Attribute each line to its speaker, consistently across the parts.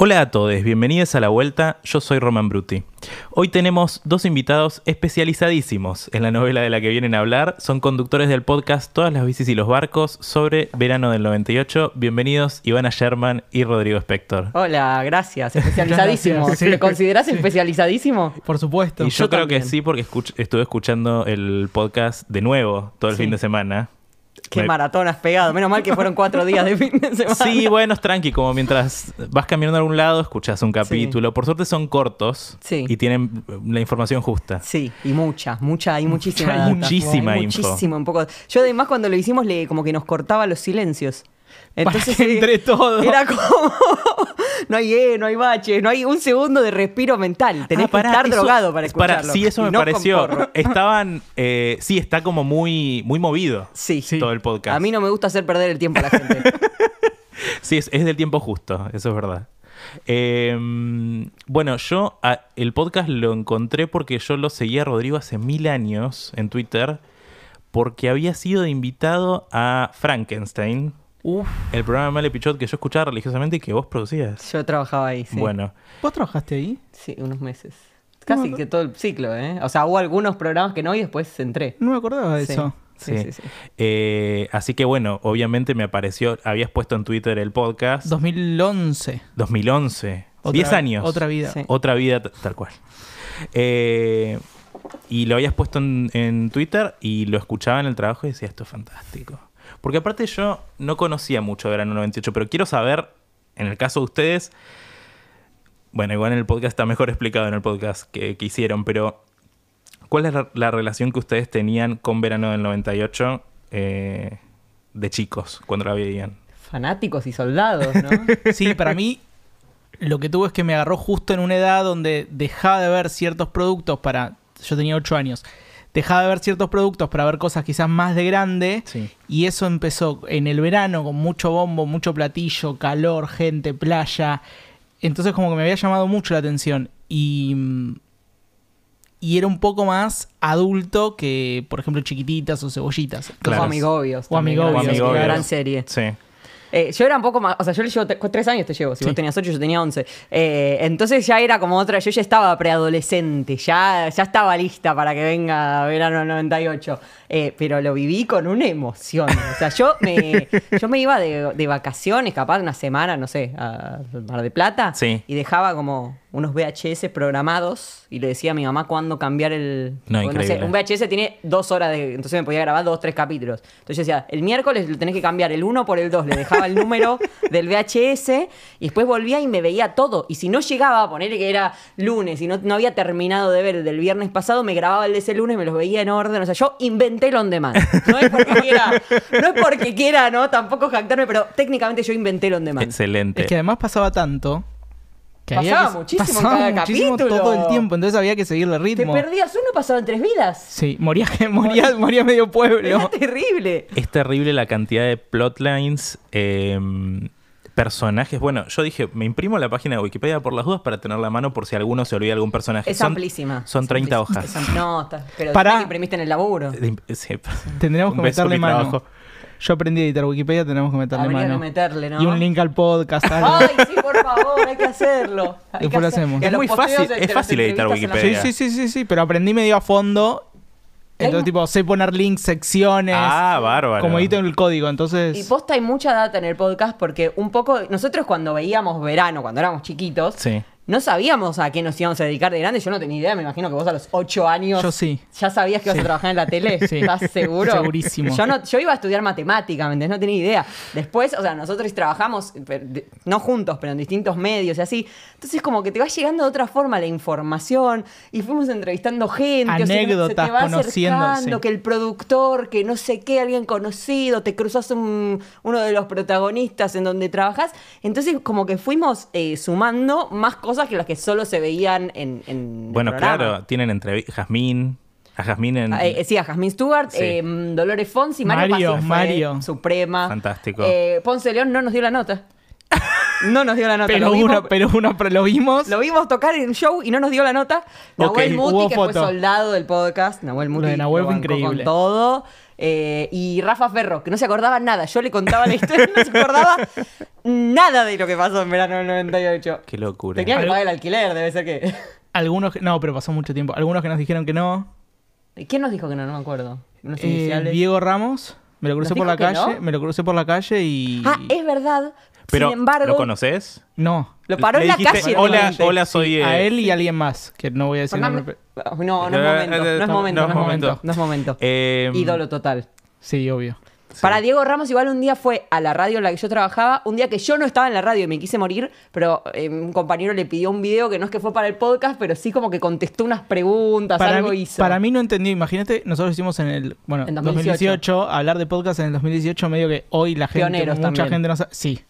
Speaker 1: Hola a todos, bienvenidos a La Vuelta, yo soy Roman Bruti. Hoy tenemos dos invitados especializadísimos en la novela de la que vienen a hablar, son conductores del podcast Todas las bicis y los barcos sobre verano del 98. Bienvenidos Ivana Sherman y Rodrigo Spector.
Speaker 2: Hola, gracias. Especializadísimo.
Speaker 3: Gracias, sí.
Speaker 2: ¿Te considerás especializadísimo?
Speaker 3: Por supuesto.
Speaker 1: Y yo, creo
Speaker 2: también.
Speaker 1: que sí porque escuch- estuve escuchando el podcast de nuevo todo el
Speaker 2: Sí.
Speaker 1: fin de semana.
Speaker 2: Qué
Speaker 1: Me-
Speaker 2: maratón has pegado. Menos mal que fueron cuatro días de fin de semana.
Speaker 1: Sí, bueno, es tranqui, como mientras vas caminando a algún lado, escuchas un capítulo. Por suerte son cortos
Speaker 2: Sí.
Speaker 1: y tienen la información justa.
Speaker 2: Sí, y mucha, mucha, hay muchísima.
Speaker 1: Hay
Speaker 2: data.
Speaker 1: muchísima
Speaker 2: Hay
Speaker 1: info.
Speaker 2: Muchísima, un poco. Yo además cuando lo hicimos le como que nos cortaba los silencios. Entonces
Speaker 3: que
Speaker 2: eh,
Speaker 3: entre todo.
Speaker 2: Era como no hay E, no hay baches, no hay un segundo de respiro mental. Tenés
Speaker 1: Ah, pará,
Speaker 2: que estar
Speaker 1: eso-
Speaker 2: drogado para escucharlo.
Speaker 1: sí, eso
Speaker 2: Y
Speaker 1: me
Speaker 2: no con porro.
Speaker 1: pareció. Estaban, eh, sí, está como muy, muy movido
Speaker 2: Sí.
Speaker 3: Sí.
Speaker 1: todo el podcast.
Speaker 2: A mí no me gusta hacer perder el tiempo a la gente.
Speaker 1: Sí, es, es del tiempo justo, eso es verdad. Eh, bueno, yo a- el podcast lo encontré porque yo lo seguía a Rodrigo hace mil años en Twitter, porque había sido invitado a Frankenstein,
Speaker 3: Uf.
Speaker 1: el programa de Male Pichot que yo escuchaba religiosamente y que vos producías.
Speaker 2: Yo trabajaba ahí, sí.
Speaker 1: Bueno,
Speaker 3: ¿Vos trabajaste ahí?
Speaker 2: Sí, unos meses. Casi que todo el ciclo, ¿eh? O sea, hubo algunos programas que no y después entré.
Speaker 3: No me acordaba de
Speaker 2: Sí.
Speaker 3: eso.
Speaker 2: Sí,
Speaker 1: sí.
Speaker 2: sí, sí.
Speaker 1: Eh, así que bueno, obviamente me apareció, habías puesto en Twitter el podcast.
Speaker 3: 2011.
Speaker 1: 2011.
Speaker 3: Otra-
Speaker 1: 10 años.
Speaker 3: Otra vida.
Speaker 2: Sí.
Speaker 1: Otra vida t- tal cual. Eh, y lo habías puesto en, en Twitter y lo escuchaba en el trabajo y decía, esto es fantástico. Porque aparte yo no conocía mucho Verano 98, pero quiero saber, en el caso de ustedes, bueno, igual en el podcast está mejor explicado en el podcast que, que hicieron, pero ¿cuál es la, la relación que ustedes tenían con Verano del 98 eh, de chicos cuando la veían?
Speaker 2: Fanáticos y soldados, ¿no?
Speaker 3: Sí, para mí lo que tuvo es que me agarró justo en una edad donde dejaba de ver ciertos productos para... Yo tenía 8 años. Dejaba de ver ciertos productos para ver cosas quizás más de grande.
Speaker 1: Sí.
Speaker 3: Y eso empezó en el verano con mucho bombo, mucho platillo, calor, gente, playa. Entonces como que me había llamado mucho la atención. Y... mm, Y era un poco más adulto que, por ejemplo, chiquititas o cebollitas.
Speaker 1: Claro.
Speaker 2: O Amigobios.
Speaker 3: O
Speaker 2: también, gran
Speaker 3: Amigobios.
Speaker 2: serie,
Speaker 1: O Amigobios.
Speaker 2: Gran serie.
Speaker 1: Sí.
Speaker 2: Eh, yo era un poco más, o sea, yo le llevo tre- tres años te llevo, si
Speaker 3: Sí.
Speaker 2: vos tenías ocho, yo tenía once. Eh, entonces ya era como otra, yo ya estaba preadolescente, ya, ya estaba lista para que venga verano del 98. Eh, pero lo viví con una emoción. O sea, yo me, yo me iba de, de vacaciones, capaz una semana, no sé, a Mar de Plata.
Speaker 1: Sí.
Speaker 2: Y dejaba como unos VHS programados y le decía a mi mamá cuándo cambiar el...
Speaker 1: No,
Speaker 2: o sé,
Speaker 1: increíble.
Speaker 2: un VHS VHS tiene dos horas de. Entonces me podía grabar dos, tres capítulos. Entonces yo decía, el miércoles lo tenés que cambiar el 1 por el 2. Le dejaba el número del VHS y después volvía y me veía todo. Y si no llegaba a poner que era lunes y no, no había terminado de ver el del viernes pasado, me grababa el de ese lunes, me los veía en orden. O sea, yo inventé el on demand. No es porque quiera, no es porque quiera, ¿no? Tampoco jactarme, pero técnicamente yo inventé el on demand.
Speaker 1: Excelente.
Speaker 3: Es que además pasaba tanto. Que
Speaker 2: Pasaba muchísimo en cada capítulo.
Speaker 3: todo el tiempo, entonces había que seguirle el
Speaker 2: Te
Speaker 3: ritmo.
Speaker 2: perdías uno, pasaban tres vidas.
Speaker 3: Sí, moría, moría, moría medio
Speaker 2: Era
Speaker 3: pueblo.
Speaker 2: terrible.
Speaker 1: Es terrible la cantidad de plotlines, eh, personajes. Bueno, yo dije, me imprimo la página de Wikipedia por las dudas para tener la mano por si alguno se olvida algún personaje.
Speaker 2: Es
Speaker 1: Son-
Speaker 2: amplísima.
Speaker 1: Son
Speaker 2: Es
Speaker 1: 30
Speaker 2: amplísima.
Speaker 1: hojas.
Speaker 2: Es am- No, está- pero
Speaker 3: Pará.
Speaker 2: que imprimiste en el laburo.
Speaker 1: De imp- sí.
Speaker 3: Tendríamos que
Speaker 1: Un beso a mi
Speaker 3: meterle mano.
Speaker 1: trabajo.
Speaker 3: Yo aprendí a editar Wikipedia, tenemos que meterle
Speaker 2: Habría
Speaker 3: mano.
Speaker 2: que meterle, ¿no?
Speaker 3: Y un link al podcast. algo.
Speaker 2: Ay, sí, por favor, hay que hacerlo. Hay
Speaker 3: Después
Speaker 2: que
Speaker 3: lo
Speaker 2: hacer-
Speaker 3: hacemos.
Speaker 2: que
Speaker 1: Es
Speaker 2: los
Speaker 1: muy
Speaker 2: posteos
Speaker 1: fácil-
Speaker 2: de-
Speaker 1: es
Speaker 2: de las
Speaker 1: fácil editar
Speaker 2: entrevistas en
Speaker 3: sí,
Speaker 1: Wikipedia.
Speaker 2: la-
Speaker 3: sí, sí, sí, sí, pero aprendí medio a fondo. Entonces,
Speaker 2: Hay-
Speaker 3: tipo, sé poner links, secciones.
Speaker 1: Ah, bárbaro.
Speaker 3: como edito el código,
Speaker 2: Y
Speaker 3: entonces.
Speaker 2: posta hay mucha data en el podcast porque un poco nosotros cuando veíamos verano, cuando éramos chiquitos,
Speaker 1: Sí.
Speaker 2: no sabíamos a qué nos íbamos a dedicar de grande. Yo no tenía idea, me imagino que vos a los 8 años
Speaker 3: Yo sí.
Speaker 2: ya sabías que ibas a
Speaker 3: Sí.
Speaker 2: trabajar en la tele.
Speaker 3: Sí.
Speaker 2: ¿Estás seguro?
Speaker 3: Segurísimo.
Speaker 2: Yo, no, yo iba a estudiar matemática, ¿me entendés? No tenía idea. Después, o sea, nosotros trabajamos, pero de- no juntos, pero en distintos medios y así. Entonces, como que te va llegando de otra forma la información y fuimos entrevistando gente. o sea,
Speaker 3: Anécdotas,
Speaker 2: se te va
Speaker 3: conociendo,
Speaker 2: acercando,
Speaker 3: sí.
Speaker 2: que el productor, que no sé qué, alguien conocido, te cruzas un- uno de los protagonistas en donde trabajas. Entonces, como que fuimos eh, sumando más cosas que las que solo se veían en. en el
Speaker 1: Bueno,
Speaker 2: programa.
Speaker 1: claro, tienen entrevistas. Jazmín. A Jazmín en.
Speaker 2: Ah, eh, sí, a Jasmine Stewart,
Speaker 1: Sí.
Speaker 2: eh, Dolores Fonsi, Mario,
Speaker 3: Mario,
Speaker 2: Paci fue
Speaker 3: Mario.
Speaker 2: Suprema.
Speaker 1: Fantástico.
Speaker 2: Eh, Ponce León no nos dio la nota. No nos dio la nota.
Speaker 3: Pero
Speaker 2: lo, vimos,
Speaker 3: una, pero una, pero lo vimos.
Speaker 2: lo vimos tocar en un show y no nos dio la nota. Nahuel Muti,
Speaker 3: hubo
Speaker 2: que fue
Speaker 3: foto.
Speaker 2: soldado del podcast. Nahuel Muti.
Speaker 3: de Nahuel
Speaker 2: lo
Speaker 3: fue
Speaker 2: bancó
Speaker 3: increíble.
Speaker 2: Con todo. Eh, y Rafa Ferro, que no se acordaba nada. Yo le contaba la historia, no se acordaba nada de lo que pasó en verano del 98.
Speaker 1: Qué locura.
Speaker 2: Tenía que
Speaker 3: Algo-
Speaker 2: pagar el alquiler, debe ser que.
Speaker 3: Algunos que- no, pero pasó mucho tiempo. Algunos que nos dijeron que no.
Speaker 2: ¿Quién nos dijo que no? No me acuerdo. Unos
Speaker 3: Eh,
Speaker 2: iniciales.
Speaker 3: Diego Ramos, me lo crucé
Speaker 2: ¿Nos
Speaker 3: por la
Speaker 2: dijo que
Speaker 3: calle,
Speaker 2: no?
Speaker 3: me lo crucé por la calle y
Speaker 2: Ah, es verdad.
Speaker 1: Pero,
Speaker 2: Sin embargo,
Speaker 1: ¿lo conoces?
Speaker 3: no.
Speaker 2: lo paró
Speaker 1: Le
Speaker 2: en la
Speaker 1: dijiste,
Speaker 2: calle.
Speaker 1: Hola,
Speaker 2: realmente.
Speaker 1: hola, soy. eh,
Speaker 3: A él y a alguien más, que no Eh, voy a decir
Speaker 2: Fernández-
Speaker 3: nombre. pero-
Speaker 2: No, no es momento. No es momento. No es momento. No es momento.
Speaker 3: em,
Speaker 1: eh,
Speaker 2: Ídolo total.
Speaker 3: Sí, obvio.
Speaker 2: Para Diego Ramos, igual un día fue a la radio en la que yo trabajaba, un día que yo no estaba en la radio y me quise morir, pero eh, un compañero le pidió un video que no es que fue para el podcast, pero sí como que contestó unas preguntas,
Speaker 3: Para
Speaker 2: algo
Speaker 3: mí,
Speaker 2: hizo.
Speaker 3: para mí no entendió, imagínate, nosotros hicimos en el, bueno,
Speaker 2: En
Speaker 3: 2018.
Speaker 2: 2018,
Speaker 3: hablar de podcast en el 2018, medio que hoy la gente,
Speaker 2: Pioneros
Speaker 3: mucha
Speaker 2: también.
Speaker 3: gente no sabe. Sí.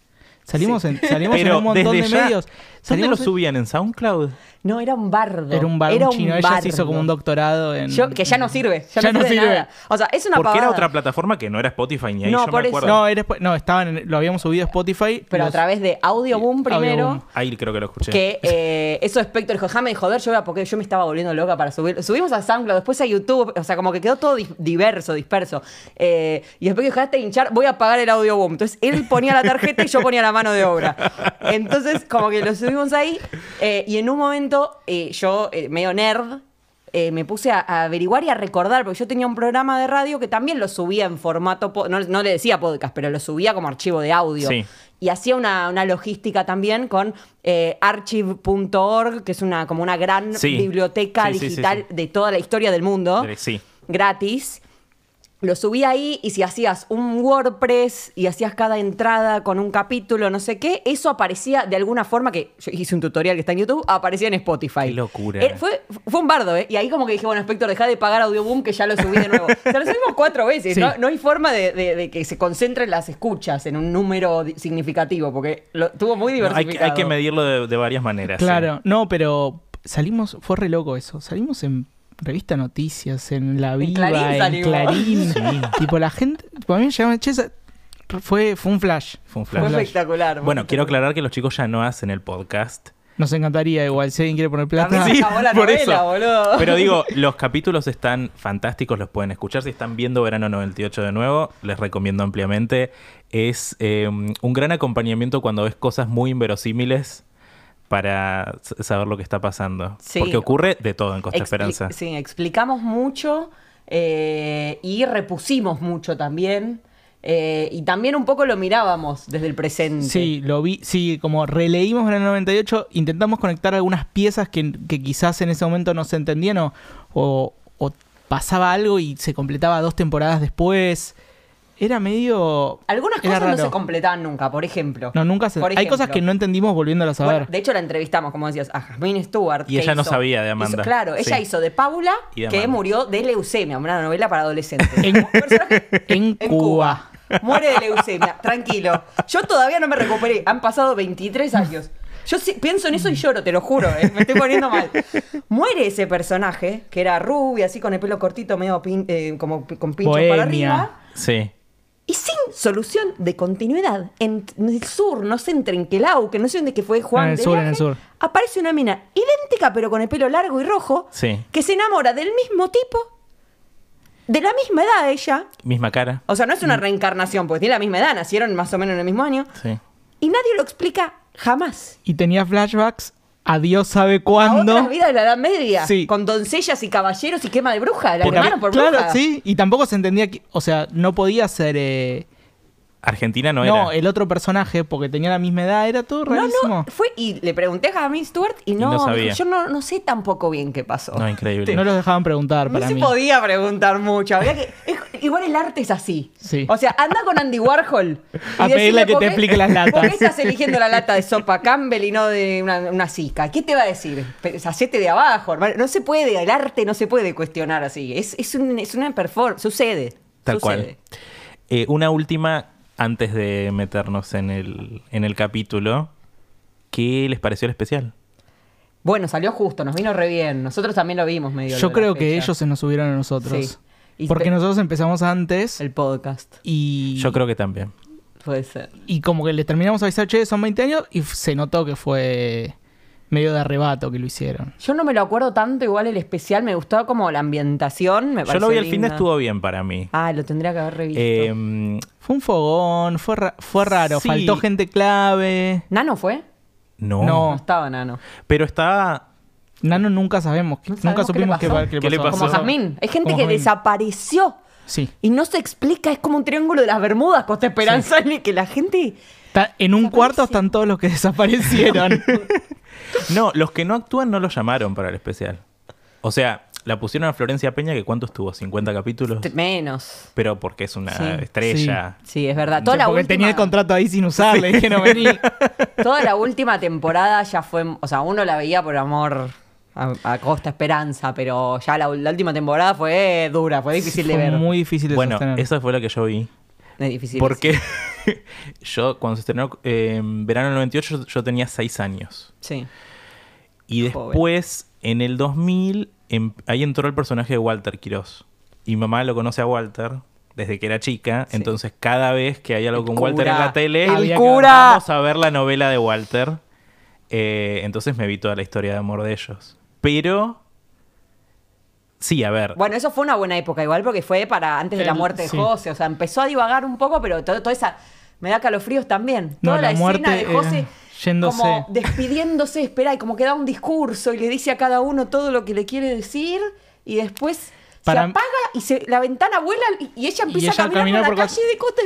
Speaker 3: Salimos en, salimos en
Speaker 1: Pero
Speaker 3: un montón de
Speaker 1: desde ya,
Speaker 3: medios.
Speaker 1: ¿Dónde lo
Speaker 3: Salimos en-
Speaker 1: subían? ¿En SoundCloud?
Speaker 2: No, era un bardo.
Speaker 3: Era un bar un chino, ella se hizo
Speaker 2: bardo.
Speaker 3: como un doctorado en
Speaker 2: Yo- que ya no sirve, ya, no sirve, nada. O sea, es una
Speaker 1: Porque era
Speaker 2: pavada.
Speaker 1: otra plataforma que no era Spotify ni ahí,
Speaker 2: No,
Speaker 1: yo
Speaker 2: por
Speaker 1: me
Speaker 2: eso.
Speaker 1: acuerdo.
Speaker 3: No, era Spo- no, estaban en- lo habíamos subido a Spotify.
Speaker 2: Pero
Speaker 3: los-
Speaker 2: a través de Audio Boom primero.
Speaker 3: Audioboom.
Speaker 1: Ahí creo que lo escuché.
Speaker 2: Que eh, eso Spector dijo, déjame de joder, yo voy a porque yo me estaba volviendo loca para subir. Subimos a SoundCloud, después a YouTube, o sea, como que quedó todo di- diverso, disperso. Eh, y después que dejaste de hinchar, voy a pagar el audio boom. Entonces él ponía la tarjeta y yo ponía la mano de obra. Entonces, como que lo subimos ahí. eh, y en un momento, eh, yo, eh, medio nerd, eh, me puse a, a averiguar y a recordar, porque yo tenía un programa de radio que también lo subía en formato, po- no, no le decía podcast, pero lo subía como archivo de audio.
Speaker 1: Sí.
Speaker 2: Y hacía una, una logística también con eh, archive.org, que es una, como una gran
Speaker 1: Sí.
Speaker 2: biblioteca
Speaker 1: Sí, sí, sí,
Speaker 2: digital
Speaker 1: sí.
Speaker 2: de toda la historia del mundo,
Speaker 1: Eh, Sí.
Speaker 2: gratis. Lo subía ahí y si hacías un WordPress y hacías cada entrada con un capítulo, no sé qué, eso aparecía de alguna forma, que yo hice un tutorial que está en YouTube, aparecía en Spotify.
Speaker 1: Qué locura.
Speaker 2: Eh, fue, fue un bardo, ¿eh? Y ahí como que dije, bueno, Spector, dejá de pagar Audioboom que ya lo subí de nuevo. Se lo subimos cuatro veces,
Speaker 3: Sí.
Speaker 2: ¿no? No hay forma de, de- de que se concentren las escuchas en un número di- significativo, porque lo, tuvo muy
Speaker 1: No, hay, que-
Speaker 2: diversificado.
Speaker 1: hay que medirlo de, de varias maneras. sí.
Speaker 3: Claro, no, pero salimos, fue re loco eso. Salimos en revista Noticias, en La Viva,
Speaker 2: Clarín
Speaker 3: en
Speaker 2: salimos.
Speaker 3: Clarín. Tipo, la gente, tipo, a mí me llamaban, che, esa- fue, fue un flash.
Speaker 1: Fue un flash.
Speaker 2: Fue espectacular.
Speaker 1: Bueno, quiero aclarar que los chicos ya no hacen el podcast.
Speaker 3: Nos encantaría igual, si alguien quiere poner plata.
Speaker 2: Se acabó la
Speaker 1: por
Speaker 2: novela,
Speaker 1: eso.
Speaker 2: boludo.
Speaker 1: Pero digo, los capítulos están fantásticos, los pueden escuchar. Si están viendo Verano 98 de nuevo, les recomiendo ampliamente. Es eh, un gran acompañamiento cuando ves cosas muy inverosímiles para s- saber lo que está pasando.
Speaker 2: Sí.
Speaker 1: Porque ocurre de todo en Costa
Speaker 2: Expli-
Speaker 1: Esperanza.
Speaker 2: Sí, explicamos mucho eh, y repusimos mucho también. eh, y también un poco lo mirábamos desde el presente.
Speaker 3: Sí, lo vi, sí, como releímos en el 98, intentamos conectar algunas piezas que, que quizás en ese momento no se entendían o, o- o pasaba algo y se completaba dos temporadas después. Era medio...
Speaker 2: Algunas
Speaker 3: era
Speaker 2: cosas no se
Speaker 3: raro.
Speaker 2: completaban nunca, por ejemplo.
Speaker 3: No, nunca se...
Speaker 2: Por
Speaker 3: Hay cosas
Speaker 2: ejemplo.
Speaker 3: que no entendimos volviéndolas a
Speaker 2: Bueno,
Speaker 3: ver.
Speaker 2: de hecho la entrevistamos, como decías, a Jasmine Stewart.
Speaker 1: Y
Speaker 2: que
Speaker 1: ella no
Speaker 2: hizo-
Speaker 1: sabía de Amanda.
Speaker 2: hizo- claro, ella
Speaker 1: Sí.
Speaker 2: hizo de Paula,
Speaker 1: Y de
Speaker 2: que
Speaker 1: Amanda.
Speaker 2: murió de leucemia, una novela para adolescentes.
Speaker 3: En-
Speaker 2: Un personaje
Speaker 3: en Cuba.
Speaker 2: Muere de leucemia, tranquilo. Yo todavía no me recuperé, han pasado 23 años. Yo sí- pienso en eso y lloro, te lo juro, ¿eh? me estoy poniendo mal. Muere ese personaje, que era rubia, así con el pelo cortito, medio pin- eh, como pi- con pincho para
Speaker 3: Bohemia.
Speaker 2: arriba.
Speaker 1: Sí.
Speaker 2: Y sin solución de continuidad, en el sur, no sé, en Trenquelau, que no sé dónde que fue Juan.
Speaker 3: Ah, En el
Speaker 2: de
Speaker 3: sur, en
Speaker 2: viaje,
Speaker 3: el sur.
Speaker 2: Aparece una mina idéntica, pero con el pelo largo y rojo,
Speaker 1: Sí.
Speaker 2: que se enamora del mismo tipo, de la misma edad ella.
Speaker 1: Misma cara.
Speaker 2: O sea, no es una reencarnación, porque tiene la misma edad, nacieron más o menos en el mismo año.
Speaker 1: Sí.
Speaker 2: Y nadie lo explica jamás.
Speaker 3: Y tenía flashbacks a Dios
Speaker 2: A
Speaker 3: sabe
Speaker 2: otras
Speaker 3: cuándo.
Speaker 2: vidas de la Edad Media,
Speaker 3: Sí.
Speaker 2: con doncellas y caballeros y quema de bruja, la
Speaker 1: Porque-
Speaker 2: quemaron por
Speaker 3: claro,
Speaker 2: bruja.
Speaker 3: sí. Y tampoco se entendía que... O sea, no podía ser... eh,
Speaker 1: Argentina no,
Speaker 3: no,
Speaker 1: era.
Speaker 3: el otro personaje, porque tenía la misma edad, era todo
Speaker 2: No,
Speaker 3: rarísimo.
Speaker 2: no, fue y le pregunté a Jasmine Stewart y no,
Speaker 1: no
Speaker 2: me dijo,
Speaker 1: sabía.
Speaker 2: yo no, no sé tampoco bien qué pasó.
Speaker 1: No, increíble.
Speaker 3: No los dejaban preguntar
Speaker 2: No
Speaker 3: para
Speaker 2: se
Speaker 3: mí.
Speaker 2: podía preguntar mucho. había que- es- igual el arte es así.
Speaker 3: Sí.
Speaker 2: O sea, anda con Andy Warhol.
Speaker 3: A
Speaker 2: y decirle,
Speaker 3: pedirle que
Speaker 2: "¿Por
Speaker 3: te
Speaker 2: qué-
Speaker 3: explique las latas?"
Speaker 2: ¿Por qué estás eligiendo la lata de sopa Campbell y no de una, una Zika? ¿Qué te va a decir? Pero, Hacete de abajo, hermano. No se puede, el arte no se puede cuestionar así. Es, es, un- es una performance. Sucede.
Speaker 1: Tal cual.
Speaker 2: Sucede.
Speaker 1: Eh, una última antes de meternos en el, en el capítulo. ¿Qué les pareció el especial?
Speaker 2: Bueno, salió justo, nos vino re bien. Nosotros también lo vimos medio. lo
Speaker 3: Yo
Speaker 2: de la
Speaker 3: creo que
Speaker 2: fecha.
Speaker 3: ellos se nos subieron a nosotros.
Speaker 2: Sí. Y
Speaker 3: Porque
Speaker 2: pe-
Speaker 3: nosotros empezamos antes
Speaker 2: El podcast.
Speaker 3: y...
Speaker 1: Yo creo que también.
Speaker 2: Puede ser.
Speaker 3: Y como que le terminamos a avisar, che, son 20 años, y f- se notó que fue medio de arrebato que lo hicieron.
Speaker 2: Yo no me lo acuerdo tanto, igual el especial me gustaba como la ambientación.
Speaker 1: Yo
Speaker 2: Me
Speaker 1: lo
Speaker 2: pareció
Speaker 1: vi el fin de
Speaker 2: linda.
Speaker 1: estuvo bien para mí.
Speaker 2: Ah, lo tendría que haber revisto.
Speaker 1: Eh,
Speaker 3: Fue un fogón, fue, ra- fue raro,
Speaker 1: Sí.
Speaker 3: faltó gente clave.
Speaker 2: ¿Nano fue?
Speaker 1: no.
Speaker 2: No
Speaker 3: No.
Speaker 2: estaba Nano.
Speaker 1: Pero estaba.
Speaker 3: Nano nunca sabemos, que-
Speaker 2: No
Speaker 3: nunca
Speaker 2: sabemos qué le
Speaker 3: supimos qué,
Speaker 2: pasó.
Speaker 3: qué
Speaker 1: ¿Qué le pasó?
Speaker 2: Como
Speaker 1: Pasó.
Speaker 2: Jazmín. Hay gente
Speaker 3: Como
Speaker 2: que
Speaker 3: Jazmín.
Speaker 2: desapareció
Speaker 3: Sí.
Speaker 2: y no se explica. Es como un triángulo de las Bermudas, Costa Esperanza, y que la gente.
Speaker 3: Ta- en un
Speaker 2: Desaparece.
Speaker 3: cuarto están todos los que desaparecieron.
Speaker 1: No, los que no actúan no los llamaron para el especial. O sea, la pusieron a Florencia Peña, que ¿cuánto estuvo? ¿50 capítulos?
Speaker 2: Te- Menos.
Speaker 1: Pero porque es una
Speaker 2: Sí,
Speaker 1: estrella.
Speaker 2: Sí, es verdad. Toda, la
Speaker 3: porque
Speaker 2: última,
Speaker 3: tenía el contrato ahí sin usar, le dije no vení.
Speaker 2: toda la última temporada ya fue. O sea, uno la veía por amor a, a Costa Esperanza, pero ya la, la última temporada fue dura, fue difícil de
Speaker 3: Fue
Speaker 2: ver.
Speaker 3: muy difícil de
Speaker 1: Bueno,
Speaker 3: sostener.
Speaker 1: esa fue la que yo vi.
Speaker 2: Es difícil.
Speaker 1: porque yo, cuando se estrenó eh, en verano del 98, yo, yo tenía 6 años.
Speaker 2: Sí.
Speaker 1: Y
Speaker 2: Joven.
Speaker 1: después, en el 2000, en- ahí entró el personaje de Walter Quirós. Y mi mamá lo conoce a Walter desde que era chica.
Speaker 2: Sí.
Speaker 1: Entonces, cada vez que hay algo con
Speaker 2: El
Speaker 1: Walter en
Speaker 2: cura.
Speaker 1: la tele,
Speaker 2: El
Speaker 1: había que-
Speaker 2: cura.
Speaker 1: vamos a ver la novela de Walter. Eh, entonces me vi toda la historia de amor de ellos. Pero. Sí, a ver.
Speaker 2: Bueno, eso fue una buena época igual porque fue para antes de la
Speaker 3: El-
Speaker 2: muerte de
Speaker 3: sí.
Speaker 2: José. O sea, empezó a divagar un poco, pero todo, toda esa... Me da calofríos también.
Speaker 3: No,
Speaker 2: Toda la,
Speaker 3: la muerte
Speaker 2: escena de
Speaker 3: era
Speaker 2: José
Speaker 3: yéndose.
Speaker 2: como despidiéndose, espera, y como que da un discurso y le dice a cada uno todo lo que le quiere decir y después
Speaker 3: Para-
Speaker 2: se apaga y se, la ventana vuela y, y ella empieza
Speaker 3: ella
Speaker 2: a caminar
Speaker 3: camina
Speaker 2: por la
Speaker 3: por
Speaker 2: calle de Costa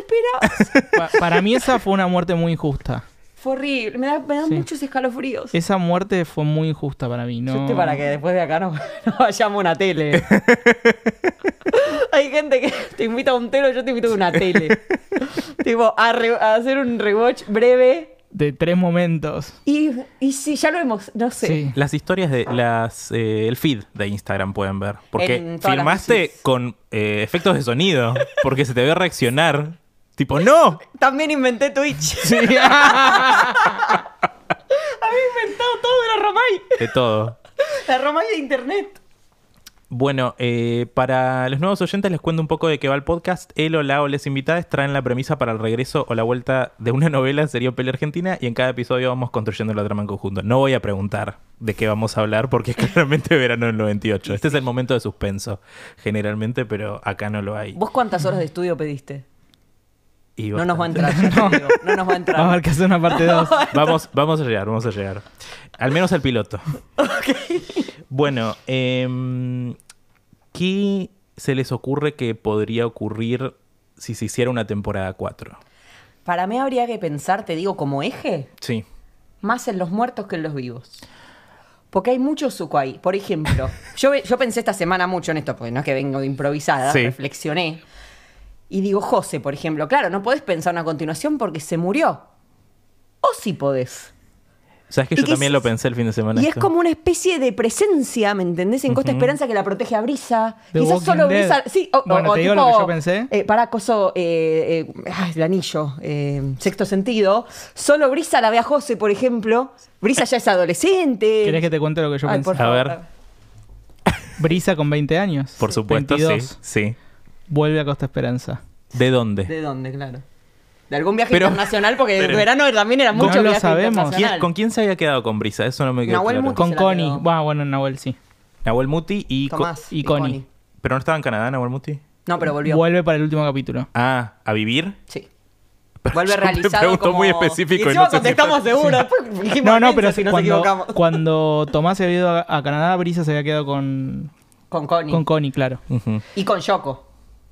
Speaker 2: Espera.
Speaker 3: Pa- para mí esa fue una muerte muy injusta.
Speaker 2: fue horrible. Me da, me dan
Speaker 3: Sí.
Speaker 2: muchos escalofríos.
Speaker 3: Esa muerte fue muy injusta para mí,
Speaker 2: Yo
Speaker 3: ¿no?
Speaker 2: estoy para que después de acá no, no vayamos a una tele. Hay gente que te invita a un telo, yo te invito a una tele. tipo, a, re- a hacer un rewatch breve.
Speaker 3: De tres momentos.
Speaker 2: Y, y si ya lo hemos, no sé.
Speaker 3: Sí.
Speaker 1: Las historias de las eh, el feed de Instagram pueden ver. Porque
Speaker 2: En todas las
Speaker 1: firmaste
Speaker 2: bicis.
Speaker 1: con eh, efectos de sonido. Porque se te ve reaccionar. Tipo, ¡no!
Speaker 2: También inventé Twitch. Había inventado todo de la Romay.
Speaker 1: De todo.
Speaker 2: La Romay de Internet.
Speaker 1: Bueno, eh, para los nuevos oyentes les cuento un poco de qué va el podcast. El o la o les invitadas traen la premisa para el regreso o la vuelta de una novela en serio peli argentina y en cada episodio vamos construyendo la trama en conjunto. No voy a preguntar de qué vamos a hablar porque es claramente verano del 98. Este es el momento de suspenso generalmente, pero acá no lo hay.
Speaker 2: ¿Vos cuántas horas de estudio pediste?
Speaker 1: Y
Speaker 2: No nos va a
Speaker 1: bastante.
Speaker 2: entrar, ya te digo. No nos va a entrar.
Speaker 3: Vamos a ver que hacer una parte 2.
Speaker 1: Vamos, vamos a llegar, vamos a llegar. Al menos al piloto. Bueno, em, ¿qué se les ocurre que podría ocurrir si se hiciera una temporada 4?
Speaker 2: Para mí habría que pensar, te digo, como eje,
Speaker 1: Sí.
Speaker 2: más en los muertos que en los vivos. Porque hay mucho suco ahí. Por ejemplo, yo, ve- yo pensé esta semana mucho en esto, porque no es que vengo de improvisada,
Speaker 1: Sí.
Speaker 2: reflexioné. Y digo, José, por ejemplo, claro, no podés pensar una continuación porque se murió. O sí podés.
Speaker 1: ¿Sabes que
Speaker 2: ¿Y
Speaker 1: yo
Speaker 2: qué
Speaker 1: también
Speaker 2: es-
Speaker 1: lo pensé el fin de semana?
Speaker 2: y es
Speaker 1: esto?
Speaker 2: como una especie de presencia, ¿me entendés? En Costa Esperanza que la protege a Brisa.
Speaker 3: The
Speaker 2: Quizás
Speaker 3: Walking
Speaker 2: solo
Speaker 3: Dead.
Speaker 2: Brisa. Sí, o, o-
Speaker 3: Bueno,
Speaker 2: o
Speaker 3: te digo
Speaker 2: tipo,
Speaker 3: lo que yo pensé.
Speaker 2: eh, para acoso, eh, eh, ay, el anillo, eh, sexto sentido. Solo Brisa la ve a José, por ejemplo. Brisa ya es adolescente.
Speaker 3: ¿Querés que te cuente lo que yo
Speaker 2: Ay,
Speaker 3: pensé?
Speaker 2: por
Speaker 1: A
Speaker 2: favor.
Speaker 1: ver.
Speaker 3: Brisa con 20 años.
Speaker 1: Por supuesto,
Speaker 3: 22,
Speaker 1: sí. Sí.
Speaker 3: Vuelve a Costa Esperanza.
Speaker 1: ¿De dónde?
Speaker 2: ¿De dónde, claro? De algún viaje
Speaker 1: Pero-
Speaker 2: internacional, porque el
Speaker 1: pero-
Speaker 2: verano también era
Speaker 3: No
Speaker 2: mucho
Speaker 3: lo
Speaker 2: viaje
Speaker 3: sabemos.
Speaker 1: ¿Quién-
Speaker 2: internacional.
Speaker 1: ¿Con quién se había quedado con Brisa? Eso no me quedó
Speaker 2: Nahuel
Speaker 1: claro.
Speaker 2: Muti.
Speaker 3: Con
Speaker 2: Se la
Speaker 3: Connie.
Speaker 2: quedó.
Speaker 3: Bah, bueno, Nahuel sí.
Speaker 1: Nahuel Muti y... co-
Speaker 2: Tomás
Speaker 3: y Connie.
Speaker 1: ¿Pero no estaba en Canadá Nahuel Muti?
Speaker 2: No, pero volvió.
Speaker 3: Vuelve para el último capítulo.
Speaker 1: Ah, ¿a vivir?
Speaker 2: sí. Vuelve
Speaker 1: yo te
Speaker 2: realizado
Speaker 1: pregunto
Speaker 2: como...
Speaker 1: muy específico y
Speaker 2: y encima
Speaker 1: no sé si
Speaker 2: contestamos seguro. Después dijimos
Speaker 3: No, no,
Speaker 2: Mensa
Speaker 3: pero
Speaker 2: si nos
Speaker 3: cuando,
Speaker 2: equivocamos.
Speaker 3: cuando Tomás se había ido a, a Canadá, Brisa se había quedado con,
Speaker 2: Con Connie.
Speaker 3: con Connie, claro.
Speaker 1: Ujú.
Speaker 2: Y con Yoko.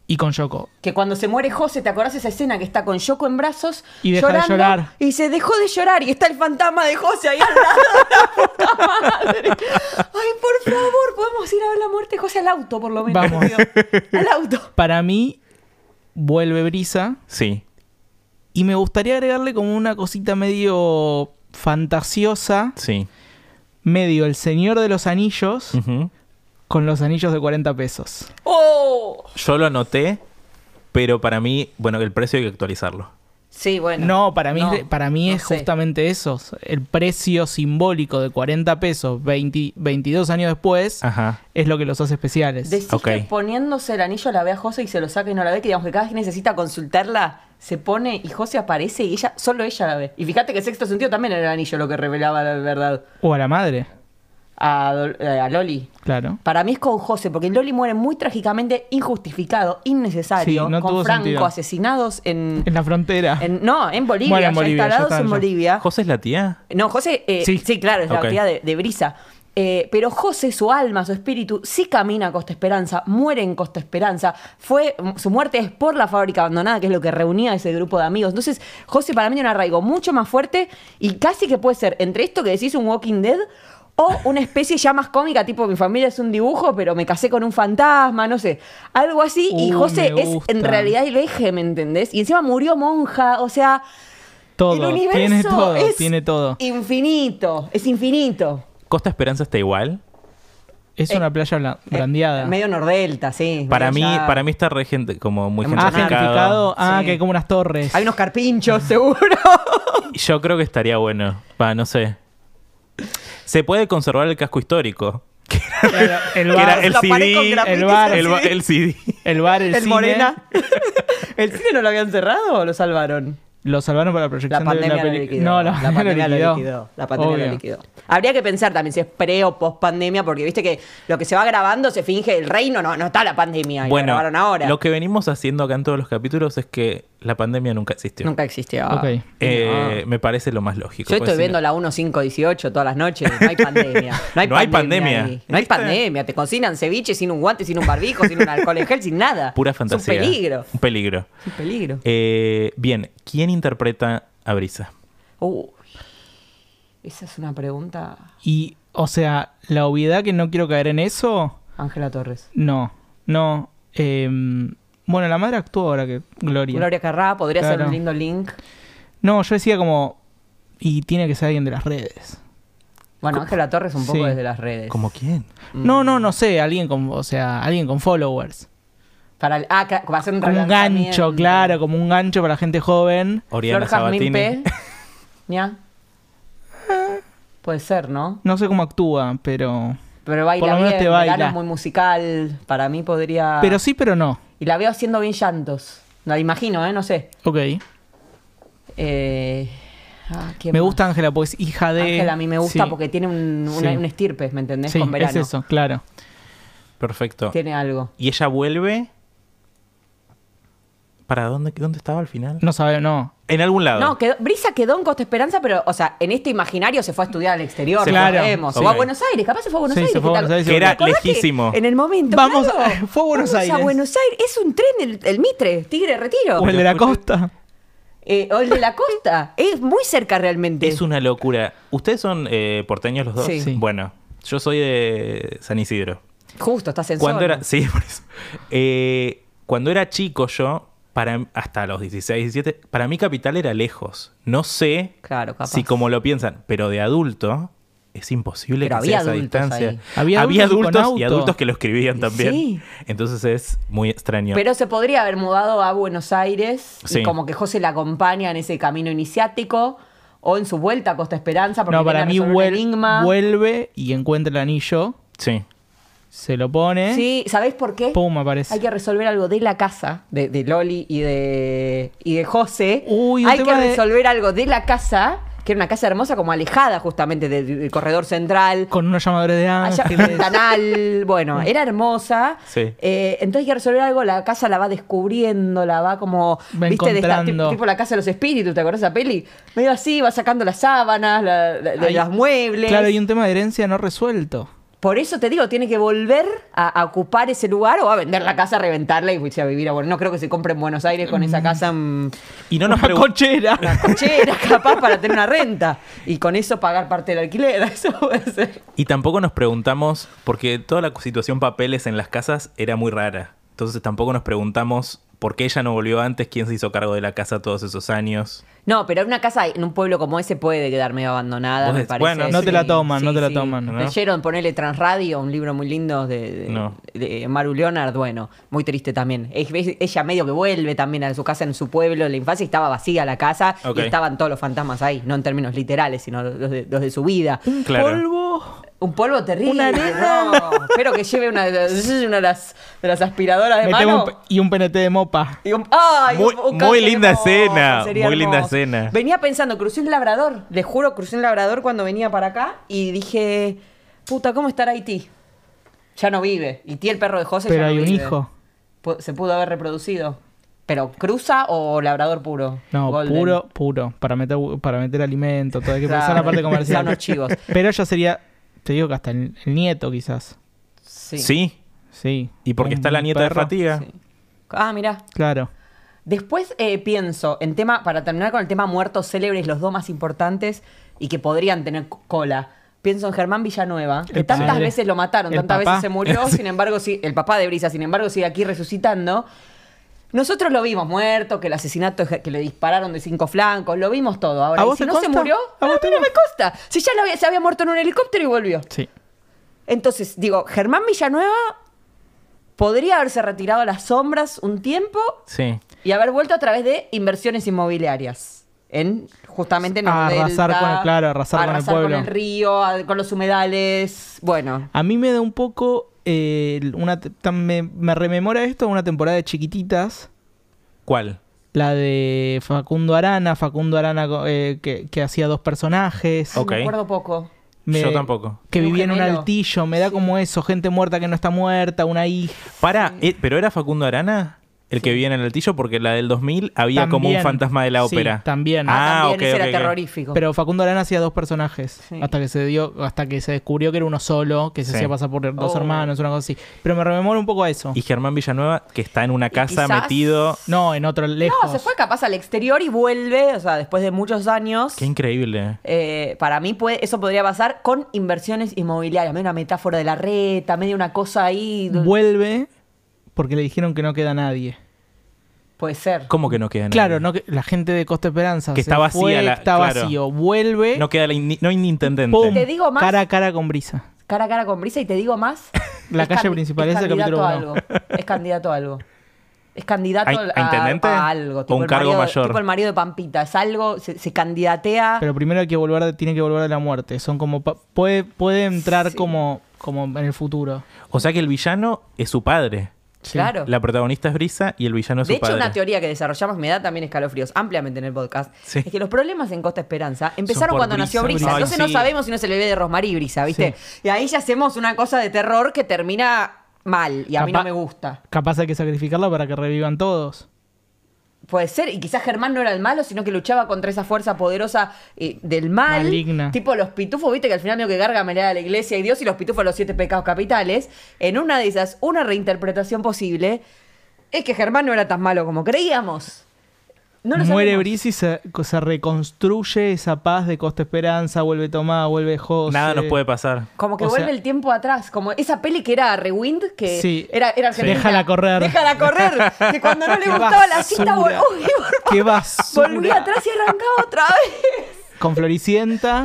Speaker 3: Y con Yoko.
Speaker 2: Que cuando se muere José, ¿te acordás esa escena que está con Yoko en brazos?
Speaker 3: Y deja de
Speaker 2: llorando,
Speaker 3: llorar.
Speaker 2: Y se dejó de llorar y está el fantasma de José ahí al lado. la puta madre. Ay, por favor, podemos ir a ver la muerte de José al auto, por lo menos.
Speaker 3: Vamos.
Speaker 2: digo. Al auto.
Speaker 3: Para mí, vuelve Brisa.
Speaker 1: Sí.
Speaker 3: Y me gustaría agregarle como una cosita medio fantasiosa,
Speaker 1: Sí.
Speaker 3: medio el Señor de los Anillos,
Speaker 1: Ujú.
Speaker 3: con los anillos de 40 pesos.
Speaker 2: ¡Oh!
Speaker 1: Yo lo anoté, pero para mí, bueno, el precio hay que actualizarlo.
Speaker 2: Sí, bueno.
Speaker 3: No, para mí,
Speaker 2: No,
Speaker 3: es de- para mí
Speaker 2: no
Speaker 3: es
Speaker 2: sé.
Speaker 3: justamente eso. El precio simbólico de 40 pesos 20 22 años después
Speaker 1: Ajá.
Speaker 3: es lo que los hace especiales.
Speaker 2: Decís
Speaker 1: Ok.
Speaker 2: que poniéndose el anillo la ve a José y se lo saca y no la ve, que digamos que cada vez que necesita consultarla, se pone y José aparece y ella, solo ella la ve. Y fíjate que sexto sentido también era el anillo lo que revelaba la verdad
Speaker 3: O a la madre,
Speaker 2: a, Dol- eh, a Loli.
Speaker 3: claro.
Speaker 2: Para mí es con José, porque Loli muere muy trágicamente, injustificado, innecesario,
Speaker 3: Sí, no tuvo
Speaker 2: con Franco
Speaker 3: sentido.
Speaker 2: asesinados en,
Speaker 3: En la frontera.
Speaker 2: en- No, en Bolivia,
Speaker 3: Bueno, en
Speaker 2: ya
Speaker 3: Bolivia, ya
Speaker 2: instalados
Speaker 3: está,
Speaker 2: en
Speaker 3: ya.
Speaker 2: Bolivia.
Speaker 1: ¿José es la tía?
Speaker 2: No, José, eh,
Speaker 3: Sí.
Speaker 2: sí. claro, es
Speaker 1: Ok.
Speaker 2: la actividad de, de Brisa. Eh, pero José, su alma, su espíritu, sí camina a Costa Esperanza, muere en Costa Esperanza. Fue, su muerte es por la fábrica abandonada, que es lo que reunía a ese grupo de amigos. Entonces, José para mí tiene un arraigo mucho más fuerte y casi que puede ser entre esto que decís un Walking Dead o una especie ya más cómica, tipo mi familia es un dibujo, pero me casé con un fantasma, no sé. Algo así. y
Speaker 3: Uh,
Speaker 2: José
Speaker 3: me
Speaker 2: es en
Speaker 3: gusta.
Speaker 2: realidad el eje, ¿me entendés? Y encima murió monja, o sea
Speaker 3: todo.
Speaker 2: el universo
Speaker 3: tiene todo,
Speaker 2: es eh,
Speaker 3: tiene todo.
Speaker 2: Infinito, es infinito.
Speaker 1: ¿Costa Esperanza está igual?
Speaker 3: Es
Speaker 2: eh,
Speaker 3: una playa bla- brandeada.
Speaker 2: Eh, medio nordelta, sí.
Speaker 1: Para mí,
Speaker 2: medio ya-
Speaker 1: para mí está re gente- como muy
Speaker 2: Ah,
Speaker 3: ah,
Speaker 1: gentrificado.
Speaker 3: gentrificado. Ah,
Speaker 2: Sí.
Speaker 3: que hay como unas torres.
Speaker 2: Hay unos carpinchos, seguro.
Speaker 1: Yo creo que estaría bueno. Va, no sé. Se puede conservar el casco histórico.
Speaker 3: Claro,
Speaker 1: Que
Speaker 3: el bar,
Speaker 1: era el
Speaker 2: la pared con
Speaker 1: CD,
Speaker 2: grafitis,
Speaker 3: el bar,
Speaker 1: El, ba- el CD.
Speaker 3: el bar, el,
Speaker 2: El
Speaker 3: cine.
Speaker 2: Morena. ¿El cine no lo habían cerrado o lo salvaron?
Speaker 3: Lo salvaron para la proyección
Speaker 2: La pandemia lo
Speaker 3: de la
Speaker 2: liquidó.
Speaker 3: película. No, la, pandemia lo liquidó.
Speaker 2: La pandemia lo
Speaker 3: Obvio.
Speaker 2: liquidó. Habría que pensar también si es pre o post pandemia, porque viste que lo que se va grabando se finge el reino, no, no está la pandemia. y lo
Speaker 1: Bueno,
Speaker 2: grabaron ahora.
Speaker 1: lo que venimos haciendo acá en todos los capítulos es que la pandemia nunca existió.
Speaker 2: Nunca existió.
Speaker 3: Ok.
Speaker 1: Eh, Me parece lo más lógico.
Speaker 2: Yo
Speaker 1: Pues,
Speaker 2: estoy
Speaker 1: si
Speaker 2: viendo
Speaker 1: no-
Speaker 2: la 1518 todas las noches. No hay pandemia. No hay
Speaker 1: No hay
Speaker 2: pandemia.
Speaker 1: pandemia.
Speaker 2: ahí. No hay
Speaker 1: ¿Viste?
Speaker 2: pandemia. Te cocinan ceviche sin un guante, sin un barbijo, sin un alcohol en gel, sin nada.
Speaker 1: Pura fantasía.
Speaker 2: Es un peligro.
Speaker 1: Un peligro.
Speaker 2: Es un peligro.
Speaker 1: Eh, bien, ¿quién interpreta a Brisa?
Speaker 2: Uy. Esa es una pregunta.
Speaker 3: Y, o sea, la obviedad que no quiero caer en eso,
Speaker 2: Ángela Torres.
Speaker 3: no, no. em, bueno, la madre actuó ahora que Gloria.
Speaker 2: Gloria Carrá podría ser
Speaker 3: Claro.
Speaker 2: un lindo link.
Speaker 3: No, yo decía como, y tiene que ser alguien de las redes.
Speaker 2: Bueno, Ángela Torres un poco
Speaker 3: Sí.
Speaker 2: desde las redes.
Speaker 1: ¿Como quién?
Speaker 3: No, no, no sé, alguien con, o sea, alguien con followers.
Speaker 2: Para el- ah, claro, va a ser un
Speaker 3: Como un gancho,
Speaker 2: relanzamiento.
Speaker 3: claro, como un gancho para la gente joven.
Speaker 1: Oriana
Speaker 2: Flor Jazmín P.
Speaker 1: Sabatini.
Speaker 2: Ya. Puede ser, ¿no?
Speaker 3: No sé cómo actúa, pero...
Speaker 2: Pero baila
Speaker 3: Por lo menos
Speaker 2: bien,
Speaker 3: te
Speaker 2: Melano
Speaker 3: baila.
Speaker 2: es muy musical, para mí podría...
Speaker 3: Pero sí, pero no.
Speaker 2: Y la veo haciendo bien llantos, la imagino, ¿eh? No sé.
Speaker 3: Ok.
Speaker 2: Eh, ah, ¿quién
Speaker 3: Me
Speaker 2: más?
Speaker 3: gusta Ángela, pues hija de...
Speaker 2: Ángela a mí me gusta
Speaker 3: Sí.
Speaker 2: porque tiene un, una-
Speaker 3: Sí.
Speaker 2: un estirpe, ¿me entendés?
Speaker 3: Sí,
Speaker 2: Con verano.
Speaker 3: es eso, claro.
Speaker 1: Perfecto.
Speaker 2: Tiene algo.
Speaker 1: Y ella vuelve. ¿Para dónde, dónde estaba al final?
Speaker 3: No sabe, no.
Speaker 1: En algún lado.
Speaker 2: No, quedó- Brisa quedó en Costa Esperanza, pero, o sea, en este imaginario se fue a estudiar al exterior,
Speaker 3: Se
Speaker 2: lo
Speaker 3: fue.
Speaker 2: sabemos.
Speaker 1: Ok.
Speaker 2: O a Buenos Aires, capaz se fue a Buenos
Speaker 3: Sí, se
Speaker 2: Aires.
Speaker 3: fue a
Speaker 2: ¿qué tal?
Speaker 3: Buenos Aires y
Speaker 2: ¿Te
Speaker 3: Que era
Speaker 2: acordás que
Speaker 1: lejísimo.
Speaker 2: En el momento.
Speaker 3: Vamos
Speaker 2: claro,
Speaker 3: a- fue a Buenos
Speaker 2: vamos
Speaker 3: Aires.
Speaker 2: a Buenos Aires. Es un tren, el, el Mitre, Tigre Retiro.
Speaker 3: O el de la
Speaker 1: escuché-
Speaker 3: costa.
Speaker 2: Eh, o el de la costa. Es muy cerca realmente.
Speaker 1: Es una locura. ¿Ustedes son eh, porteños los dos?
Speaker 2: Sí.
Speaker 3: Sí.
Speaker 1: Bueno, yo soy de San Isidro.
Speaker 2: Justo, estás en
Speaker 1: Cuando
Speaker 2: zona.
Speaker 1: era, sí, por eso. Eh, cuando era chico yo, para, hasta los 16, 17, para mí Capital era lejos. No sé
Speaker 2: Claro, capaz.
Speaker 1: si como lo piensan, pero de adulto es imposible
Speaker 2: Pero
Speaker 1: que sea
Speaker 2: había
Speaker 1: esa
Speaker 2: adultos
Speaker 1: distancia.
Speaker 2: ahí.
Speaker 3: Había adultos con
Speaker 1: y
Speaker 3: auto.
Speaker 1: adultos que lo escribían también.
Speaker 2: Sí.
Speaker 1: Entonces es muy extraño.
Speaker 2: Pero se podría haber mudado a Buenos Aires
Speaker 1: Sí.
Speaker 2: y como que José la acompaña en ese camino iniciático o en su vuelta a Costa Esperanza porque
Speaker 3: No, para
Speaker 2: viene
Speaker 3: mí
Speaker 2: a resolver
Speaker 3: vuel-
Speaker 2: un enigma.
Speaker 3: vuelve y encuentra el anillo,
Speaker 1: sí.
Speaker 3: se lo pone,
Speaker 2: Sí, ¿sabés por qué?
Speaker 3: pum, aparece.
Speaker 2: Hay que resolver algo de la casa, de, de Loli y de, y de José.
Speaker 3: Uy, un
Speaker 2: Hay que
Speaker 3: tema de-
Speaker 2: resolver algo de la casa, que era una casa hermosa como alejada justamente del, del corredor central.
Speaker 3: Con unos llamadores de
Speaker 2: Allá
Speaker 3: ángeles.
Speaker 2: ventanal,
Speaker 3: Mm.
Speaker 2: bueno, era hermosa.
Speaker 1: Sí.
Speaker 2: Eh, entonces hay que resolver algo, la casa la va descubriendo, la va como,
Speaker 3: Va
Speaker 2: viste, de esta, tip-
Speaker 3: encontrando.
Speaker 2: tipo la casa de los espíritus, ¿te acordás de esa peli? Medio así, va sacando las sábanas, la- la- de
Speaker 3: Hay-
Speaker 2: los muebles.
Speaker 3: Claro, y un tema de herencia no resuelto.
Speaker 2: Por eso te digo, tiene que volver a, a ocupar ese lugar o a vender la casa, a reventarla y irse a vivir a Buenos No creo que se compre en Buenos Aires con
Speaker 3: Mm.
Speaker 2: esa casa en
Speaker 1: Y no nos
Speaker 3: Una
Speaker 1: pregun-
Speaker 3: cochera.
Speaker 2: una cochera, capaz, para tener una renta. Y con eso pagar parte del alquiler, eso puede ser.
Speaker 1: Y tampoco nos preguntamos, porque toda la situación papeles en las casas era muy rara. Entonces tampoco nos preguntamos por qué ella no volvió antes, quién se hizo cargo de la casa todos esos años.
Speaker 2: No, pero una casa en un pueblo como ese puede quedar medio abandonada,
Speaker 1: Vos
Speaker 2: me
Speaker 1: decís,
Speaker 2: parece.
Speaker 1: bueno, no
Speaker 3: te la toman, no te la toman,
Speaker 1: ¿no?
Speaker 2: Leyeron, ponele Transradio, un libro muy lindo de, de-
Speaker 1: No.
Speaker 2: de Maru Leonard, bueno, muy triste también. Es- es- Ella medio que vuelve también a su casa en su pueblo, en la infancia, y estaba vacía la casa
Speaker 1: Ok.
Speaker 2: y estaban todos los fantasmas ahí, no en términos literales, sino los de, los de su vida.
Speaker 1: Claro.
Speaker 3: Polvo.
Speaker 2: Un polvo terrible. no. Espero que lleve una, de- una de, las, de las aspiradoras de
Speaker 3: Metemos
Speaker 2: Eh, mano.
Speaker 3: un pe- y un PNT de mopa.
Speaker 2: Y un- ¡Ay!
Speaker 1: Muy-
Speaker 2: un- un
Speaker 1: muy
Speaker 2: canje
Speaker 1: linda
Speaker 2: hermoso,
Speaker 1: escena,
Speaker 2: sería
Speaker 1: muy linda
Speaker 2: hermoso.
Speaker 1: escena.
Speaker 2: Venía pensando, crucé un labrador, les juro, crucé un labrador cuando venía para acá y dije, puta, ¿cómo estará Haití? Ya no vive. Y el perro de José ya
Speaker 3: Pero
Speaker 2: no
Speaker 3: hay un
Speaker 2: vive.
Speaker 3: hijo.
Speaker 2: Pu- Se pudo haber reproducido. Pero, ¿cruza o labrador puro?
Speaker 3: No,
Speaker 2: Golden.
Speaker 3: puro, puro. Para meter, para meter alimento, todo. Hay que
Speaker 2: Claro,
Speaker 3: pensar la parte comercial.
Speaker 2: son los chivos.
Speaker 3: Pero ella sería, te digo que hasta el, el nieto quizás.
Speaker 2: Sí.
Speaker 1: Sí.
Speaker 3: Sí.
Speaker 1: Y porque
Speaker 3: Un
Speaker 1: está la nieta de
Speaker 3: perro.
Speaker 1: Fatiga.
Speaker 2: Sí. Ah, mira.
Speaker 3: Claro.
Speaker 2: Después eh, pienso en tema, para terminar con el tema muertos célebres, los dos más importantes y que podrían tener c- cola. Pienso en Germán Villanueva, que
Speaker 3: El
Speaker 2: tantas
Speaker 3: padre.
Speaker 2: veces lo mataron,
Speaker 3: El
Speaker 2: tantas veces
Speaker 3: papá.
Speaker 2: se murió, sin embargo, sí, el papá de Brisa, sin embargo, sigue aquí resucitando. Nosotros lo vimos muerto, que el asesinato, es que le dispararon de cinco flancos, lo vimos todo. Ahora,
Speaker 3: ¿A
Speaker 2: y
Speaker 3: vos
Speaker 2: si
Speaker 3: te
Speaker 2: no se
Speaker 3: consta?
Speaker 2: murió,
Speaker 3: ¿A
Speaker 2: a
Speaker 3: vos
Speaker 2: mí
Speaker 3: te
Speaker 2: no me consta. Si ya lo había- se había muerto en un helicóptero y volvió.
Speaker 3: Sí.
Speaker 2: Entonces, digo, Germán Villanueva podría haberse retirado a las sombras un tiempo
Speaker 1: Sí.
Speaker 2: y haber vuelto a través de inversiones inmobiliarias. En, justamente en el
Speaker 3: A Ah, arrasar
Speaker 2: delta,
Speaker 3: con el- claro, arrasar con el pueblo.
Speaker 2: con el río, a- con los humedales. Bueno,
Speaker 3: A mí me da un poco. eh, una, te- tam- me, me rememora esto una temporada de chiquititas.
Speaker 1: ¿Cuál?
Speaker 3: La de Facundo Arana. Facundo Arana co- eh, que, que hacía dos personajes.
Speaker 1: Ok.
Speaker 2: me acuerdo poco.
Speaker 3: Me-
Speaker 1: Yo tampoco.
Speaker 3: Que
Speaker 2: Un
Speaker 3: vivía en un
Speaker 2: gemelo.
Speaker 3: altillo. Me da como eso. Gente muerta que no está muerta. Una hija.
Speaker 1: Para, eh, pero era Facundo Arana el que vivía en el altillo porque la del 2000 había como un
Speaker 3: También.
Speaker 1: fantasma de la
Speaker 3: Sí,
Speaker 1: ópera.
Speaker 3: también.
Speaker 1: Ah,
Speaker 2: También
Speaker 1: ok,
Speaker 2: ese
Speaker 1: ok,
Speaker 2: era
Speaker 1: ok.
Speaker 2: terrorífico.
Speaker 3: Pero Facundo Arana hacía dos personajes.
Speaker 2: Sí.
Speaker 3: Hasta que se dio, hasta que se descubrió que era uno solo, que se
Speaker 1: Sí.
Speaker 3: hacía pasar por dos
Speaker 2: Oh.
Speaker 3: hermanos, una cosa así. Pero me rememora un poco a eso.
Speaker 1: Y Germán Villanueva que está en una casa
Speaker 2: quizás-
Speaker 1: metido.
Speaker 3: No, en otro lejos.
Speaker 2: No, se fue capaz al exterior y vuelve, o sea, después de muchos años.
Speaker 1: Qué increíble.
Speaker 2: Eh, para mí puede, eso podría pasar con inversiones inmobiliarias. Medio una metáfora de la reta, medio una cosa ahí.
Speaker 3: Vuelve porque le dijeron que no queda nadie.
Speaker 2: Puede ser.
Speaker 1: ¿Cómo que no queda nadie?
Speaker 3: Claro, no que, la gente de Costa Esperanza
Speaker 1: Que
Speaker 3: se
Speaker 1: está vacía
Speaker 3: fue,
Speaker 1: la-
Speaker 3: está
Speaker 1: claro.
Speaker 3: vacío. Vuelve,
Speaker 1: No queda la in- no hay ni intendente.
Speaker 3: pum,
Speaker 2: Te digo más.
Speaker 3: cara a cara con brisa.
Speaker 2: Cara a cara con brisa y te digo más.
Speaker 3: La
Speaker 2: es
Speaker 3: calle
Speaker 2: can-
Speaker 3: principal es el
Speaker 2: candidato
Speaker 3: capítulo
Speaker 2: a
Speaker 3: uno.
Speaker 2: algo. Es candidato a algo. Es candidato
Speaker 1: ¿A-
Speaker 2: al-
Speaker 1: a intendente?
Speaker 2: a algo.
Speaker 1: ¿O
Speaker 2: tipo
Speaker 1: un
Speaker 2: el
Speaker 1: cargo
Speaker 2: marido-
Speaker 1: mayor?
Speaker 2: Tipo el marido de Pampita. Es algo, se, se candidatea.
Speaker 3: Pero primero hay que volver, de- tiene que volver a la muerte. Son como pa- puede puede entrar
Speaker 2: Sí.
Speaker 3: como como en el futuro.
Speaker 1: O sea que el villano es su padre.
Speaker 3: Sí.
Speaker 2: claro.
Speaker 1: La protagonista es Brisa y el villano es
Speaker 2: de
Speaker 1: su
Speaker 2: hecho,
Speaker 1: padre.
Speaker 2: una teoría que desarrollamos me da también escalofríos ampliamente en el podcast.
Speaker 1: Sí.
Speaker 2: Es que los problemas en Costa Esperanza empezaron
Speaker 1: por
Speaker 2: cuando
Speaker 1: Brisa,
Speaker 2: nació Brisa.
Speaker 1: Brisa. Ay,
Speaker 2: Entonces no
Speaker 1: sí.
Speaker 2: sabemos si no se le ve de Rosmarí Brisa, ¿viste? Y ahí ya hacemos una cosa de terror que termina mal. Y a mí
Speaker 3: Capaz-
Speaker 2: no me gusta.
Speaker 3: Capaz hay que sacrificarla para que revivan todos.
Speaker 2: Puede ser, y quizás Germán no era el malo, sino que luchaba contra esa fuerza poderosa eh, del mal.
Speaker 3: Maligna.
Speaker 2: Tipo los pitufos, viste que al final medio que Garga le da la iglesia y Dios y los pitufos los siete pecados capitales. En una de esas, una reinterpretación posible es que Germán no era tan malo como creíamos. No lo
Speaker 3: Muere
Speaker 2: sabemos.
Speaker 3: Brisa y se, se reconstruye esa paz de Costa Esperanza, vuelve Tomás, vuelve José.
Speaker 1: Nada nos puede pasar.
Speaker 2: Como que
Speaker 3: O
Speaker 2: vuelve
Speaker 3: sea-
Speaker 2: el tiempo atrás, como esa peli que era Rewind, que
Speaker 3: Sí.
Speaker 2: era, era argentina.
Speaker 3: Déjala correr.
Speaker 2: Déjala correr. Que cuando no le
Speaker 3: Qué
Speaker 2: gustaba la cita, vol-
Speaker 3: basura.
Speaker 2: uy, por favor,
Speaker 3: ¡Qué basura!
Speaker 2: volvía atrás y arrancaba otra vez.
Speaker 3: Con Floricienta,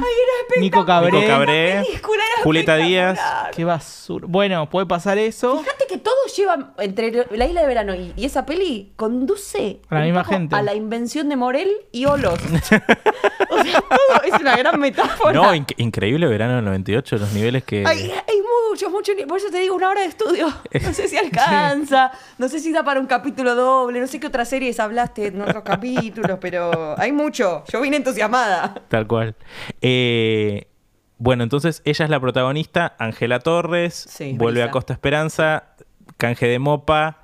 Speaker 3: Nico Cabré.
Speaker 1: Nico Cabré,
Speaker 2: película era
Speaker 1: Julieta Díaz.
Speaker 2: espectacular.
Speaker 3: ¡Qué basura! Bueno, puede pasar eso.
Speaker 2: Fíjate que todo lleva entre la isla de verano y, y esa peli conduce
Speaker 3: A la
Speaker 2: un
Speaker 3: misma
Speaker 2: poco
Speaker 3: gente.
Speaker 2: a la invención de Morel y Olos. o sea, todo es una gran metáfora.
Speaker 1: No, inc- increíble verano del 98, los niveles que...
Speaker 2: Hay, hay muchos, muchos. Por eso te digo, una hora de estudio. No sé si alcanza. No sé si da para un capítulo doble. No sé qué otras series hablaste en otros capítulos, pero hay mucho. Yo vine entusiasmada.
Speaker 1: Tal cual. Eh, bueno, entonces ella es la protagonista, Ángela Torres,
Speaker 2: Sí,
Speaker 1: vuelve
Speaker 2: Brisa.
Speaker 1: a Costa Esperanza, canje de mopa,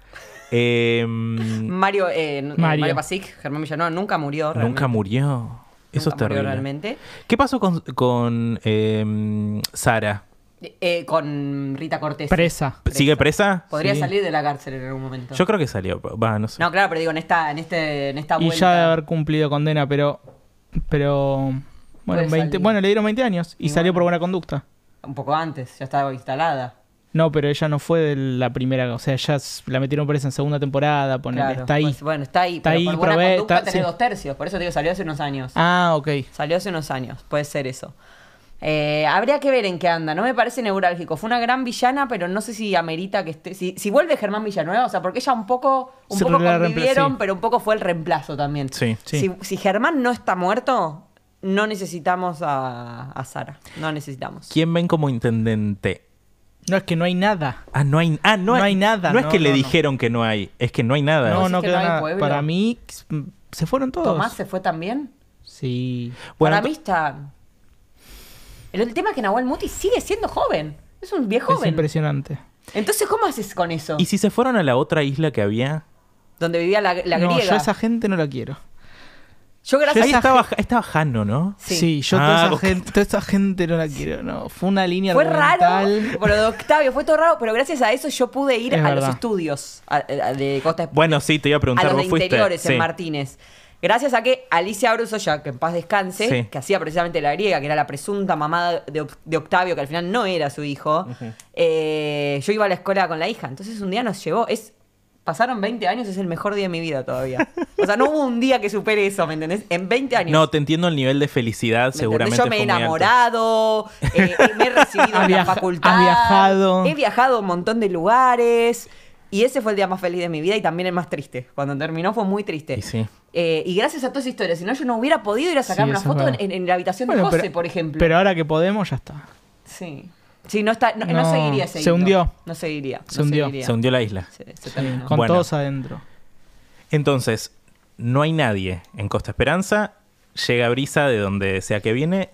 Speaker 1: eh, nunca
Speaker 2: Mario, eh, Mario.
Speaker 3: Mario.
Speaker 2: Pasic, Germán Villanueva, nunca murió. realmente.
Speaker 1: murió. Eso
Speaker 2: Nunca
Speaker 1: es terrible.
Speaker 2: murió realmente.
Speaker 1: ¿Qué pasó con, con, eh, Sara?
Speaker 2: Eh, con Rita Cortés.
Speaker 3: Presa.
Speaker 1: ¿Sigue presa?
Speaker 2: Podría
Speaker 3: Sí.
Speaker 2: salir de la cárcel en algún momento.
Speaker 1: Yo creo que salió, va, no sé.
Speaker 2: No, claro, pero digo, en esta, en este, en esta
Speaker 3: Y
Speaker 2: vuelta.
Speaker 3: ya de haber cumplido condena, pero. Pero.
Speaker 2: Puede
Speaker 3: Bueno, 20
Speaker 2: salir.
Speaker 3: bueno le dieron 20 años y,
Speaker 2: Y
Speaker 3: salió
Speaker 2: bueno.
Speaker 3: por buena conducta.
Speaker 2: Un poco antes, ya estaba instalada.
Speaker 3: No, pero ella no fue de la primera, o sea, ya s- la metieron por esa en segunda temporada, poner,
Speaker 2: Claro,
Speaker 3: está ahí.
Speaker 2: pues, bueno, está ahí.
Speaker 3: Está
Speaker 2: pero
Speaker 3: ahí,
Speaker 2: por buena
Speaker 3: probé,
Speaker 2: conducta
Speaker 3: está-
Speaker 2: tenés
Speaker 3: sí.
Speaker 2: dos tercios. Por eso te digo, salió hace unos años.
Speaker 3: Ah, ok.
Speaker 2: Salió hace unos años, puede ser eso. Eh, habría que ver en qué anda, no me parece neurálgico. Fue una gran villana, pero no sé si amerita que esté. Si, si vuelve Germán Villanueva, o sea, porque ella un poco, un
Speaker 3: Se
Speaker 2: poco
Speaker 3: la reemplazó,
Speaker 2: convivieron,
Speaker 3: sí.
Speaker 2: pero un poco fue el reemplazo también.
Speaker 1: Sí.
Speaker 3: Sí.
Speaker 2: Si, si Germán no está muerto, no necesitamos a, a Sara. No necesitamos.
Speaker 1: ¿Quién ven como intendente?
Speaker 3: No es que no hay nada.
Speaker 1: Ah, no hay, ah, no
Speaker 3: No hay nada,
Speaker 1: No es
Speaker 3: no,
Speaker 1: que le
Speaker 3: no, no.
Speaker 1: dijeron que no hay, es que no hay nada.
Speaker 3: No,
Speaker 2: decís
Speaker 3: no
Speaker 2: que
Speaker 3: queda
Speaker 2: no hay
Speaker 3: nada.
Speaker 2: pueblo?
Speaker 3: Para mí s- se fueron todos.
Speaker 2: ¿Tomás se fue también?
Speaker 3: Sí.
Speaker 1: Bueno,
Speaker 2: Para mí está. El, el tema es que Nahuel Muti sigue siendo joven. Es un viejo
Speaker 3: Es
Speaker 2: joven.
Speaker 3: impresionante.
Speaker 2: Entonces, ¿cómo haces con eso?
Speaker 1: ¿y si se fueron a la otra isla que había?
Speaker 2: Donde vivía la, la
Speaker 3: no,
Speaker 2: griega.
Speaker 3: yo a esa gente no la quiero.
Speaker 2: Yo gracias
Speaker 1: Ahí
Speaker 2: a
Speaker 1: estaba, ahí estaba Jano, ¿no?
Speaker 2: Sí.
Speaker 3: Sí, yo
Speaker 1: Ah,
Speaker 3: toda, esa
Speaker 1: ok.
Speaker 3: gente, toda esa gente no la quiero, no. Fue una línea
Speaker 2: Fue raro,
Speaker 3: argumental.
Speaker 2: pero de Octavio, fue todo raro, pero gracias a eso yo pude ir
Speaker 3: Es
Speaker 2: a los
Speaker 3: verdad.
Speaker 2: estudios a- a- de Costa Esp-
Speaker 1: Bueno, sí, te iba a
Speaker 2: a
Speaker 1: preguntar,
Speaker 2: los de
Speaker 1: vos fuiste.
Speaker 2: interiores
Speaker 1: Sí.
Speaker 2: en Martínez. Gracias a que Alicia Bruso, ya que en paz descanse,
Speaker 1: Sí.
Speaker 2: que hacía precisamente la griega, que era la presunta mamá de, Oc- de Octavio, que al final no era su hijo, eh, yo iba a la escuela con la hija. Entonces un día nos llevó, es pasaron 20 años, es el mejor día de mi vida todavía. O sea, no hubo un día que supere eso, ¿me entendés? En 20 años.
Speaker 1: No, te entiendo el nivel de felicidad,
Speaker 2: ¿Me entendés?
Speaker 1: seguramente.
Speaker 2: Yo me he
Speaker 1: fue muy alto.
Speaker 2: enamorado, eh, eh, me he recibido
Speaker 3: Has
Speaker 2: en la
Speaker 3: viaja-
Speaker 2: facultad.
Speaker 3: has viajado.
Speaker 2: He viajado a un montón de lugares. Y ese fue el día más feliz de mi vida y también el más triste. Cuando terminó fue muy triste.
Speaker 1: Y sí.
Speaker 2: Eh, y gracias a toda esa historia. Si no, yo no hubiera podido ir a sacarme
Speaker 3: Sí,
Speaker 2: una
Speaker 3: eso es
Speaker 2: foto en,
Speaker 3: verdad.
Speaker 2: en la habitación
Speaker 3: Bueno,
Speaker 2: de José,
Speaker 3: pero-
Speaker 2: por ejemplo.
Speaker 3: Pero ahora que podemos, ya está.
Speaker 2: Sí. Sí, no, está, no, no
Speaker 3: No,
Speaker 2: seguiría ese
Speaker 3: se
Speaker 2: himno.
Speaker 3: hundió.
Speaker 2: No seguiría.
Speaker 3: Se
Speaker 2: no
Speaker 3: hundió.
Speaker 2: seguiría.
Speaker 1: Se hundió la isla.
Speaker 2: Se- se terminó.
Speaker 3: Con
Speaker 1: Bueno.
Speaker 3: todos adentro.
Speaker 1: Entonces, no hay nadie en Costa Esperanza. Llega Brisa de donde sea que viene.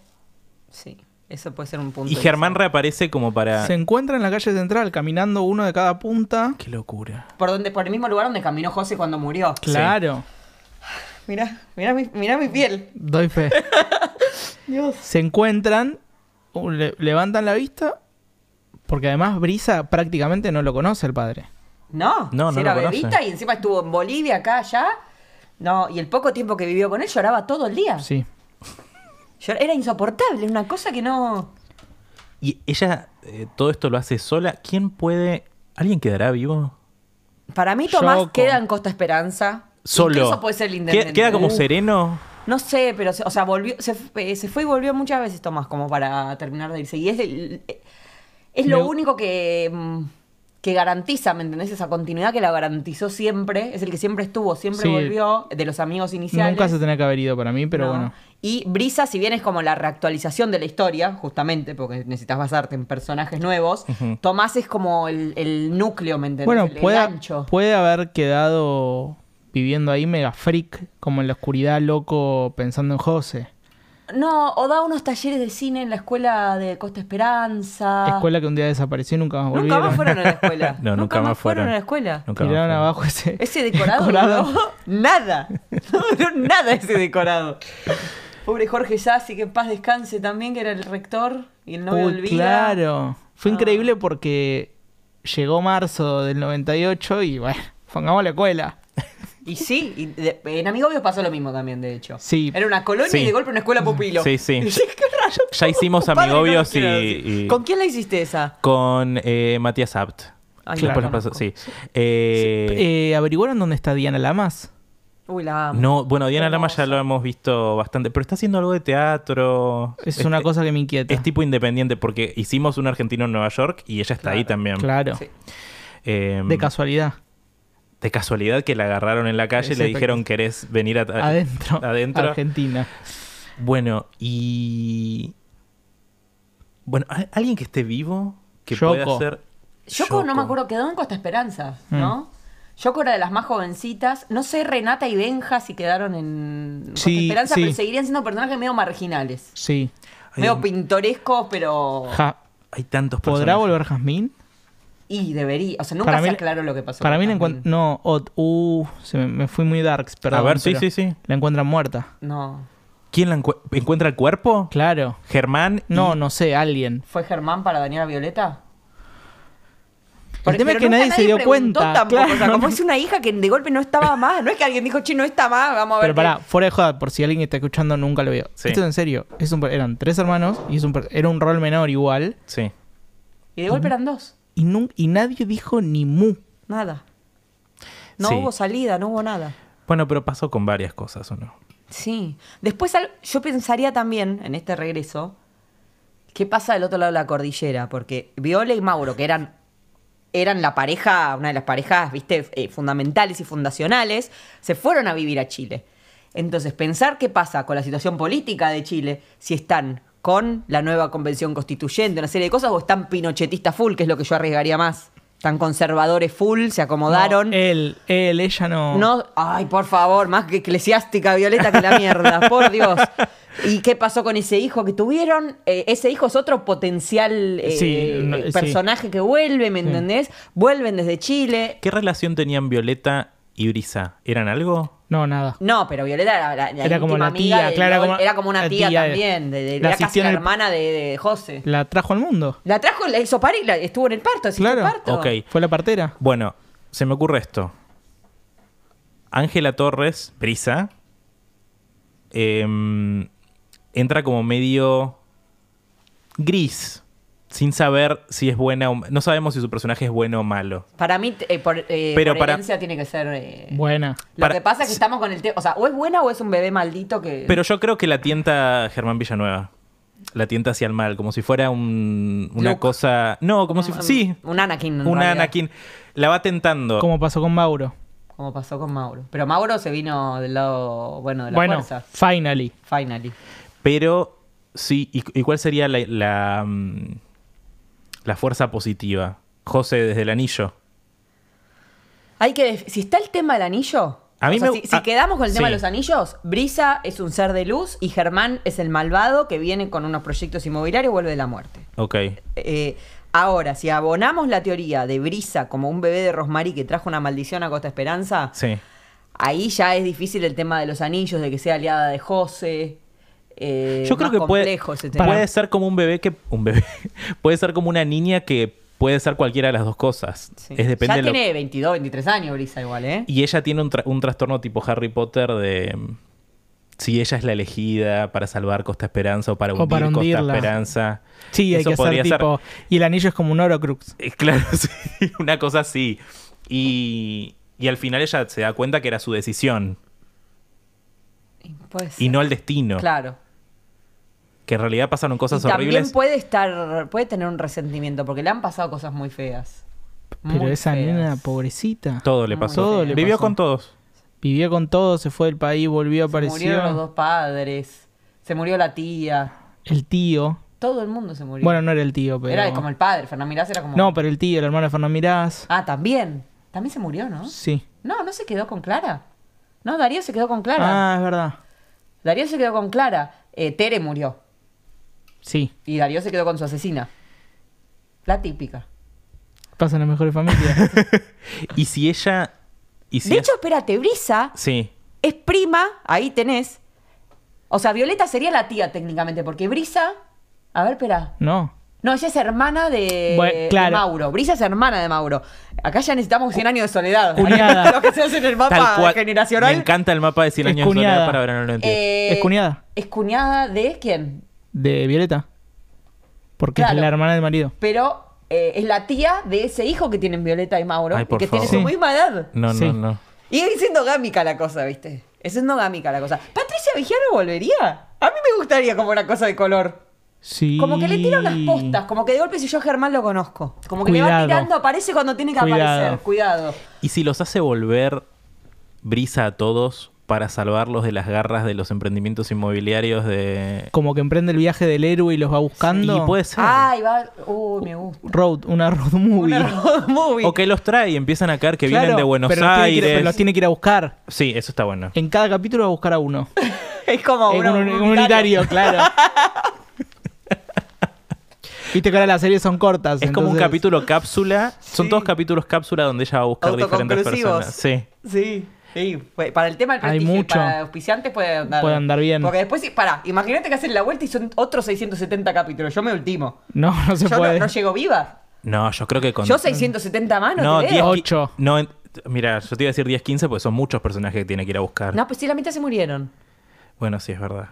Speaker 2: Sí. Eso puede ser un punto.
Speaker 1: Y Germán
Speaker 2: de-
Speaker 1: reaparece como para.
Speaker 3: Se encuentra en la calle central, caminando uno de cada punta.
Speaker 1: Qué locura.
Speaker 2: Por, donde, por el mismo lugar donde caminó José cuando murió.
Speaker 3: Claro,
Speaker 2: Mirá, mirá mi, mirá mi piel.
Speaker 3: doy fe. Se encuentran, uh, le- levantan la vista, porque además Brisa prácticamente no lo conoce el padre.
Speaker 2: No,
Speaker 1: No,
Speaker 2: si
Speaker 1: no
Speaker 2: era
Speaker 1: lo conoce.
Speaker 2: bebita y encima estuvo en Bolivia, acá, allá. No, y el poco tiempo que vivió con él lloraba todo el día.
Speaker 3: Sí.
Speaker 2: Llor- Era insoportable, una cosa que no.
Speaker 1: Y ella eh, todo esto lo hace sola. ¿Quién puede. ¿Alguien quedará vivo?
Speaker 2: Para mí, Tomás
Speaker 3: Yoko.
Speaker 2: queda en Costa Esperanza.
Speaker 1: Solo.
Speaker 2: Incluso puede ser el
Speaker 1: ¿Queda-
Speaker 2: intendente.
Speaker 1: Queda como
Speaker 2: Uh,
Speaker 1: sereno.
Speaker 2: No sé, pero, se- o sea, volvió, se, fu- eh, se fue y volvió muchas veces Tomás como para terminar de irse. Y es, el- eh, es lo
Speaker 3: Me-
Speaker 2: único que, mm, que garantiza, ¿me entendés? Esa continuidad que la garantizó siempre. Es el que siempre estuvo, siempre
Speaker 3: Sí.
Speaker 2: volvió, de los amigos iniciales.
Speaker 3: Nunca se tenía que haber ido para mí, pero
Speaker 2: No.
Speaker 3: bueno.
Speaker 2: Y Brisa, si bien es como la reactualización de la historia, justamente, porque necesitas basarte en personajes nuevos, Tomás es como el, el núcleo, ¿me entendés?
Speaker 3: Bueno,
Speaker 2: el, el
Speaker 3: puede,
Speaker 2: gancho.
Speaker 3: puede haber quedado viviendo ahí mega freak, como en la oscuridad, loco, pensando en José.
Speaker 2: No, o da unos talleres de cine en la escuela de Costa Esperanza.
Speaker 3: Escuela que un día desapareció y nunca más volvieron.
Speaker 2: Ah. Nunca más fueron a la escuela.
Speaker 1: No, nunca más fueron.
Speaker 2: a la escuela.
Speaker 1: Nunca más
Speaker 3: Tiraron
Speaker 1: fue.
Speaker 3: abajo ese,
Speaker 2: Ese decorado, no duró nada. No duró nada ese decorado. Pobre Jorge Sassi, que en paz descanse también, que era el rector y el novio
Speaker 3: Uy,
Speaker 2: del Vida.
Speaker 3: claro.
Speaker 2: Ah.
Speaker 3: Fue increíble porque llegó marzo del 98 y bueno, pongamos la escuela.
Speaker 2: Y sí, y de- en Amigobios pasó lo mismo también, de hecho.
Speaker 3: Sí.
Speaker 2: Era una colonia
Speaker 1: Sí.
Speaker 2: y de golpe una escuela pupilo.
Speaker 1: Sí, sí.
Speaker 2: Y dije, "Qué raro,
Speaker 1: Ya hicimos
Speaker 2: padre, no lo
Speaker 1: Amigobios y-
Speaker 2: quiero decir".
Speaker 1: y-
Speaker 2: ¿Con quién la hiciste esa?
Speaker 1: Con eh, Matías Abt.
Speaker 2: Ay,
Speaker 1: Después
Speaker 2: no
Speaker 1: los pasó-
Speaker 2: conozco.
Speaker 1: sí. Eh,
Speaker 3: Eh, ¿Averiguaron dónde está Diana Lamas?
Speaker 2: Uy, la amo.
Speaker 1: no, bueno, Diana Lama ya
Speaker 2: hermosa.
Speaker 1: lo hemos visto bastante, pero está haciendo algo de teatro.
Speaker 3: Es
Speaker 1: Es- eh,
Speaker 3: una cosa que me inquieta.
Speaker 1: Este Es tipo independiente porque hicimos un argentino en Nueva York y ella está ahí
Speaker 2: Claro,
Speaker 1: también.
Speaker 3: Claro.
Speaker 2: Sí.
Speaker 1: Eh,
Speaker 3: De casualidad.
Speaker 1: de casualidad que la agarraron en la calle y
Speaker 3: Es
Speaker 1: le dijeron
Speaker 3: espectac-
Speaker 1: querés venir a- a-
Speaker 3: Adentro.
Speaker 1: Eh, adentro.
Speaker 3: Argentina.
Speaker 1: Bueno, y... Bueno, ¿al- alguien que esté vivo que pueda
Speaker 3: Yoko.
Speaker 1: hacer...
Speaker 2: Yoko, no me
Speaker 1: Yoko. Mm.
Speaker 2: acuerdo, quedó en Costa Esperanza, ¿no? Yoko era de las más jovencitas. No sé, Renata y Benja si quedaron en Costa
Speaker 3: Sí,
Speaker 2: Esperanza,
Speaker 3: sí.
Speaker 2: pero seguirían siendo personajes medio marginales.
Speaker 3: Sí.
Speaker 1: Ay, mm.
Speaker 2: Medio pintorescos, pero.
Speaker 3: Ja-
Speaker 1: Hay tantos
Speaker 3: ¿Podrá
Speaker 1: personajes.
Speaker 3: volver Jazmín?
Speaker 2: Y debería. O sea, nunca
Speaker 3: Para
Speaker 2: se
Speaker 3: mí-
Speaker 2: aclaró lo que pasó.
Speaker 3: Para
Speaker 2: con
Speaker 3: mí la
Speaker 2: Jasmine.
Speaker 3: encuentran... No, Ot- uh, se me, me fui muy darks, perdón.
Speaker 1: A ver, sí,
Speaker 3: pero
Speaker 1: sí, sí.
Speaker 3: La encuentran muerta.
Speaker 2: No.
Speaker 1: ¿Quién la encu- encuentra el cuerpo?
Speaker 3: Claro.
Speaker 1: Germán. y-
Speaker 3: No, no sé, alguien.
Speaker 2: ¿Fue Germán para Daniela Violeta?
Speaker 3: El tema es
Speaker 2: pero
Speaker 3: que
Speaker 2: nunca
Speaker 3: nadie se dio
Speaker 2: preguntó
Speaker 3: cuenta.
Speaker 2: tampoco, o sea,
Speaker 3: Claro.
Speaker 2: como es una hija que de golpe no estaba más. No es que alguien dijo, che, no está más, vamos a ver.
Speaker 3: Pero
Speaker 2: qué-".
Speaker 3: pará, fuera de joda, por si alguien está escuchando nunca lo vio.
Speaker 1: Sí.
Speaker 3: Esto es en serio. Es un per- eran tres hermanos y es un per- era un rol menor igual.
Speaker 1: Sí.
Speaker 2: Y de golpe eran dos.
Speaker 3: y, nun- y nadie dijo ni mu.
Speaker 2: Nada. No
Speaker 1: Sí.
Speaker 2: hubo salida, no hubo nada.
Speaker 1: Bueno, pero pasó con varias cosas, ¿o no?
Speaker 2: Sí. Después al- yo pensaría también, en este regreso, ¿qué pasa del otro lado de la cordillera? Porque Viola y Mauro, que eran, eran la pareja, una de las parejas, viste, eh, fundamentales y fundacionales, se fueron a vivir a Chile. Entonces, pensar qué pasa con la situación política de Chile, si están con la nueva convención constituyente, una serie de cosas, o están pinochetistas full, que es lo que yo arriesgaría más. Están conservadores full, se acomodaron.
Speaker 3: No, él, él, ella no.
Speaker 2: No, ay, por favor, más que eclesiástica Violeta que la mierda, por Dios. ¿Y qué pasó con ese hijo que tuvieron? Eh, ese hijo es otro potencial eh,
Speaker 3: Sí, no, sí.
Speaker 2: personaje que vuelve, ¿me
Speaker 3: Sí.
Speaker 2: entendés? Vuelven desde Chile.
Speaker 1: ¿Qué relación tenían Violeta y Brisa? ¿Eran algo?
Speaker 3: No, nada.
Speaker 2: No, pero Violeta era la, la
Speaker 3: Era como
Speaker 2: íntima
Speaker 3: la
Speaker 2: amiga
Speaker 3: tía,
Speaker 2: de
Speaker 3: claro,
Speaker 2: Lol,
Speaker 3: como-
Speaker 2: era como una
Speaker 3: la
Speaker 2: tía,
Speaker 3: tía de-
Speaker 2: también, de, de-
Speaker 3: la
Speaker 2: era casi
Speaker 3: asistió en
Speaker 2: la
Speaker 3: el-
Speaker 2: hermana de, de José.
Speaker 3: La trajo al mundo.
Speaker 2: La trajo, la hizo parir, la- estuvo en el parto, asistió
Speaker 3: Claro.
Speaker 2: al parto.
Speaker 1: Ok.
Speaker 3: Fue la partera.
Speaker 1: Bueno, se me ocurre esto. Ángela Torres, Brisa, em, entra como medio gris, sin saber si es buena o... No sabemos si su personaje es bueno o malo.
Speaker 2: Para mí, eh, por, eh,
Speaker 1: Pero
Speaker 2: por
Speaker 1: para-
Speaker 2: herencia tiene que ser... eh,
Speaker 3: Buena.
Speaker 2: Lo
Speaker 1: Para-
Speaker 2: que pasa es que estamos con el tema... O sea, o es buena o es un bebé maldito que...
Speaker 1: Pero yo creo que la tienta Germán Villanueva. La tienta hacia el mal, como si fuera un- una
Speaker 2: Luke.
Speaker 1: cosa... No, como si...
Speaker 2: Un-
Speaker 1: Sí,
Speaker 2: Un Anakin. Ah, en
Speaker 1: una
Speaker 2: realidad,
Speaker 1: Anakin. La va tentando.
Speaker 3: Como pasó con Mauro.
Speaker 2: Como pasó con Mauro. Pero Mauro se vino del lado bueno de la
Speaker 3: bueno,
Speaker 2: fuerza.
Speaker 3: finally.
Speaker 2: Finally.
Speaker 1: Pero sí, ¿y, y cuál sería la, la, mm, la fuerza positiva? José desde el anillo.
Speaker 2: Hay que. def- Si está el tema del anillo.
Speaker 1: A mí
Speaker 2: o sea,
Speaker 1: me-
Speaker 2: si, si
Speaker 1: a-
Speaker 2: quedamos con el tema
Speaker 1: sí.
Speaker 2: de los anillos, Brisa es un ser de luz y Germán es el malvado que viene con unos proyectos inmobiliarios y vuelve de la muerte.
Speaker 1: Ok.
Speaker 2: Eh, ahora, si abonamos la teoría de Brisa como un bebé de Rosmarie que trajo una maldición a Costa Esperanza,
Speaker 1: Sí.
Speaker 2: ahí ya es difícil el tema de los anillos, de que sea aliada de José. eh,
Speaker 1: Yo creo
Speaker 2: más
Speaker 1: que puede,
Speaker 2: complejo ese tema.
Speaker 1: puede ser como un bebé que. Un bebé. Puede ser como una niña que puede ser cualquiera de las dos cosas.
Speaker 2: Sí.
Speaker 1: Es depende
Speaker 2: ya
Speaker 1: de lo-
Speaker 2: tiene 22, 23 años Brisa igual, ¿eh?
Speaker 1: Y ella tiene un, tra- un trastorno tipo Harry Potter de. mm, Si ella es la elegida para salvar Costa Esperanza o para
Speaker 3: O
Speaker 1: hundir
Speaker 3: para
Speaker 1: Costa
Speaker 3: hundirla.
Speaker 1: Esperanza.
Speaker 3: Sí, hay
Speaker 1: Eso
Speaker 3: que hacer
Speaker 1: podría ser.
Speaker 3: tipo. Y el anillo es como un Orocrux.
Speaker 1: Eh, Claro, sí, una cosa así. Y, y al final ella se da cuenta que era su decisión
Speaker 2: Puede ser.
Speaker 1: y no el destino.
Speaker 2: Claro.
Speaker 1: Que en realidad pasaron
Speaker 2: Y
Speaker 1: cosas
Speaker 2: también
Speaker 1: horribles.
Speaker 2: puede estar, puede tener un resentimiento porque le han pasado cosas muy feas.
Speaker 3: Pero
Speaker 2: Muy
Speaker 3: esa
Speaker 2: feas.
Speaker 3: nena, pobrecita.
Speaker 1: Todo le
Speaker 2: Muy
Speaker 1: pasó.
Speaker 3: Todo le
Speaker 1: Vivió
Speaker 3: pasó.
Speaker 1: con todos.
Speaker 3: Vivió con todo, se fue del país, volvió,
Speaker 2: Se murieron los
Speaker 3: apareció.
Speaker 2: dos padres, se murió la tía,
Speaker 3: El tío.
Speaker 2: todo el mundo se murió.
Speaker 3: Bueno, no era el tío, pero.
Speaker 2: Era como el padre, Fernán Mirás era como...
Speaker 3: No, pero el tío, el hermano de Fernán Mirás.
Speaker 2: Ah, también. También se murió, ¿no?
Speaker 3: Sí.
Speaker 2: No, no se quedó con Clara. No, Darío se quedó con Clara.
Speaker 3: Ah, es verdad.
Speaker 2: Darío se quedó con Clara. Eh, Tere murió.
Speaker 3: Sí.
Speaker 2: Y Darío se quedó con su asesina. La típica.
Speaker 3: Pasan las mejores familias.
Speaker 1: Y si ella. Y si
Speaker 2: de hecho, espérate, Brisa
Speaker 1: Sí.
Speaker 2: es prima, ahí tenés. O sea, Violeta sería la tía técnicamente, porque Brisa. A ver, espera.
Speaker 3: no.
Speaker 2: No, ella es hermana de,
Speaker 3: Bueno,
Speaker 2: de
Speaker 3: claro.
Speaker 2: Mauro. Brisa es hermana de Mauro. Acá ya necesitamos 100 años de soledad.
Speaker 3: Cuñada.
Speaker 2: Lo que se hace en el mapa
Speaker 1: Tal cual.
Speaker 2: generacional.
Speaker 1: Me encanta el mapa de 100
Speaker 3: Es
Speaker 1: años de soledad
Speaker 3: cuñada.
Speaker 1: para verano 90.
Speaker 2: Eh,
Speaker 3: Es cuñada.
Speaker 2: Es cuñada de quién?
Speaker 3: De Violeta. Porque
Speaker 2: Claro.
Speaker 3: es la hermana del marido.
Speaker 2: Pero eh, es la tía de ese hijo que tienen Violeta y Mauro.
Speaker 1: Ay,
Speaker 2: y
Speaker 1: por
Speaker 2: que tiene
Speaker 1: favor.
Speaker 2: su
Speaker 3: Sí.
Speaker 2: misma edad.
Speaker 1: no,
Speaker 3: sí.
Speaker 1: no, no.
Speaker 2: Y es endogámica la cosa, ¿viste? Es endogámica la cosa. ¿Patricia Vigiano volvería? A mí me gustaría como una cosa de color.
Speaker 3: Sí.
Speaker 2: Como que le tira unas postas, como que de golpe si yo a Germán lo conozco. Como que le va
Speaker 3: Cuidado.
Speaker 2: tirando, aparece cuando tiene que
Speaker 3: Cuidado.
Speaker 2: aparecer. Cuidado.
Speaker 1: Y si los hace volver brisa a todos para salvarlos de las garras de los emprendimientos inmobiliarios de.
Speaker 3: Como que emprende el viaje del héroe y los va buscando.
Speaker 1: Y puede ser.
Speaker 2: Ay, va. Uy, me gusta.
Speaker 3: Road, una road movie.
Speaker 2: Una road movie.
Speaker 1: o que los trae y empiezan a caer que
Speaker 3: Claro,
Speaker 1: vienen de Buenos
Speaker 3: pero los tiene que ir-
Speaker 1: Aires.
Speaker 3: pero los tiene que ir a buscar.
Speaker 1: Sí, eso está bueno.
Speaker 3: En cada capítulo va a buscar a uno.
Speaker 2: Es como
Speaker 3: Eh,
Speaker 2: uno-
Speaker 3: un, un unitario, claro. Viste que ahora las series son cortas.
Speaker 1: Es como un
Speaker 3: entonces-
Speaker 1: capítulo cápsula. Son todos capítulos cápsula donde ella va a buscar diferentes
Speaker 2: Autoconclusivos.
Speaker 1: personas. Sí.
Speaker 2: Sí. Sí, Fue- para el tema del
Speaker 3: Hay
Speaker 2: prestigio, y
Speaker 3: mucho.
Speaker 2: para auspiciantes puede andar,
Speaker 3: Puede andar bien.
Speaker 2: Porque después, sí, pará, imagínate que hacen la vuelta y son otros 670 capítulos. Yo me ultimo.
Speaker 3: No, no se
Speaker 2: Yo no,
Speaker 3: puede.
Speaker 2: no llego viva.
Speaker 1: No, yo creo que con.
Speaker 2: Yo 670 manos.
Speaker 1: no,
Speaker 2: te
Speaker 1: 10,
Speaker 2: veo.
Speaker 1: qui-
Speaker 3: Ocho.
Speaker 1: No, en- mira, yo te iba a decir 10, 15 porque son muchos personajes que tiene que ir a buscar.
Speaker 2: No, pues sí, la mitad se murieron.
Speaker 1: Bueno, sí, es verdad.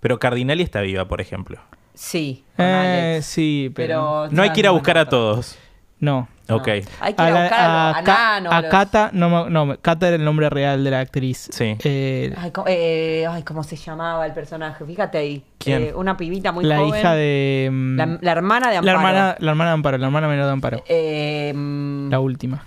Speaker 1: Pero Cardinali está viva, por ejemplo.
Speaker 2: Sí. con
Speaker 3: Eh,
Speaker 2: Alex.
Speaker 3: sí, pero.
Speaker 2: Pero-
Speaker 1: No hay que ir a buscar a todos.
Speaker 3: No.
Speaker 1: Ok.
Speaker 2: Hay que ir a,
Speaker 3: la-
Speaker 2: buscar a, los- a
Speaker 3: Ka-
Speaker 2: Nano,
Speaker 3: a
Speaker 2: los-
Speaker 3: Kata, no, me- no, Kata era el nombre real de la actriz.
Speaker 1: Sí.
Speaker 3: Eh,
Speaker 2: Ay, co- eh, ay, ¿cómo se llamaba el personaje? Fíjate ahí.
Speaker 1: ¿Quién?
Speaker 2: Eh, una pibita muy
Speaker 3: la
Speaker 2: joven.
Speaker 3: hija de. mm,
Speaker 2: La, la hermana de
Speaker 3: la
Speaker 2: Amparo.
Speaker 3: hermana, la hermana de Amparo, la hermana menor de Amparo.
Speaker 2: Eh, mm,
Speaker 3: La última.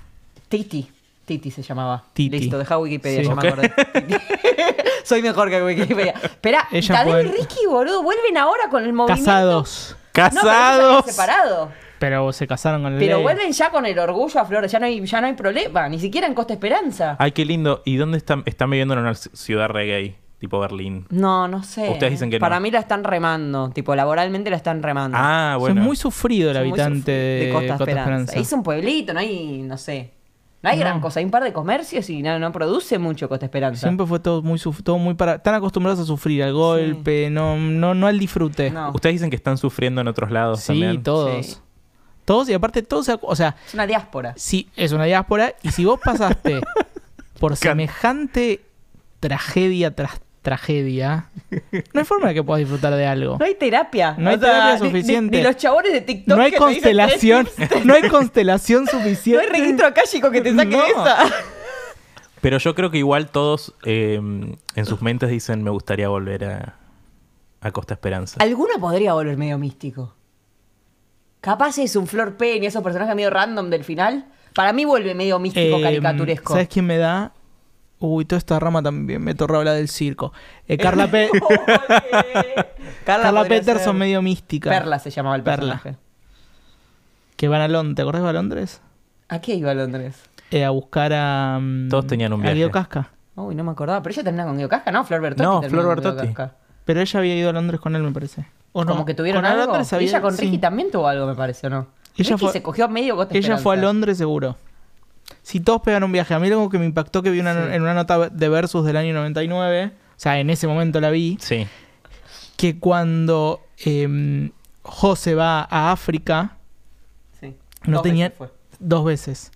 Speaker 2: Titi. Titi se llamaba.
Speaker 3: Titi.
Speaker 2: Listo, deja Wikipedia,
Speaker 3: Sí.
Speaker 2: ya me
Speaker 1: Ok.
Speaker 2: acordé. Titi. Soy mejor que Wikipedia. Espera,
Speaker 3: Ella
Speaker 2: Tadeo
Speaker 3: puede-
Speaker 2: y Ricky, boludo, vuelven ahora con el movimiento.
Speaker 3: Casados.
Speaker 2: No, pero ellos
Speaker 1: Casados.
Speaker 2: habían separado.
Speaker 3: Pero se casaron con el
Speaker 2: Pero
Speaker 3: Leo.
Speaker 2: vuelven ya con el orgullo a flores, ya no hay, ya no hay problema, ni siquiera en Costa Esperanza.
Speaker 1: Ay, qué lindo. ¿Y dónde están? Están viviendo en una ci- ciudad reggae, tipo Berlín.
Speaker 2: No, no sé.
Speaker 1: Ustedes dicen que no.
Speaker 2: Para mí la están remando, tipo laboralmente la están
Speaker 3: Mm.
Speaker 2: remando.
Speaker 1: Ah,
Speaker 3: O sea,
Speaker 1: bueno.
Speaker 3: Es muy sufrido el
Speaker 2: Son muy
Speaker 3: habitante
Speaker 2: sufridos.
Speaker 3: de, Costa, Esperanza.
Speaker 2: Es un pueblito, no hay, no sé. No hay
Speaker 3: No.
Speaker 2: gran cosa, hay un par de comercios y no, no produce mucho Costa Esperanza.
Speaker 3: Siempre fue todo muy suf- todo muy para tan acostumbrados a sufrir al golpe, no no no al disfrute.
Speaker 2: No.
Speaker 1: Ustedes dicen que están sufriendo en otros lados
Speaker 3: Sí,
Speaker 1: también.
Speaker 3: todos.
Speaker 2: Sí.
Speaker 3: Todos y aparte todos, se acu- o sea,
Speaker 2: Es una diáspora.
Speaker 3: si es una diáspora y si vos pasaste por
Speaker 1: encanta.
Speaker 3: semejante tragedia tras tragedia, no hay forma de que puedas disfrutar de algo.
Speaker 2: No hay terapia.
Speaker 3: No hay
Speaker 2: O sea,
Speaker 3: terapia
Speaker 2: ni- ni-
Speaker 3: suficiente.
Speaker 2: Ni, los chabones de TikTok.
Speaker 3: No hay
Speaker 2: que te dicen que-
Speaker 3: constelación, no hay constelación
Speaker 2: No
Speaker 3: suficiente.
Speaker 2: hay registro acálico que te saque
Speaker 3: No.
Speaker 2: esa.
Speaker 1: Pero yo creo que igual todos eh, en sus mentes dicen me gustaría volver a, a Costa Esperanza.
Speaker 2: Alguno podría volver medio místico. Capaz es un Flor Penny, esos personajes medio random del final. Para mí vuelve medio místico,
Speaker 3: Eh,
Speaker 2: caricaturesco.
Speaker 3: ¿Sabes quién me da? Uy, toda esta rama también me torra hablar del circo. Eh, Carla, Pe-
Speaker 2: Oh, Carla,
Speaker 3: Carla
Speaker 2: podría
Speaker 3: Peterson,
Speaker 2: ser-
Speaker 3: medio mística.
Speaker 2: Perla se llamaba el
Speaker 3: Perla.
Speaker 2: personaje.
Speaker 3: Que van a Londres. ¿Te acordás que va a Londres?
Speaker 2: ¿A qué iba Londres?
Speaker 3: Eh, a buscar a. mm,
Speaker 1: Todos tenían un
Speaker 3: A
Speaker 1: viaje.
Speaker 3: Guido Casca.
Speaker 2: Uy, no me acordaba. Pero ella terminaba con Guido Casca, ¿no? Flor Bertotti.
Speaker 1: No,
Speaker 2: terminaba
Speaker 1: Flor
Speaker 2: con Guido
Speaker 1: Bertotti.
Speaker 2: Casca.
Speaker 3: Pero ella había ido a Londres con él, me parece. ¿O no?
Speaker 2: Como que tuvieron
Speaker 3: Con
Speaker 2: algo.
Speaker 3: Londres
Speaker 2: Y
Speaker 3: había-
Speaker 2: ella con Ricky
Speaker 3: sí.
Speaker 2: también tuvo algo, me parece, ¿o no?
Speaker 3: Ella
Speaker 2: Ricky
Speaker 3: fue-
Speaker 2: se cogió a medio Costa
Speaker 3: Ella fue a
Speaker 2: Esperanza.
Speaker 3: Londres seguro. Si todos pegan un viaje. A mí algo que me impactó que vi una-
Speaker 2: Sí.
Speaker 3: en una nota de Versus del año 99. O sea, en ese momento la vi.
Speaker 1: Sí.
Speaker 3: Que cuando eh, José va a África,
Speaker 2: Sí.
Speaker 3: no
Speaker 2: Dos
Speaker 3: tenían.
Speaker 2: veces fue.
Speaker 3: Dos veces.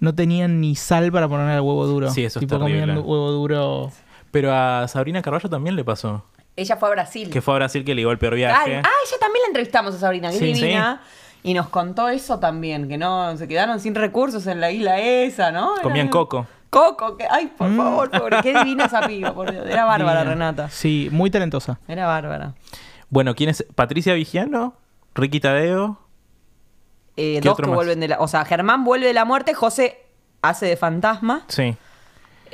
Speaker 3: No tenían ni sal para poner al huevo duro.
Speaker 1: Sí, eso es
Speaker 3: Tipo
Speaker 1: terrible.
Speaker 3: comiendo huevo duro.
Speaker 1: Pero a Sabrina Carballo también le pasó.
Speaker 2: Ella fue a Brasil.
Speaker 1: Que fue a Brasil que le dio el peor
Speaker 2: Ah, ah,
Speaker 1: viaje.
Speaker 2: ella también la entrevistamos a Sabrina, que
Speaker 1: Sí,
Speaker 2: es divina. Y nos contó eso también, que no se quedaron sin recursos en la isla esa, ¿no? Era-
Speaker 1: Comían coco.
Speaker 2: Coco, que, ay, por favor, pobre, qué divina esa piba, por Dios. Era bárbara,
Speaker 3: Mm. Divina.
Speaker 2: Renata.
Speaker 3: Sí, muy talentosa.
Speaker 2: Era bárbara.
Speaker 1: Bueno, ¿quién es? Patricia Vigiano, Ricky Tadeo.
Speaker 2: Eh,
Speaker 1: ¿Qué
Speaker 2: dos que
Speaker 1: otro más?
Speaker 2: vuelven de la. O sea, Germán vuelve de la muerte, José hace de fantasma.
Speaker 1: Sí.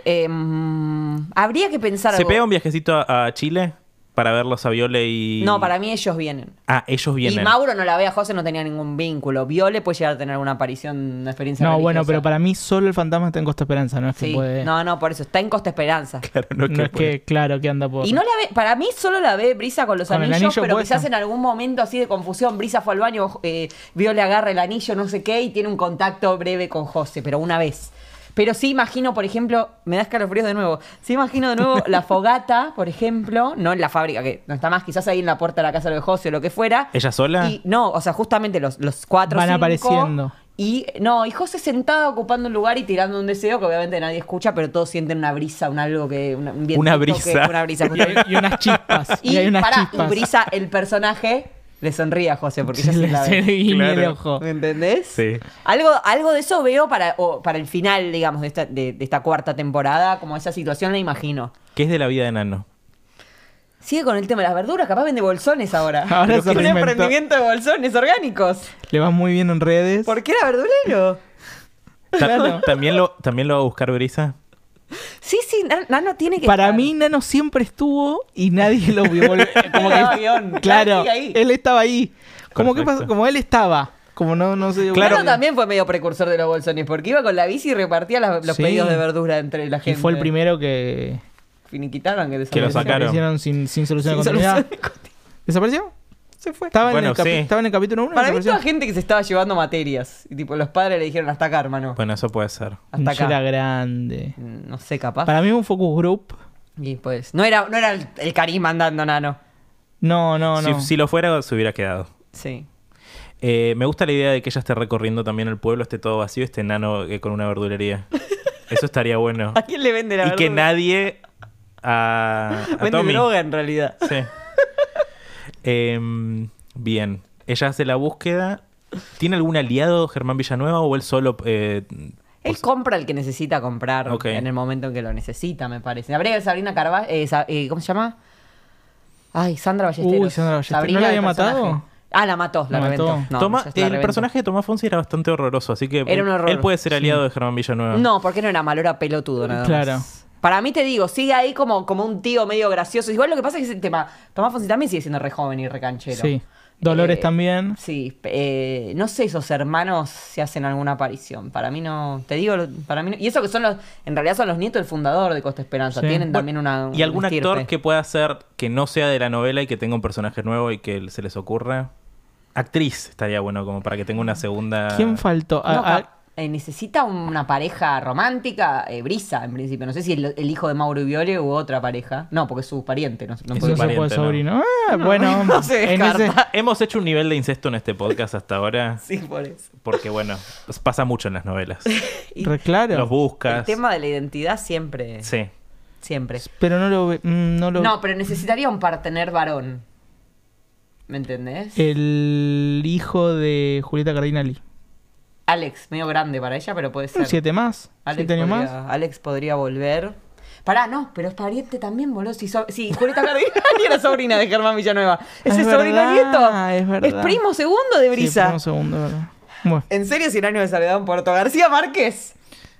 Speaker 2: Eh, mm, habría que pensar
Speaker 1: ¿Se
Speaker 2: algo.
Speaker 1: pega un viajecito a, a Chile para verlos a Viole y.
Speaker 2: No, para mí ellos vienen.
Speaker 1: Ah, ellos vienen.
Speaker 2: Y Mauro no la ve a José, no tenía ningún vínculo. Viole puede llegar a tener una aparición, una experiencia
Speaker 3: No, bueno,
Speaker 2: religiosa.
Speaker 3: pero para mí solo el fantasma está en Costa Esperanza, no es que
Speaker 2: Sí.
Speaker 3: puede. No,
Speaker 2: No, no, por eso. Está en Costa Esperanza.
Speaker 1: Claro, no es que.
Speaker 3: es que, claro, que anda por.
Speaker 2: Y no la ve, para mí solo la ve Brisa con los
Speaker 3: Con el
Speaker 2: anillos,
Speaker 3: anillo
Speaker 2: pero
Speaker 3: puesto.
Speaker 2: quizás en algún momento así de confusión, Brisa fue al baño, eh, vio, le agarra el anillo, no sé qué, y tiene un contacto breve con José, pero una vez. Pero sí imagino, por ejemplo, me da escalofríos de nuevo, sí imagino de nuevo la fogata, por ejemplo, no en la fábrica, que no está más, quizás ahí en la puerta de la casa de José o lo que fuera.
Speaker 1: ¿Ella sola?
Speaker 2: Y no, o sea, justamente los, los cuatro.
Speaker 3: Van
Speaker 2: cinco,
Speaker 3: apareciendo.
Speaker 2: Y no, y José sentado ocupando un lugar y tirando un deseo que obviamente nadie escucha, pero todos sienten una brisa, un algo que. una- un vientito
Speaker 1: Una
Speaker 2: que-
Speaker 1: brisa.
Speaker 2: una brisa.
Speaker 3: Y hay, y unas chispas. y,
Speaker 2: Y,
Speaker 3: hay unas
Speaker 2: pará, y
Speaker 3: chispas.
Speaker 2: brisa, el personaje le sonríe a José porque ya
Speaker 3: Se
Speaker 2: se
Speaker 3: le-
Speaker 2: la
Speaker 3: se le
Speaker 2: ve.
Speaker 3: guiña el
Speaker 1: Claro.
Speaker 3: ojo.
Speaker 2: ¿Me entendés?
Speaker 1: Sí.
Speaker 2: Algo, algo de eso veo para, o para el final, digamos, de esta, de, de esta cuarta temporada, como esa situación la imagino.
Speaker 1: ¿Qué es de la vida de Nano?
Speaker 2: Sigue con el tema de las verduras, capaz vende bolsones ahora.
Speaker 3: Ahora se
Speaker 2: un
Speaker 3: reinventó.
Speaker 2: emprendimiento de bolsones orgánicos.
Speaker 3: Le va muy bien en redes.
Speaker 2: ¿Por qué era verdulero?
Speaker 1: Ta-
Speaker 3: Claro.
Speaker 1: ¿También, lo, ¿También lo va a buscar Brisa?
Speaker 2: Sí, sí, Nan- Nano tiene que
Speaker 3: Para
Speaker 2: estar.
Speaker 3: mí, Nano siempre estuvo y nadie lo vio. volver. Como
Speaker 2: Daba
Speaker 3: que,
Speaker 2: guión.
Speaker 3: claro,
Speaker 2: Sigue ahí.
Speaker 3: él estaba ahí. Como, que
Speaker 1: Perfecto.
Speaker 3: pasó- como él estaba. Como no, no se dio
Speaker 1: Claro.
Speaker 2: Nano
Speaker 3: cuenta.
Speaker 2: también fue medio precursor de los bolsones, porque iba con la bici y repartía las- los
Speaker 3: Sí.
Speaker 2: pedidos de verdura entre la
Speaker 3: Y
Speaker 2: gente.
Speaker 3: fue el primero que.
Speaker 2: Finiquitaron
Speaker 1: Que lo
Speaker 2: que desapareció.
Speaker 1: sacaron.
Speaker 3: desaparecieron sin, sin solución de
Speaker 2: Sin
Speaker 3: continuidad.
Speaker 2: solución de continuidad.
Speaker 3: ¿Desapareció? Se fue. Estaba,
Speaker 1: Bueno,
Speaker 3: en, el capi-
Speaker 1: sí.
Speaker 3: estaba en el capítulo 1.
Speaker 2: Para mí toda gente que se estaba llevando materias. Y tipo, los padres le dijeron hasta acá, hermano.
Speaker 1: Bueno, eso puede ser.
Speaker 2: Hasta
Speaker 3: Yo era
Speaker 2: acá.
Speaker 3: grande.
Speaker 2: Mm, No sé, capaz.
Speaker 3: Para mí un focus group.
Speaker 2: Y pues. No era, no era el, el carisma andando, nano.
Speaker 3: No, no,
Speaker 1: Si-
Speaker 3: no.
Speaker 1: Si, lo fuera, se hubiera quedado.
Speaker 2: Sí.
Speaker 1: Eh, me gusta la idea de que ella esté recorriendo también el pueblo, esté todo vacío, esté Nano eh, con una verdulería. Eso estaría bueno.
Speaker 2: ¿A quién le vende la
Speaker 1: Ah. y que
Speaker 2: verdura?
Speaker 1: nadie a, a
Speaker 2: Vende
Speaker 1: Tommy.
Speaker 2: droga en realidad.
Speaker 1: Sí. Em, bien. Ella hace la búsqueda ¿Tiene algún aliado Germán Villanueva o él solo eh,
Speaker 2: Él compra el que necesita comprar
Speaker 1: Ok.
Speaker 2: en el momento en que lo necesita, me parece. Habría que Sabrina Carvalho. eh, Sa- eh, ¿Cómo se llama? Ay, Sandra Ballesteros.
Speaker 3: Uy, Sandra Ballesteros. ¿No la
Speaker 2: el
Speaker 3: había matado?
Speaker 2: personaje. Ah, la mató, la,
Speaker 3: La mató.
Speaker 2: reventó. No,
Speaker 1: Toma-
Speaker 2: ya la
Speaker 1: el
Speaker 2: reventó.
Speaker 1: personaje de Tomás Fonsi era bastante horroroso, así que
Speaker 2: Era un horror.
Speaker 1: él puede ser aliado de Germán Villanueva.
Speaker 2: No, porque no era malo, era pelotudo, nada más.
Speaker 3: Claro.
Speaker 2: Para mí te digo, sigue ahí como, como un tío medio gracioso. Igual lo que pasa es que ese tema. Tomás Fonsi también sigue siendo re joven y re canchero.
Speaker 3: Sí. Dolores
Speaker 2: Eh,
Speaker 3: también.
Speaker 2: Sí, eh, no sé esos hermanos si hacen alguna aparición. Para mí no, te digo, lo- para mí no- Y eso que son los, en realidad son los nietos del fundador de Costa Esperanza.
Speaker 3: Sí.
Speaker 2: Tienen
Speaker 1: Bueno,
Speaker 2: también una...
Speaker 1: ¿Y algún
Speaker 2: una estirpe.
Speaker 1: actor que pueda ser que no sea de la novela y que tenga un personaje nuevo y que se les ocurra? Actriz estaría bueno, como para que tenga una segunda.
Speaker 3: ¿Quién faltó?
Speaker 2: No,
Speaker 3: Ah,
Speaker 2: cap- eh, necesita una pareja romántica, eh, Brisa, en principio. No sé si el, el hijo de Mauro Viole u otra pareja. No, porque es su pariente. No, no
Speaker 3: ah,
Speaker 1: Es
Speaker 2: puede
Speaker 3: no
Speaker 1: un
Speaker 2: ser.
Speaker 3: se puede
Speaker 1: pariente, ¿no?
Speaker 3: sobrino. Ah, bueno,
Speaker 2: no se
Speaker 3: en ese-
Speaker 2: descarta.
Speaker 1: Ah, Hemos hecho un nivel de incesto en este podcast hasta ahora,
Speaker 2: Sí, por eso.
Speaker 1: porque bueno, pues pasa mucho en las novelas.
Speaker 2: Y
Speaker 3: re claro.
Speaker 1: Los buscas.
Speaker 2: El tema de la identidad siempre.
Speaker 1: Sí.
Speaker 2: Siempre.
Speaker 3: Pero no lo ve- mm, no lo
Speaker 2: No, pero necesitaría un partener varón. ¿Me entendés?
Speaker 1: Eh.
Speaker 3: El hijo de Julieta Cardinali.
Speaker 2: Alex, medio grande para ella, pero puede ser.
Speaker 3: Siete más.
Speaker 2: Alex,
Speaker 3: siete años
Speaker 2: podría,
Speaker 3: más.
Speaker 2: Alex podría volver. Pará, no, pero es pariente también, boludo. Si, so- si Julieta Cardinali era sobrina de Germán Villanueva. Ese
Speaker 3: Es
Speaker 2: sobrino
Speaker 3: verdad,
Speaker 2: nieto.
Speaker 3: es verdad.
Speaker 2: primo segundo de
Speaker 3: Sí,
Speaker 2: Brisa.
Speaker 3: espera un segundo, ¿verdad? Bueno.
Speaker 2: ¿En serio 100 años de soledad en Puerto García Márquez?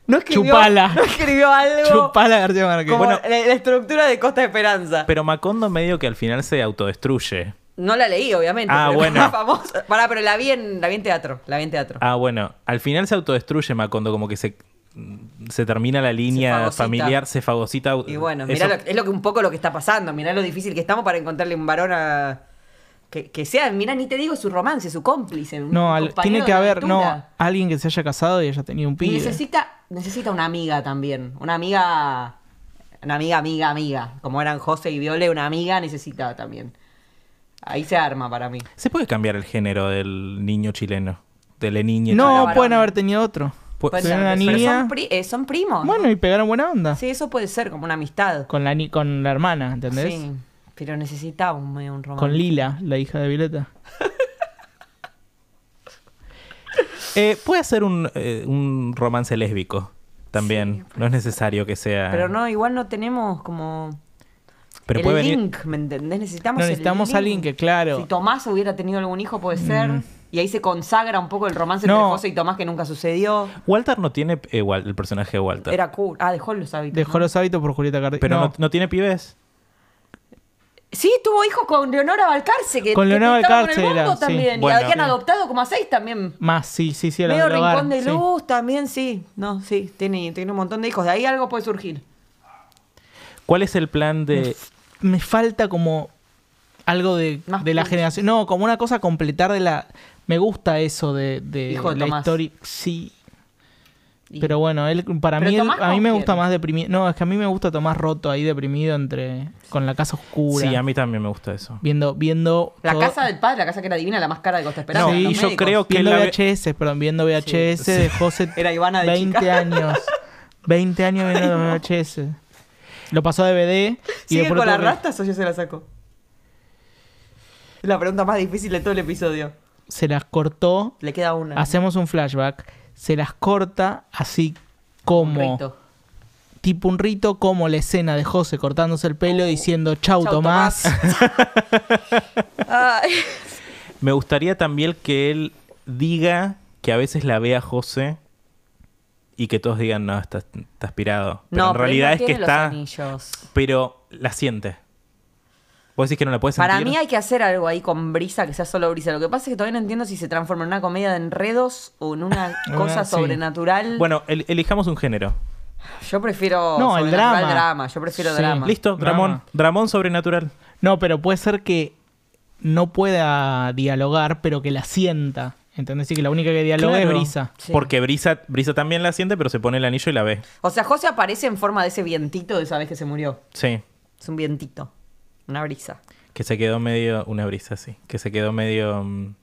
Speaker 2: No escribió,
Speaker 3: Chupala.
Speaker 2: No escribió algo
Speaker 3: Chupala García Márquez.
Speaker 2: como
Speaker 1: Bueno.
Speaker 2: la, la estructura de Costa Esperanza.
Speaker 1: Pero Macondo medio que al final se autodestruye.
Speaker 2: No la leí, obviamente.
Speaker 1: Ah,
Speaker 2: pero
Speaker 1: bueno.
Speaker 2: es famosa. Pará, pero la vi, en, la vi en teatro. La vi en teatro.
Speaker 1: Ah, bueno, al final se autodestruye Macondo, como que se, se termina la línea
Speaker 2: fagocita.
Speaker 1: familiar, se fagocita.
Speaker 2: Y bueno,
Speaker 1: Eso-
Speaker 2: mirá lo- es lo que un poco lo que está pasando. Mirá lo difícil que estamos para encontrarle un varón a. Que, que sea, mirá, ni te digo su romance, su cómplice. un
Speaker 3: No, al-
Speaker 2: compañero
Speaker 3: tiene que
Speaker 2: de
Speaker 3: haber no,
Speaker 2: aventura.
Speaker 3: alguien que se haya casado y haya tenido un
Speaker 2: Y
Speaker 3: pibe.
Speaker 2: necesita, necesita una amiga también. Una amiga. Una amiga, amiga, amiga. Como eran José y Viole, una amiga necesitaba también. Ahí se arma para mí.
Speaker 1: ¿Se puede cambiar el género del niño chileno? De la niña
Speaker 3: No,
Speaker 2: Chupala
Speaker 3: pueden
Speaker 2: varón.
Speaker 3: haber tenido otro.
Speaker 1: Pu-
Speaker 2: Puede
Speaker 3: sí,
Speaker 2: ser,
Speaker 3: una
Speaker 2: pero
Speaker 3: niña.
Speaker 2: Son, pri- eh, son primos.
Speaker 3: Bueno, y pegaron buena onda.
Speaker 2: Sí, eso puede ser como una amistad.
Speaker 3: Con, la, ni- con la hermana, ¿entendés?
Speaker 2: Sí, pero necesitaba un, medio un romance.
Speaker 3: Con Lila, la hija de Violeta.
Speaker 1: Eh, puede ser un, eh, un romance lésbico también. no es necesario que sea.
Speaker 2: Pero no, igual no tenemos como
Speaker 1: Pero
Speaker 2: el
Speaker 1: puede venir.
Speaker 2: link, ¿me entendés? Necesitamos
Speaker 3: No,
Speaker 2: el
Speaker 3: necesitamos
Speaker 2: link.
Speaker 3: alguien que, claro. Mm.
Speaker 2: Si Tomás hubiera tenido algún hijo, puede ser. Y ahí se consagra un poco el romance entre
Speaker 3: No.
Speaker 2: José y Tomás que nunca sucedió.
Speaker 1: Walter no tiene. eh, Wal- el personaje de Walter.
Speaker 2: Era cool. Ah, dejó los hábitos.
Speaker 3: Dejó
Speaker 2: ¿no?
Speaker 3: los hábitos por Julieta Cardinali.
Speaker 1: Pero no.
Speaker 3: no,
Speaker 1: no tiene pibes.
Speaker 2: Sí, tuvo hijos con Leonora Balcarce. Que,
Speaker 3: Con
Speaker 2: que
Speaker 3: Leonora
Speaker 2: estaba
Speaker 3: Balcarce
Speaker 2: Con el bombo
Speaker 3: era, sí.
Speaker 2: también. Y
Speaker 1: Bueno,
Speaker 2: habían
Speaker 1: sí.
Speaker 2: adoptado como a seis también.
Speaker 3: Más, sí, sí, sí. a la
Speaker 2: Medio
Speaker 3: del hogar,
Speaker 2: rincón de
Speaker 3: sí.
Speaker 2: luz también, sí. No, sí, tiene, tiene un montón de hijos. De ahí algo puede surgir.
Speaker 1: ¿Cuál es el plan de.
Speaker 3: Me falta como algo de,
Speaker 2: Más
Speaker 3: de la
Speaker 2: punch.
Speaker 3: generación. No, como una cosa completar de la. Me gusta eso de, de
Speaker 2: Hijo de
Speaker 3: la
Speaker 2: Tomás.
Speaker 3: historia. Sí.
Speaker 2: Y-
Speaker 3: Pero bueno, él, para
Speaker 2: Pero
Speaker 3: mí, él-
Speaker 2: Tomás
Speaker 3: a mí
Speaker 2: no
Speaker 3: me gusta
Speaker 2: quiere.
Speaker 3: más deprimido. No, es que a mí me gusta Tomás roto ahí deprimido entre con la casa oscura.
Speaker 1: Sí, a mí también me gusta eso.
Speaker 3: Viendo, viendo.
Speaker 2: La
Speaker 3: todo-
Speaker 2: casa del padre, la casa que era divina, la más cara de Costa Esperanza.
Speaker 1: No,
Speaker 2: los
Speaker 3: sí,
Speaker 1: yo
Speaker 2: médicos.
Speaker 1: creo que
Speaker 3: Viendo
Speaker 1: la ve-
Speaker 3: VHS, perdón, viendo VHS de José.
Speaker 2: Era Ivana de
Speaker 3: 20
Speaker 2: chica.
Speaker 3: años. 20 años viendo los VHS. Lo pasó a DVD. Y
Speaker 2: ¿Sigue
Speaker 3: después
Speaker 2: con
Speaker 3: lo
Speaker 2: las
Speaker 3: tuvo que-
Speaker 2: rastas o yo se la saco? Es la pregunta más difícil de todo el episodio.
Speaker 3: Se las cortó.
Speaker 2: Le queda una.
Speaker 3: Hacemos un flashback. Se las corta así
Speaker 2: Un
Speaker 3: como.
Speaker 2: rito.
Speaker 3: tipo un rito, como la escena de José cortándose el pelo diciendo chau,
Speaker 2: Oh. Chau,
Speaker 3: Tomás.
Speaker 2: Ay.
Speaker 1: Me gustaría también que él diga que a veces la ve a José y que todos digan, no, está, está aspirado. Pero
Speaker 2: no,
Speaker 1: en realidad es que está.
Speaker 2: Anillos.
Speaker 1: Pero la siente. ¿Vos decís que no la puedes sentir?
Speaker 2: Para mí hay que hacer algo ahí con brisa, que sea solo brisa. Lo que pasa es que todavía no entiendo si se transforma en una comedia de enredos o en una cosa
Speaker 3: Ah, sí.
Speaker 2: sobrenatural.
Speaker 1: Bueno, el- elijamos un género.
Speaker 2: yo prefiero
Speaker 3: No, el
Speaker 2: sobrenatural
Speaker 3: drama.
Speaker 2: Yo prefiero
Speaker 3: Sí.
Speaker 2: drama.
Speaker 1: Listo,
Speaker 3: Drama.
Speaker 1: Dramón. Dramón sobrenatural.
Speaker 3: No, pero puede ser que no pueda dialogar, pero que la sienta. ¿Entendés? Y que la única que dialoga
Speaker 1: Claro.
Speaker 3: es Brisa.
Speaker 2: Sí.
Speaker 1: Porque Brisa, Brisa también la siente, pero se pone el anillo y la ve.
Speaker 2: O sea, José aparece en forma de ese vientito de esa vez que se murió.
Speaker 1: Sí.
Speaker 2: Es un vientito. Una brisa.
Speaker 1: Que se quedó medio. Una brisa, sí. Que se quedó medio. mm,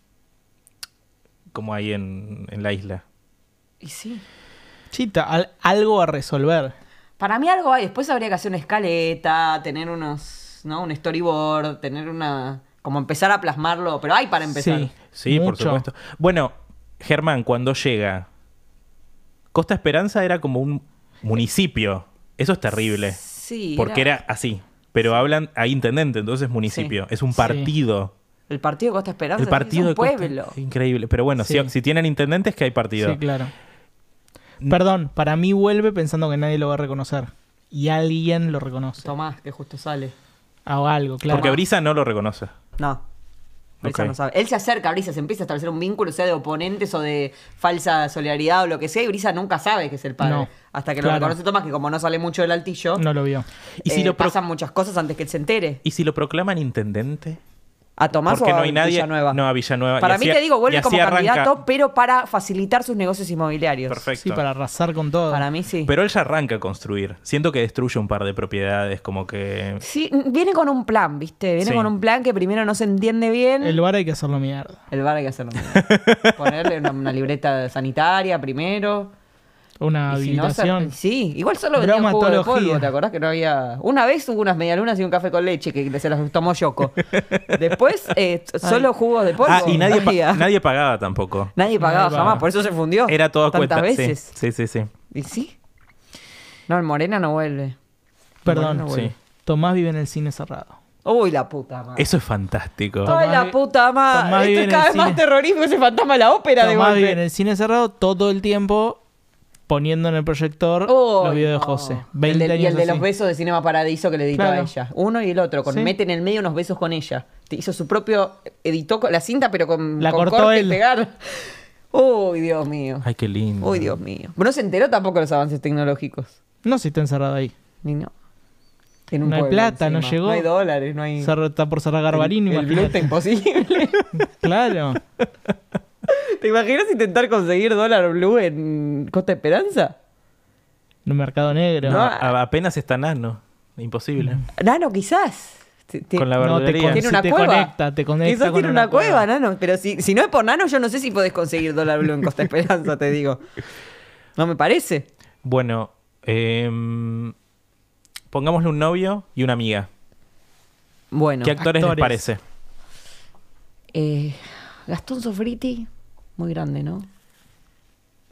Speaker 1: como ahí en, en la isla.
Speaker 2: Y sí.
Speaker 3: Chita, al- algo a resolver.
Speaker 2: Para mí algo hay. Después habría que hacer una escaleta, tener unos, ¿no? Un storyboard, tener una... Como empezar a plasmarlo. Pero hay para empezar.
Speaker 3: Sí.
Speaker 1: Sí, por
Speaker 3: Mucho.
Speaker 1: supuesto. Bueno, Germán, cuando llega, Costa Esperanza era como un municipio. Eso es terrible.
Speaker 2: Sí.
Speaker 1: porque era así. Pero hablan, hay intendente, entonces municipio. Es un
Speaker 3: Sí.
Speaker 1: partido.
Speaker 2: El partido de Costa Esperanza.
Speaker 1: El partido
Speaker 2: es
Speaker 1: de
Speaker 2: un
Speaker 1: Costa-
Speaker 2: pueblo.
Speaker 1: Increíble. Pero bueno,
Speaker 3: Sí.
Speaker 1: si, si tienen intendentes, que hay partido.
Speaker 3: Sí, claro. Perdón, para mí vuelve pensando que nadie lo va a reconocer. Y alguien lo reconoce.
Speaker 2: Tomás, que justo sale.
Speaker 3: O algo, claro.
Speaker 1: Porque Brisa no lo reconoce.
Speaker 2: No. Brisa
Speaker 1: Ok.
Speaker 2: no sabe. Él se acerca a Brisa, se empieza a establecer un vínculo, sea de oponentes o de falsa solidaridad o lo que sea, y Brisa nunca sabe que es el padre.
Speaker 3: No.
Speaker 2: Hasta que
Speaker 3: Claro.
Speaker 2: lo reconoce Tomás, que como no sale mucho del altillo,
Speaker 3: No lo vio.
Speaker 1: Y si
Speaker 2: eh,
Speaker 1: lo pro-
Speaker 2: pasan muchas cosas antes que él se entere.
Speaker 1: ¿Y si lo proclaman intendente?
Speaker 2: ¿A Tomás
Speaker 1: Porque
Speaker 2: o a
Speaker 1: no hay nadie.
Speaker 2: Villanueva?
Speaker 1: No, a Villanueva.
Speaker 2: Para
Speaker 1: Y
Speaker 2: mí,
Speaker 1: así-
Speaker 2: te digo,
Speaker 1: y
Speaker 2: vuelve
Speaker 1: así
Speaker 2: como
Speaker 1: arranca.
Speaker 2: candidato, pero para facilitar sus negocios inmobiliarios.
Speaker 1: Perfecto.
Speaker 3: Sí, para arrasar con todo.
Speaker 2: Para mí, sí.
Speaker 1: Pero él ya arranca a construir. Siento que destruye un par de propiedades, como que.
Speaker 2: Sí, viene con un plan, ¿viste? Viene
Speaker 1: Sí.
Speaker 2: con un plan que primero no se entiende bien.
Speaker 3: El bar hay que hacerlo mierda.
Speaker 2: El bar hay que hacerlo. Ponerle una, una libreta sanitaria primero.
Speaker 3: Una
Speaker 2: Y si no,
Speaker 3: habilitación.
Speaker 2: sa- sí, igual solo vendía
Speaker 3: Bromatología.
Speaker 2: jugo de polvo, ¿te acordás que no había...? Una vez hubo unas medialunas y un café con leche que se las tomó Yoko. Después, eh, t- solo jugos de polvo.
Speaker 1: Ah, y nadie,
Speaker 2: no
Speaker 1: pa-
Speaker 2: había.
Speaker 1: nadie pagaba tampoco.
Speaker 2: Nadie pagaba
Speaker 3: Nadie
Speaker 2: jamás,
Speaker 3: pagaba.
Speaker 2: por eso se fundió.
Speaker 1: Era todo a
Speaker 2: Tantas
Speaker 1: cuenta. sí.
Speaker 2: veces.
Speaker 1: Sí, sí, sí.
Speaker 2: ¿Y sí? No, el Morena no vuelve.
Speaker 3: Perdón.
Speaker 2: Bueno,
Speaker 1: Sí.
Speaker 3: Tomás vive en el cine cerrado.
Speaker 2: Uy, la puta madre.
Speaker 1: Eso es fantástico.
Speaker 3: Tomás
Speaker 2: Ay, la
Speaker 3: vi-
Speaker 2: puta
Speaker 3: Tomás
Speaker 2: madre.
Speaker 3: vive
Speaker 2: Esto es
Speaker 3: en
Speaker 2: cada
Speaker 3: el
Speaker 2: vez más
Speaker 3: cine.
Speaker 2: terrorismo ese fantasma de la ópera de
Speaker 3: Tomás
Speaker 2: golpe.
Speaker 3: vive en el cine cerrado todo el tiempo poniendo en el proyector
Speaker 2: Uy,
Speaker 3: los videos
Speaker 2: no.
Speaker 3: de José.
Speaker 2: El
Speaker 3: 20
Speaker 2: del-
Speaker 3: años
Speaker 2: y el de
Speaker 3: así.
Speaker 2: los besos de Cinema Paradiso que le editó a
Speaker 3: Claro.
Speaker 2: ella. Uno y el otro. Con,
Speaker 3: Sí.
Speaker 2: Mete en el medio unos besos con ella. Te hizo su propio. Editó con- la cinta, pero con,
Speaker 3: La
Speaker 2: con
Speaker 3: cortó
Speaker 2: corte y
Speaker 3: él.
Speaker 2: pegar. Uy, Dios mío.
Speaker 1: Ay, qué lindo.
Speaker 2: Uy, Dios mío. Pero No se enteró tampoco de los avances tecnológicos.
Speaker 3: No si está encerrado ahí.
Speaker 2: Ni no. En un
Speaker 3: No hay
Speaker 2: pueblo
Speaker 3: plata, no llegó.
Speaker 2: No hay dólares, no hay.
Speaker 3: Cerra- Está por cerrar Garbarini.
Speaker 2: el, el blue está
Speaker 3: imagínate.
Speaker 2: imposible.
Speaker 3: Claro.
Speaker 2: ¿Te imaginas intentar conseguir dólar blue en Costa Esperanza?
Speaker 3: En el mercado negro.
Speaker 1: No,
Speaker 2: No, ah. Mm.
Speaker 1: a- apenas está nano. Imposible.
Speaker 2: Nano, quizás. Te- te-
Speaker 1: Con la
Speaker 3: No, te
Speaker 1: verdulería.
Speaker 3: con-
Speaker 2: tiene una
Speaker 3: te
Speaker 2: cueva.
Speaker 3: conecta, te conecta
Speaker 2: Quizás
Speaker 3: con
Speaker 2: tiene
Speaker 3: una
Speaker 2: una cueva,
Speaker 3: cueva.
Speaker 2: Nano. Pero si, si no es por Nano, yo no sé si podés conseguir dólar blue en Costa Esperanza, te digo. No me parece.
Speaker 1: Bueno, em, pongámosle un novio y una amiga.
Speaker 2: Bueno.
Speaker 1: ¿Qué actores, les
Speaker 3: Actores.
Speaker 1: parece?
Speaker 2: eh, Gastón Sofriti, muy grande, ¿no?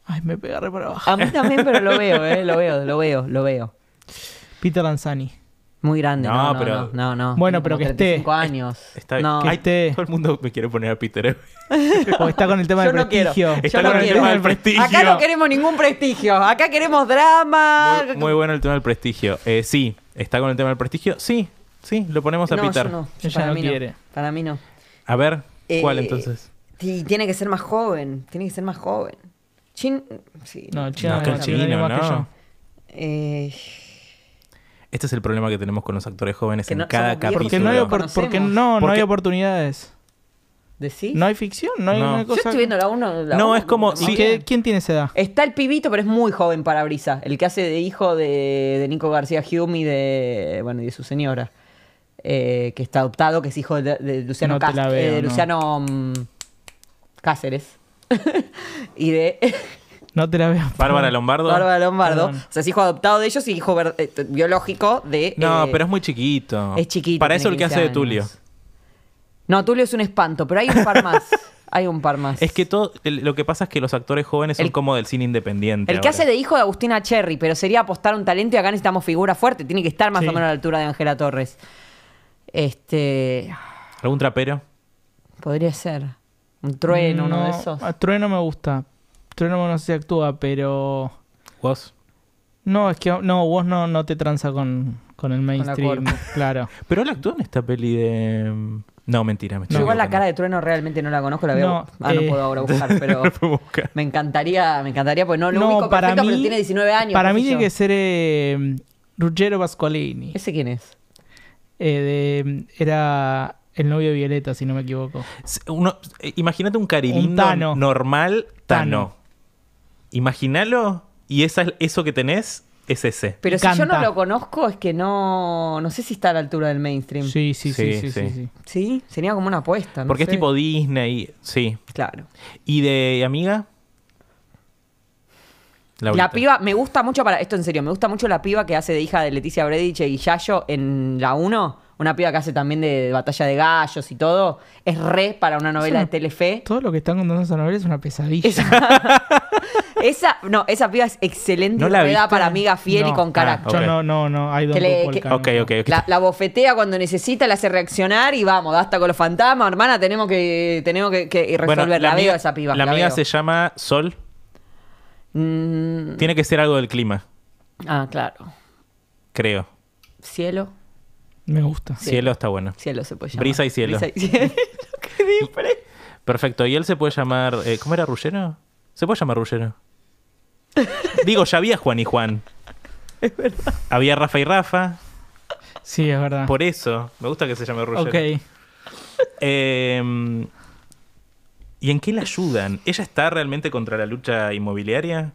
Speaker 3: Ay, me pega re para abajo.
Speaker 2: A mí también, pero lo veo, ¿eh? Lo veo, lo veo, lo veo.
Speaker 3: Peter Lanzani.
Speaker 2: Muy grande, no,
Speaker 1: No,
Speaker 2: no,
Speaker 1: pero-
Speaker 2: no, no, no.
Speaker 3: Bueno,
Speaker 2: Tiene
Speaker 3: pero
Speaker 2: como
Speaker 3: que esté.
Speaker 2: 35 años.
Speaker 1: Está
Speaker 2: no.
Speaker 1: Ay,
Speaker 3: Este-
Speaker 1: Todo el mundo me quiere poner a Peter. ¿eh? Ebbing.
Speaker 3: Porque está con el tema
Speaker 2: Yo
Speaker 3: del
Speaker 2: no quiero.
Speaker 3: prestigio.
Speaker 1: Está
Speaker 2: no
Speaker 1: con el
Speaker 2: quiero.
Speaker 1: tema del prestigio.
Speaker 2: Acá no queremos ningún prestigio. Acá queremos drama.
Speaker 1: Muy, muy bueno el tema del prestigio. Eh, sí, está con el tema del prestigio. Sí, sí, lo ponemos a
Speaker 2: no,
Speaker 1: Peter.
Speaker 2: yo no. Yo
Speaker 3: Ella
Speaker 2: para
Speaker 3: no
Speaker 2: mí
Speaker 3: quiere.
Speaker 2: Para mí no.
Speaker 1: A ver, ¿cuál
Speaker 2: Eh,
Speaker 1: entonces?
Speaker 2: Y tiene que ser más joven. Tiene que ser más joven. Chin. Sí.
Speaker 3: No, el chino
Speaker 1: No,
Speaker 3: no,
Speaker 1: que el
Speaker 3: el chino tiene
Speaker 1: chino,
Speaker 3: más que
Speaker 1: no.
Speaker 3: yo.
Speaker 2: Eh,
Speaker 1: Este es el problema que tenemos con los actores jóvenes
Speaker 2: Que
Speaker 1: en
Speaker 2: no-
Speaker 1: cada
Speaker 2: somos viejos,
Speaker 1: capítulo.
Speaker 3: Porque no, hay,
Speaker 2: lo
Speaker 3: opor-
Speaker 2: conocemos.
Speaker 3: porque no, no
Speaker 1: Porque-
Speaker 3: hay oportunidades.
Speaker 2: ¿decís?
Speaker 3: No hay ficción, no hay
Speaker 1: No.
Speaker 3: una
Speaker 2: Yo
Speaker 3: cosa.
Speaker 2: estoy viendo la 1.
Speaker 1: No, es como
Speaker 3: ¿Y
Speaker 1: Sí.
Speaker 3: qué- ¿Quién tiene esa edad?
Speaker 2: Está el pibito, pero es muy joven para Brisa. El que hace de hijo de, de Nico García Hume y de, bueno, y de su señora. Eh, que está adoptado, que es hijo de, de Luciano,
Speaker 3: No te
Speaker 2: Cas-
Speaker 3: la
Speaker 2: eh,
Speaker 3: veo,
Speaker 2: de
Speaker 3: no.
Speaker 2: Luciano mm, Cáceres. y de
Speaker 3: No te la veo.
Speaker 1: Bárbara Lombardo.
Speaker 2: Bárbara Lombardo.
Speaker 3: Perdón.
Speaker 2: O sea, es hijo adoptado de ellos y hijo ver- eh, t- biológico de...
Speaker 1: No,
Speaker 2: eh,
Speaker 1: pero es muy chiquito.
Speaker 2: Es chiquito.
Speaker 1: Para
Speaker 2: tiene
Speaker 1: eso el que
Speaker 2: 15
Speaker 1: hace de
Speaker 2: años.
Speaker 1: Tulio.
Speaker 2: No, Tulio es un espanto, pero hay un par más. Hay un par más.
Speaker 1: Es que todo el- lo que pasa es que los actores jóvenes son
Speaker 2: El-
Speaker 1: como del cine independiente.
Speaker 2: El que
Speaker 1: ahora.
Speaker 2: hace de hijo de Agustina Cherry, pero sería apostar un talento y acá necesitamos figura fuerte. Tiene que estar más
Speaker 3: Sí.
Speaker 2: o menos a la altura de Ángela Torres. Este.
Speaker 1: ¿Algún trapero?
Speaker 2: Podría ser. Un trueno, uno de
Speaker 3: No,
Speaker 2: esos.
Speaker 3: a Trueno me gusta. Trueno no sé si actúa, pero.
Speaker 1: ¿Vos?
Speaker 3: No, es que no, vos no, no te tranza con, con el
Speaker 2: la
Speaker 3: mainstream.
Speaker 2: corte.
Speaker 3: claro.
Speaker 1: Pero él actuó en esta peli de... mm, No, mentira. Me estoy
Speaker 2: Yo igual la
Speaker 1: equivocando.
Speaker 2: cara de trueno realmente no la conozco, la veo.
Speaker 3: No,
Speaker 2: ah, no
Speaker 3: eh.
Speaker 2: puedo ahora buscar, pero.
Speaker 1: No puedo buscar.
Speaker 2: Me encantaría, me encantaría, pues no lo único
Speaker 3: para
Speaker 2: perfecto,
Speaker 3: mí.
Speaker 2: pero tiene 19 años.
Speaker 3: Para
Speaker 2: qué
Speaker 3: mí
Speaker 2: sé
Speaker 3: tiene
Speaker 2: yo.
Speaker 3: que ser eh, Ruggero Pasqualini.
Speaker 2: ¿Ese quién es?
Speaker 3: Eh, de- era el novio de Violeta, si no me equivoco.
Speaker 1: S- uno- eh, Imagínate un carilindo
Speaker 3: Un Tano.
Speaker 1: normal Tano.
Speaker 3: Tano.
Speaker 1: Imagínalo y esa, eso que tenés es ese.
Speaker 2: Pero si yo no
Speaker 3: Canta.
Speaker 2: lo conozco, es que no. No sé si está a la altura del mainstream. Sí.
Speaker 3: Sí, sí, sí,
Speaker 1: Sí,
Speaker 3: sí, sí.
Speaker 1: sí.
Speaker 3: sí.
Speaker 2: sería como una apuesta, ¿no?
Speaker 1: Porque
Speaker 2: sé.
Speaker 1: es tipo Disney, sí.
Speaker 2: Claro.
Speaker 1: ¿Y de amiga? Laurita.
Speaker 2: La piba, me gusta mucho para. Esto en serio, me gusta mucho la piba que hace de hija de Leticia Bredich y Yayo en la 1. una piba que hace también de batalla de gallos y todo, es re para una novela
Speaker 3: una-
Speaker 2: de Telefe.
Speaker 3: Todo lo que están contando esa novela es una pesadilla.
Speaker 2: Esa, no, esa piba es excelente
Speaker 1: ¿No la
Speaker 2: y me da
Speaker 1: viste?
Speaker 2: para amiga fiel y
Speaker 3: No.
Speaker 2: con carácter.
Speaker 1: Ah, ok.
Speaker 3: Yo no, no, no. I don't
Speaker 2: Que le-
Speaker 3: go
Speaker 2: que-
Speaker 3: Volcano.
Speaker 1: Ok, ok, ok.
Speaker 2: La, la bofetea cuando necesita, la hace reaccionar y vamos, hasta con los fantasmas, hermana, tenemos que, tenemos que, que resolver. la,
Speaker 1: amiga-
Speaker 2: veo esa piba.
Speaker 1: La, amiga
Speaker 2: veo.
Speaker 1: se llama Sol.
Speaker 2: Mm,
Speaker 1: Tiene que ser algo del clima,
Speaker 2: ah, claro.
Speaker 1: creo.
Speaker 2: Cielo.
Speaker 3: Me gusta.
Speaker 1: Cielo está bueno.
Speaker 2: Cielo se puede llamar.
Speaker 1: Brisa y cielo.
Speaker 2: Brisa y cielo. Qué diferente.
Speaker 1: Perfecto. Y él se puede llamar. eh, ¿Cómo era Rullero? ¿Se puede llamar Rullero? Digo, ya había Juan y Juan. Había Rafa y Rafa.
Speaker 3: Sí, es verdad.
Speaker 1: Por eso. Me gusta que se llame Rullero.
Speaker 3: ok.
Speaker 1: Eh, ¿Y en qué le ayudan? ¿Ella está realmente contra la lucha inmobiliaria?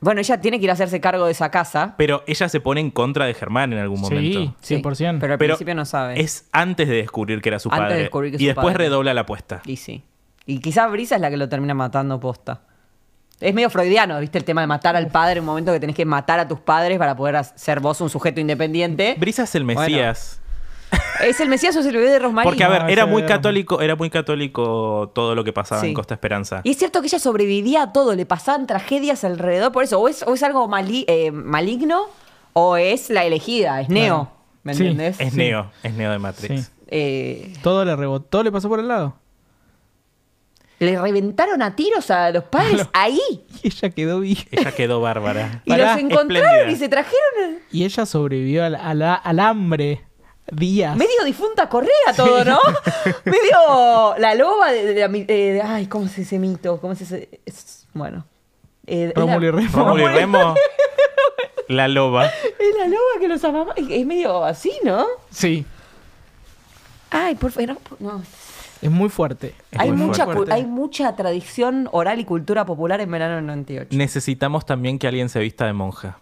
Speaker 2: Bueno, ella tiene que ir a hacerse cargo de esa casa.
Speaker 1: Pero ella se pone en contra de Germán en algún momento.
Speaker 3: Sí, 100%.
Speaker 2: Pero al
Speaker 1: Pero
Speaker 2: principio no sabe.
Speaker 1: Es antes de descubrir que era su
Speaker 2: Antes de
Speaker 1: padre.
Speaker 2: descubrir que es
Speaker 1: y
Speaker 2: su
Speaker 1: después
Speaker 2: padre.
Speaker 1: redobla la apuesta.
Speaker 2: Y sí. Y quizás Brisa es la que lo termina matando posta. Es medio freudiano, ¿viste? El tema de matar al padre, un momento que tenés que matar a tus padres para poder as- ser vos un sujeto independiente.
Speaker 1: Brisa es el Mesías.
Speaker 2: ¿Es el Mesías o es el bebé de Rosmarie?
Speaker 1: Porque, a ver,
Speaker 3: No,
Speaker 1: era
Speaker 3: ese
Speaker 1: muy
Speaker 3: era Roma.
Speaker 1: católico, era muy católico todo lo que pasaba
Speaker 2: Sí.
Speaker 1: en Costa Esperanza.
Speaker 2: Y es cierto que ella sobrevivía a todo, le pasaban tragedias alrededor por eso. O es, o es algo mali- eh, maligno o es la elegida, es Neo. ¿Me
Speaker 3: Sí.
Speaker 2: entendés?
Speaker 1: es
Speaker 3: sí.
Speaker 1: Neo, es Neo de Matrix.
Speaker 3: Sí.
Speaker 2: Eh,
Speaker 3: Todo le rebotó, todo le pasó por el lado.
Speaker 2: le reventaron a tiros a los padres ahí.
Speaker 3: Y ella quedó bien.
Speaker 1: Ella quedó bárbara.
Speaker 2: Y
Speaker 3: Pará,
Speaker 2: los encontraron
Speaker 1: espléndida.
Speaker 2: y se trajeron
Speaker 3: Y ella sobrevivió al, al- al hambre días.
Speaker 2: medio difunta correa todo, ¿no? medio la loba de, de la mi- eh, de- ay, ¿cómo se ese mito? ¿Cómo se ese- es- bueno? Eh, es la-
Speaker 3: Rómulo y Remo.
Speaker 1: Rómulo y Remo. La loba.
Speaker 2: Es la loba que los amaba. Es medio así, ¿no?
Speaker 3: Sí,
Speaker 2: Ay, por favor, no.
Speaker 3: es muy fuerte. Es
Speaker 2: Hay
Speaker 1: muy
Speaker 2: mucha,
Speaker 3: fuerte.
Speaker 2: cu- hay mucha tradición oral y cultura popular en verano del 98.
Speaker 1: Necesitamos también que alguien se vista de monja.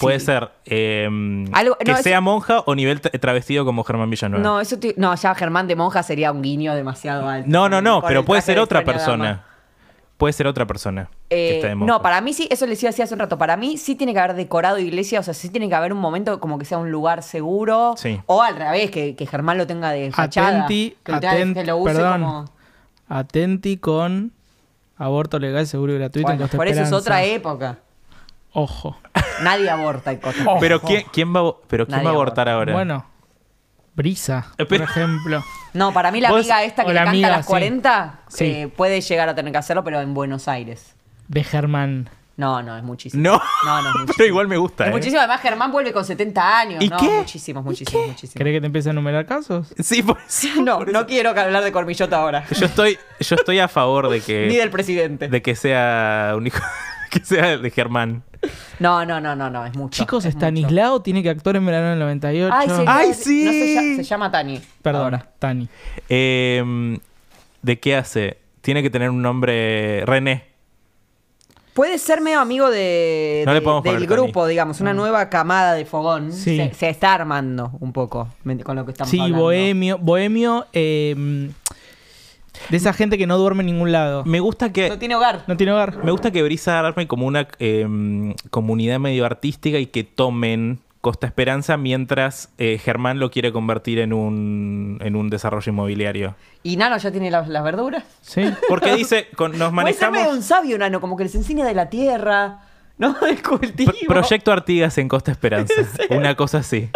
Speaker 1: Puede
Speaker 2: Sí.
Speaker 1: ser eh,
Speaker 2: Algo-
Speaker 1: que
Speaker 2: no, eso-
Speaker 1: sea monja o nivel tra- travestido como Germán Villanueva.
Speaker 2: No, eso te- no, ya Germán de Monja sería un guiño demasiado alto.
Speaker 1: No, no, no,
Speaker 2: Con
Speaker 1: pero
Speaker 2: el
Speaker 1: puede
Speaker 2: traje
Speaker 1: ser
Speaker 2: de
Speaker 1: otra
Speaker 2: Sonia
Speaker 1: persona.
Speaker 2: Dama.
Speaker 1: Puede ser otra persona. que
Speaker 2: Eh,
Speaker 1: está de monja.
Speaker 2: no, para mí sí, eso les decía hace un rato, para mí sí tiene que haber decorado iglesia, o sea, sí tiene que haber un momento como que sea un lugar seguro,
Speaker 1: Sí.
Speaker 2: o al revés, que, que Germán lo tenga de fachada,
Speaker 3: Atenti,
Speaker 2: que, lo tenga de- que
Speaker 3: atenti-
Speaker 2: lo use
Speaker 3: perdón.
Speaker 2: como...
Speaker 3: Atenti con aborto legal, seguro y gratuito en
Speaker 2: Bueno,
Speaker 3: Costa
Speaker 2: por eso es
Speaker 3: Esperanza.
Speaker 2: otra E. época.
Speaker 3: Ojo.
Speaker 2: Nadie aborta en Costa.
Speaker 1: Pero ¿quién, quién va, a- pero ¿quién
Speaker 2: Nadie
Speaker 1: va a abortar ahora?
Speaker 3: Bueno, Brisa,
Speaker 1: Eh,
Speaker 3: por
Speaker 1: pero-
Speaker 3: ejemplo.
Speaker 2: No, para mí la
Speaker 1: Vos-
Speaker 2: amiga esta
Speaker 3: o
Speaker 2: que le
Speaker 3: la
Speaker 2: canta
Speaker 3: amiga,
Speaker 2: a las
Speaker 3: sí.
Speaker 2: 40
Speaker 3: Sí.
Speaker 2: eh, puede llegar a tener que hacerlo, pero en Buenos Aires.
Speaker 3: De Germán.
Speaker 2: No, no, es muchísimo.
Speaker 1: No,
Speaker 2: no, no es muchísimo.
Speaker 1: pero igual me gusta.
Speaker 2: Es
Speaker 1: ¿eh?
Speaker 2: muchísimo, además Germán vuelve con 70 años.
Speaker 1: ¿Y
Speaker 2: no,
Speaker 1: qué?
Speaker 2: muchísimos,
Speaker 1: ¿Y
Speaker 2: muchísimos,
Speaker 1: qué?
Speaker 2: muchísimos.
Speaker 3: ¿Cree que te empiece a enumerar casos?
Speaker 1: Sí, por eso.
Speaker 2: No, no quiero que hablar de Cormillota ahora.
Speaker 1: Yo estoy, yo estoy a favor de
Speaker 2: Ni
Speaker 1: que,
Speaker 2: del presidente.
Speaker 1: Eh, de que sea un hijo, que sea de Germán.
Speaker 2: No, no, no, no, no, es mucho.
Speaker 3: Chicos,
Speaker 2: es
Speaker 3: Estanislao tiene que actuar en verano del 98.
Speaker 2: mucho. Ay, señor,
Speaker 1: Ay,
Speaker 2: no,
Speaker 1: sí.
Speaker 2: se, llama, se llama Tani.
Speaker 3: Perdón,
Speaker 2: Ahora.
Speaker 3: Tani.
Speaker 1: Eh, ¿De qué hace? Tiene que tener un nombre René.
Speaker 2: Puede ser medio amigo de,
Speaker 1: No
Speaker 2: de-
Speaker 1: le podemos
Speaker 2: del
Speaker 1: poner
Speaker 2: grupo, digamos,
Speaker 1: Mm.
Speaker 2: una nueva camada de fogón.
Speaker 3: Sí.
Speaker 2: Se, se está armando un poco me- con lo que estamos
Speaker 3: Sí,
Speaker 2: hablando.
Speaker 3: bohemio. Bohemio, eh, de esa gente que no duerme en ningún lado.
Speaker 2: Mm.
Speaker 1: Me gusta que
Speaker 2: No tiene hogar.
Speaker 3: No tiene hogar.
Speaker 1: Me gusta que Brisa arme como una eh, comunidad medio artística y que tomen Costa Esperanza mientras eh, Germán lo quiere convertir en un, en un desarrollo inmobiliario.
Speaker 2: Y Nano ya tiene las, las verduras.
Speaker 3: Sí.
Speaker 1: Porque dice, con- nos
Speaker 2: Puede ser medio un
Speaker 1: manejamos
Speaker 2: sabio, Nano, como que les enseña de la tierra, ¿no? Del cultivo.
Speaker 1: Pro- Proyecto Artigas en Costa Esperanza. una cosa así.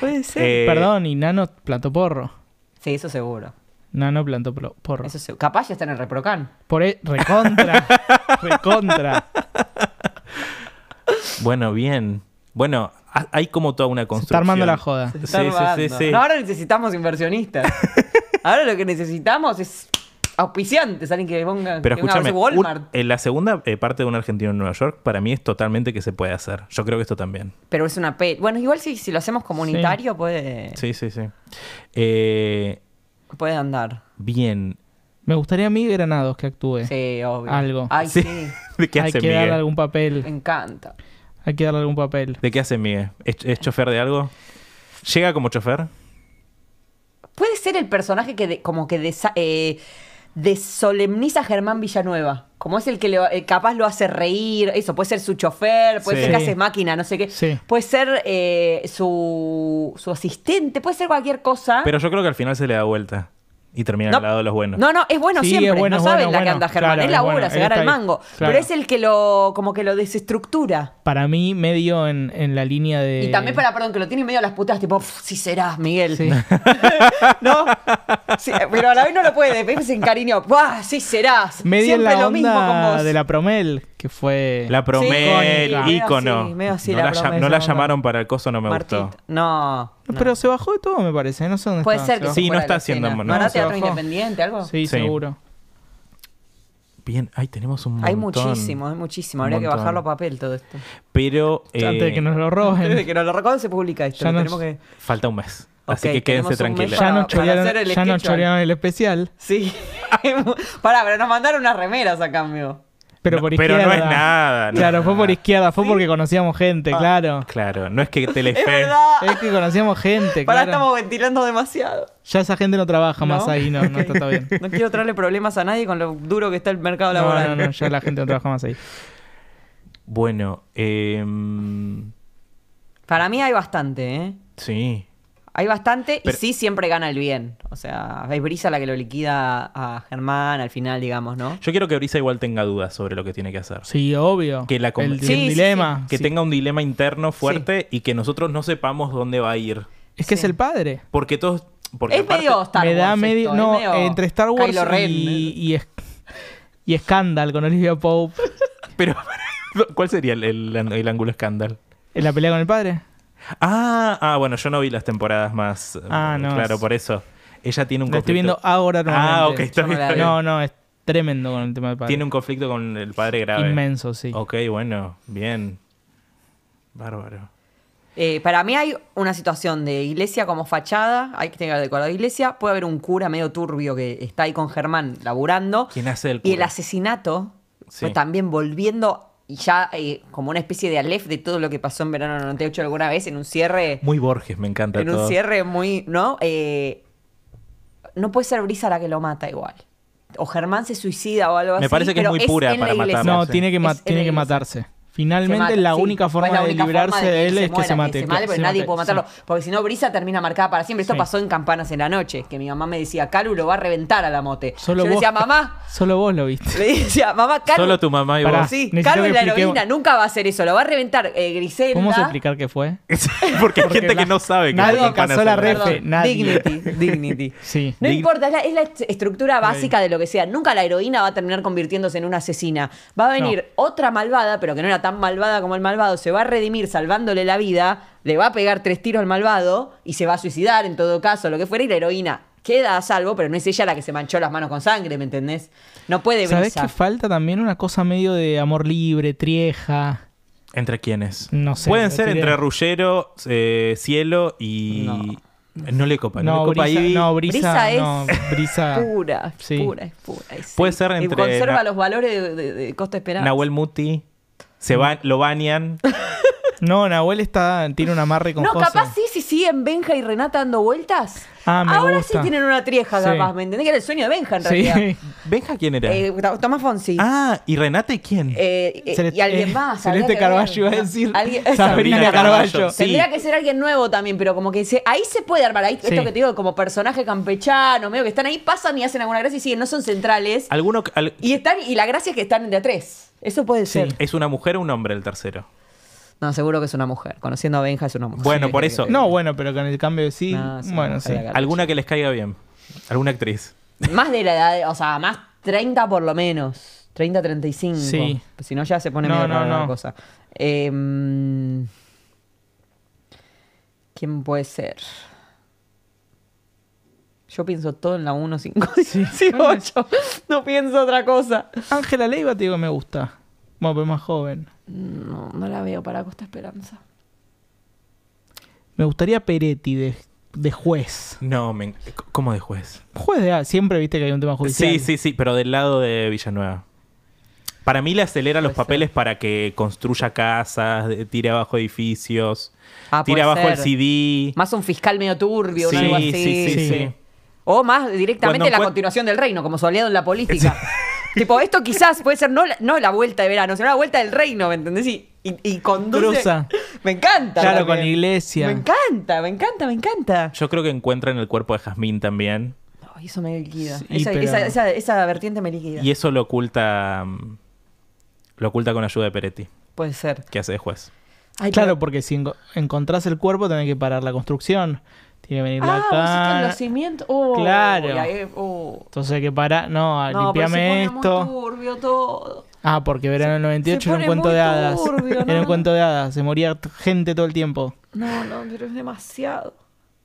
Speaker 2: Puede ser.
Speaker 1: Eh,
Speaker 3: Perdón, y Nano plantó porro.
Speaker 2: Sí, eso seguro.
Speaker 3: Nano plantó plo- porro.
Speaker 2: Eso se- Capaz ya está en el reprocan.
Speaker 3: Por e- recontra. recontra.
Speaker 1: Bueno, bien. Bueno, ha- hay como toda una
Speaker 3: Se
Speaker 1: construcción.
Speaker 3: está armando la joda.
Speaker 1: Sí,
Speaker 2: Está
Speaker 1: sí, sí,
Speaker 2: robando.
Speaker 1: sí.
Speaker 2: No, ahora necesitamos inversionistas. ahora lo que necesitamos es auspiciantes, alguien que ponga
Speaker 1: Pero
Speaker 2: que ponga,
Speaker 1: escúchame,
Speaker 2: no sé, Walmart.
Speaker 1: un- en la segunda eh, parte de un argentino en Nueva York, para mí es totalmente que se puede hacer. Yo creo que esto también.
Speaker 2: Pero es una peli. Bueno, igual si, si lo hacemos comunitario puede,
Speaker 1: Sí, sí, sí. Eh,
Speaker 2: puede andar.
Speaker 1: Bien.
Speaker 3: Me gustaría a mí Granados que actúe.
Speaker 2: Sí, obvio.
Speaker 3: Algo.
Speaker 2: Ay, sí.
Speaker 1: Sí. ¿De qué
Speaker 3: Hay
Speaker 1: hace
Speaker 3: que darle
Speaker 1: Miguel?
Speaker 3: algún
Speaker 2: Me
Speaker 3: papel.
Speaker 2: encanta.
Speaker 3: Hay que darle algún papel.
Speaker 1: ¿De qué hace Miguel? ¿Es, es chofer de algo?
Speaker 2: Ah.
Speaker 1: ¿Llega como chofer?
Speaker 2: Puede ser el personaje que de- como que desa- eh, desolemniza a Germán Villanueva. Como es el que le- eh, capaz lo hace reír, eso, puede ser su chofer, puede
Speaker 1: Sí.
Speaker 2: ser que
Speaker 3: Sí.
Speaker 2: hace máquina, no sé qué.
Speaker 3: Sí.
Speaker 2: Puede ser eh, su, su asistente, puede ser cualquier cosa.
Speaker 1: Pero yo creo que al final se le da vuelta y termina
Speaker 2: No.
Speaker 1: al lado de los buenos.
Speaker 2: No, no, es bueno
Speaker 3: Sí,
Speaker 2: siempre.
Speaker 3: es bueno,
Speaker 2: no
Speaker 3: es
Speaker 2: saben
Speaker 3: bueno,
Speaker 2: la que
Speaker 3: bueno.
Speaker 2: anda Germán.
Speaker 3: Claro,
Speaker 2: él
Speaker 3: es
Speaker 2: labura,
Speaker 3: bueno,
Speaker 2: se
Speaker 3: él
Speaker 2: gana
Speaker 3: está
Speaker 2: el
Speaker 3: ahí.
Speaker 2: mango.
Speaker 3: Claro.
Speaker 2: Pero es el que lo, como que lo desestructura.
Speaker 3: Para mí, medio en, en la línea de.
Speaker 2: Y también para, perdón, que lo tiene medio a las putas, tipo, si serás, Miguel.
Speaker 3: Sí.
Speaker 2: ¿No? Sí, pero a la vez no lo puede, pero se encariñó. ¡Buah, sí serás!
Speaker 3: medio en
Speaker 2: Siempre
Speaker 3: la
Speaker 2: lo mismo con
Speaker 3: onda
Speaker 2: vos.
Speaker 3: de la Promel, que fue.
Speaker 1: La promel,
Speaker 3: Sí,
Speaker 2: medio
Speaker 1: ícono.
Speaker 2: así, medio así
Speaker 1: no
Speaker 2: la
Speaker 1: la,
Speaker 2: promesa,
Speaker 1: llam- no la
Speaker 2: ¿no?
Speaker 1: llamaron para el coso, no me
Speaker 2: Martín.
Speaker 1: gustó.
Speaker 2: No,
Speaker 3: No,
Speaker 2: no.
Speaker 3: Pero se bajó de todo, me parece. ¿eh? No sé dónde
Speaker 2: Puede
Speaker 3: está,
Speaker 2: ser
Speaker 3: se
Speaker 2: que
Speaker 3: bajó.
Speaker 1: Sí,
Speaker 2: se
Speaker 1: no
Speaker 2: fuera
Speaker 1: está
Speaker 2: de la
Speaker 1: haciendo-
Speaker 2: escena.
Speaker 1: no,
Speaker 2: ¿Hará
Speaker 3: se
Speaker 2: teatro
Speaker 3: bajó.
Speaker 2: independiente, algo?
Speaker 3: Sí,
Speaker 1: Sí.
Speaker 3: seguro.
Speaker 1: Bien, ahí tenemos un montón.
Speaker 2: Hay muchísimo, hay muchísimo.
Speaker 1: Un
Speaker 2: Habría que
Speaker 1: montón.
Speaker 2: bajarlo a papel todo esto.
Speaker 1: Pero eh,
Speaker 3: Antes de que nos lo
Speaker 2: Desde
Speaker 3: roben.
Speaker 2: que nos lo recuerden se publica esto.
Speaker 3: Ya
Speaker 2: lo
Speaker 3: nos-
Speaker 2: tenemos que...
Speaker 1: falta un mes. Así
Speaker 2: Ok,
Speaker 1: que quédense
Speaker 2: tenemos un
Speaker 1: tranquilos.
Speaker 2: mes para-
Speaker 3: Ya nos
Speaker 2: para
Speaker 3: chorearon
Speaker 2: hacer el
Speaker 3: ya nos
Speaker 2: sketch hoy.
Speaker 3: chorearon el especial.
Speaker 2: Sí. Pará, pero nos mandaron unas remeras a cambio.
Speaker 3: Pero
Speaker 1: No,
Speaker 3: por
Speaker 1: pero
Speaker 3: izquierda.
Speaker 1: no es nada, no
Speaker 3: Claro,
Speaker 1: es
Speaker 3: fue por
Speaker 1: nada. Ah.
Speaker 3: izquierda, fue porque conocíamos gente, claro.
Speaker 1: Claro, no es que
Speaker 2: Es
Speaker 1: Telefe.
Speaker 2: verdad.
Speaker 3: Es que conocíamos gente,
Speaker 2: Pará,
Speaker 3: claro.
Speaker 2: estamos ventilando demasiado.
Speaker 3: Ya esa gente no trabaja más
Speaker 2: ¿No?
Speaker 3: ahí, no, no está, está bien.
Speaker 2: No quiero traerle problemas a nadie con lo duro que está el mercado
Speaker 3: No,
Speaker 2: laboral.
Speaker 3: no, no, ya la gente no trabaja más ahí.
Speaker 1: bueno, em,
Speaker 2: Para mí hay bastante, ¿eh?
Speaker 1: sí.
Speaker 2: Hay bastante
Speaker 1: Pero-
Speaker 2: y sí siempre gana el bien. O sea, es Brisa la que lo liquida a Germán al final, digamos, ¿no?
Speaker 1: Yo quiero que Brisa igual tenga dudas sobre lo que tiene que hacer.
Speaker 3: Sí, obvio.
Speaker 1: Que la com-
Speaker 3: el,
Speaker 1: Sí,
Speaker 3: el
Speaker 2: sí,
Speaker 3: dilema.
Speaker 1: Que
Speaker 3: sí.
Speaker 1: tenga un dilema interno fuerte y que nosotros no sepamos dónde va a ir.
Speaker 3: Es que es
Speaker 2: Sí.
Speaker 3: el padre.
Speaker 1: Porque todos. Porque
Speaker 2: es
Speaker 1: aparte-
Speaker 2: medio Star
Speaker 3: me da
Speaker 2: Wars
Speaker 3: medio.
Speaker 2: esto, es
Speaker 3: no,
Speaker 2: medio
Speaker 3: entre Star Wars
Speaker 2: Kylo Ren. ¿eh?
Speaker 3: y, y, es- y Scandal con Olivia Pope.
Speaker 1: Pero, ¿cuál sería el, el- el ángulo escándalo?
Speaker 3: ¿En la pelea con el padre?
Speaker 1: Ah, ah, bueno, yo no vi las temporadas más. eh,
Speaker 3: Ah, no,
Speaker 1: Claro,
Speaker 3: es-
Speaker 1: por eso. Ella tiene un
Speaker 3: Lo estoy
Speaker 1: conflicto.
Speaker 3: viendo ahora normalmente.
Speaker 1: ah, ok, está
Speaker 2: Yo no
Speaker 1: bien.
Speaker 2: la
Speaker 1: está
Speaker 2: vi.
Speaker 1: bien.
Speaker 3: No, no, es tremendo con el tema del padre.
Speaker 1: Tiene un conflicto con el padre grave.
Speaker 3: Inmenso, sí.
Speaker 1: Ok, bueno, bien. Bárbaro.
Speaker 2: Eh, para mí hay una situación de iglesia como fachada, hay que tener decorado de iglesia, puede haber un cura medio turbio que está ahí con Germán laburando.
Speaker 1: ¿Quién hace el
Speaker 2: Y el
Speaker 1: cura?
Speaker 2: asesinato
Speaker 1: Sí.
Speaker 2: fue también volviendo y ya eh, como una especie de alef de todo lo que pasó en verano 98 alguna vez en un cierre,
Speaker 1: Muy Borges, me encanta
Speaker 2: en
Speaker 1: todo.
Speaker 2: un cierre muy, ¿no? Eh, no puede ser Brisa la que lo mata igual. O Germán se suicida o algo así.
Speaker 1: Me parece que es
Speaker 2: pero
Speaker 1: muy pura
Speaker 2: en la
Speaker 1: para
Speaker 2: iglesia.
Speaker 1: matarlo.
Speaker 3: No,
Speaker 1: Sí.
Speaker 3: tiene que, ma-
Speaker 2: Es-
Speaker 3: tiene
Speaker 2: él
Speaker 3: que
Speaker 2: es-
Speaker 3: matarse.
Speaker 2: Se
Speaker 3: finalmente,
Speaker 2: mata,
Speaker 3: la
Speaker 2: sí.
Speaker 3: única
Speaker 2: No es
Speaker 3: forma
Speaker 2: la
Speaker 3: de
Speaker 2: única
Speaker 3: librarse
Speaker 2: forma
Speaker 3: de él es que
Speaker 2: muera,
Speaker 3: se mate.
Speaker 2: se
Speaker 3: claro,
Speaker 2: mate, porque
Speaker 3: se
Speaker 2: nadie
Speaker 3: mate,
Speaker 2: puede
Speaker 3: sí.
Speaker 2: matarlo. Porque si no, Brisa termina marcada para siempre. Esto
Speaker 3: Sí.
Speaker 2: pasó en Campanas en la Noche, que mi mamá me decía, Calu lo va a reventar a la mote. Yo
Speaker 3: Solo
Speaker 2: le
Speaker 3: vos,
Speaker 2: decía, mamá,
Speaker 3: Solo vos lo viste.
Speaker 2: le decía, mamá, Calu.
Speaker 1: Solo tu mamá y
Speaker 3: Pará.
Speaker 1: vos.
Speaker 2: Sí,
Speaker 3: Necesito
Speaker 2: Calu
Speaker 3: que
Speaker 2: es la
Speaker 3: expliquemos-
Speaker 2: heroína, nunca va a hacer eso, lo va a reventar eh, Griselda.
Speaker 3: ¿Podemos explicar qué fue?
Speaker 1: Porque hay
Speaker 3: Porque
Speaker 1: gente
Speaker 3: la-
Speaker 1: que no sabe que
Speaker 3: nadie
Speaker 1: las campanas
Speaker 3: cazó la
Speaker 1: son
Speaker 3: refe,
Speaker 1: raras.
Speaker 2: Perdón,
Speaker 3: nadie.
Speaker 2: Dignity, dignity.
Speaker 3: Sí.
Speaker 2: No
Speaker 1: Dig-
Speaker 2: importa, es la, es la est- estructura básica de lo que sea. Nunca la heroína va a terminar convirtiéndose en una asesina. Va a venir otra malvada, pero que no era tan malvada como el malvado, se va a redimir salvándole la vida, le va a pegar tres tiros al malvado y se va a suicidar en todo caso, lo que fuera, y la heroína queda a salvo, pero no es ella la que se manchó las manos con sangre, ¿me entendés? No puede
Speaker 3: ¿Sabés
Speaker 2: brisa.
Speaker 3: que falta también una cosa medio de amor libre, trieja?
Speaker 1: ¿Entre quiénes?
Speaker 3: No sé,
Speaker 1: Pueden
Speaker 3: lo
Speaker 1: ser
Speaker 3: tiré.
Speaker 1: entre Rullero, eh, Cielo y. No, le copa. No,
Speaker 3: No,
Speaker 1: le copa
Speaker 3: brisa,
Speaker 1: ahí.
Speaker 3: no, brisa,
Speaker 2: Brisa es
Speaker 3: no, brisa.
Speaker 2: Pura, es
Speaker 3: Sí.
Speaker 2: pura, es pura. es-
Speaker 1: Puede ser
Speaker 2: y
Speaker 1: entre
Speaker 2: Conserva
Speaker 1: Na-
Speaker 2: los valores de, de- de Costa Esperanza.
Speaker 1: Nahuel Muti. Se
Speaker 3: Mm.
Speaker 1: va, lo bañan.
Speaker 3: No, Nahuel está, tiene un amarre con
Speaker 2: No,
Speaker 3: José.
Speaker 2: capaz sí, sí, sí, en Benja y Renata dando vueltas.
Speaker 3: Ah, me
Speaker 2: Ahora
Speaker 3: gusta.
Speaker 2: sí tienen una trieja,
Speaker 3: Sí.
Speaker 2: capaz, ¿me entendés? Que era el sueño de Benja, en realidad.
Speaker 3: Sí.
Speaker 1: ¿Benja quién era?
Speaker 2: Eh, Ta- Tomás Fonsi.
Speaker 1: ah, ¿y Renate quién?
Speaker 2: Eh, eh,
Speaker 3: Celeste-
Speaker 2: y alguien
Speaker 3: eh,
Speaker 2: más.
Speaker 3: Celeste
Speaker 2: habría que ver.
Speaker 3: Carballo iba a decir.
Speaker 2: Alguien-
Speaker 3: Sabrina
Speaker 1: Sabrina
Speaker 3: Carballo.
Speaker 1: Carballo. Sí.
Speaker 2: Tendría que ser alguien nuevo también, pero como que se- ahí se puede armar. Ahí,
Speaker 3: Sí.
Speaker 2: Esto que te digo, como personaje campechano, medio que están ahí, pasan y hacen alguna gracia y siguen, no son centrales.
Speaker 1: ¿Alguno, que- al-
Speaker 2: Y están y la gracia es que están de a tres. Eso puede
Speaker 3: Sí.
Speaker 2: ser.
Speaker 1: ¿Es una mujer o un hombre el tercero?
Speaker 2: No, seguro que es una mujer. Conociendo a Benja es una mujer.
Speaker 1: Bueno, por
Speaker 2: que-
Speaker 1: eso.
Speaker 3: No, bueno, pero con el cambio de sí.
Speaker 2: No, sí,
Speaker 3: bueno,
Speaker 2: no,
Speaker 3: sí.
Speaker 2: ojalá. Carballo.
Speaker 1: ¿Alguna que les caiga bien? ¿Alguna actriz?
Speaker 2: Más de la edad, de- o sea, más 30 por lo menos. 30, 35.
Speaker 3: Sí.
Speaker 2: Si no, ya se pone
Speaker 3: No,
Speaker 2: medio
Speaker 3: no,
Speaker 2: rara la
Speaker 3: no.
Speaker 2: cosa. Em, ¿Quién puede ser? Yo pienso todo en la 1, 5, 18. No pienso otra cosa.
Speaker 3: Ángela Leiva te digo que me gusta. Bueno, pero más joven.
Speaker 2: No, no la veo para Costa Esperanza.
Speaker 3: Me gustaría Peretti de, de juez.
Speaker 1: No, me, ¿cómo de juez?
Speaker 3: Juez de... Siempre viste que hay un tema judicial.
Speaker 1: Sí, sí, sí, pero del lado de Villanueva. Para mí le acelera los papeles para que construya casas, de- tire abajo edificios,
Speaker 2: Ah,
Speaker 1: tire
Speaker 2: puede
Speaker 1: abajo el
Speaker 2: ser.
Speaker 1: CD.
Speaker 2: Más un fiscal medio turbio, o
Speaker 1: sí,
Speaker 2: algo así.
Speaker 1: sí, sí,
Speaker 3: Sí.
Speaker 1: sí.
Speaker 2: O más directamente
Speaker 1: Cuando
Speaker 2: la
Speaker 1: encuent-
Speaker 2: continuación del reino, como soleado en la política. tipo, esto quizás puede ser no la, no la vuelta de verano, sino la vuelta del reino, ¿me entendés? Y, y, y conduce.
Speaker 3: Cruza.
Speaker 2: Me encanta.
Speaker 3: Claro,
Speaker 2: también.
Speaker 3: con iglesia.
Speaker 2: Me encanta, me encanta, me encanta.
Speaker 1: Yo creo que encuentran el cuerpo de Jazmín también.
Speaker 2: Ay, eso me liquida.
Speaker 3: Sí,
Speaker 2: esa,
Speaker 3: pero-
Speaker 2: esa, esa- esa vertiente me liquida.
Speaker 1: Y eso lo oculta. mm, Lo oculta con ayuda de Peretti,
Speaker 2: Puede ser.
Speaker 1: que hace de juez.
Speaker 2: Ay,
Speaker 3: Claro,
Speaker 2: pero-
Speaker 3: porque si enco- encontrás el cuerpo tenés que parar la construcción. Tiene que venir
Speaker 2: Ah,
Speaker 3: la
Speaker 2: vos decís que en
Speaker 3: cara.
Speaker 2: los cimientos. Oh,
Speaker 3: Claro.
Speaker 2: y ahí- oh.
Speaker 3: Entonces hay que parar. No, ah,
Speaker 2: No, pero se
Speaker 3: limpiame
Speaker 2: pone
Speaker 3: esto.
Speaker 2: Muy turbio todo.
Speaker 3: Ah, porque verano del 98
Speaker 2: se
Speaker 3: era un
Speaker 2: pone
Speaker 3: cuento
Speaker 2: muy
Speaker 3: de hadas.
Speaker 2: turbio,
Speaker 3: Era un
Speaker 2: ¿no?
Speaker 3: cuento de hadas. Se moría t- gente todo el tiempo.
Speaker 2: No, no, pero es demasiado.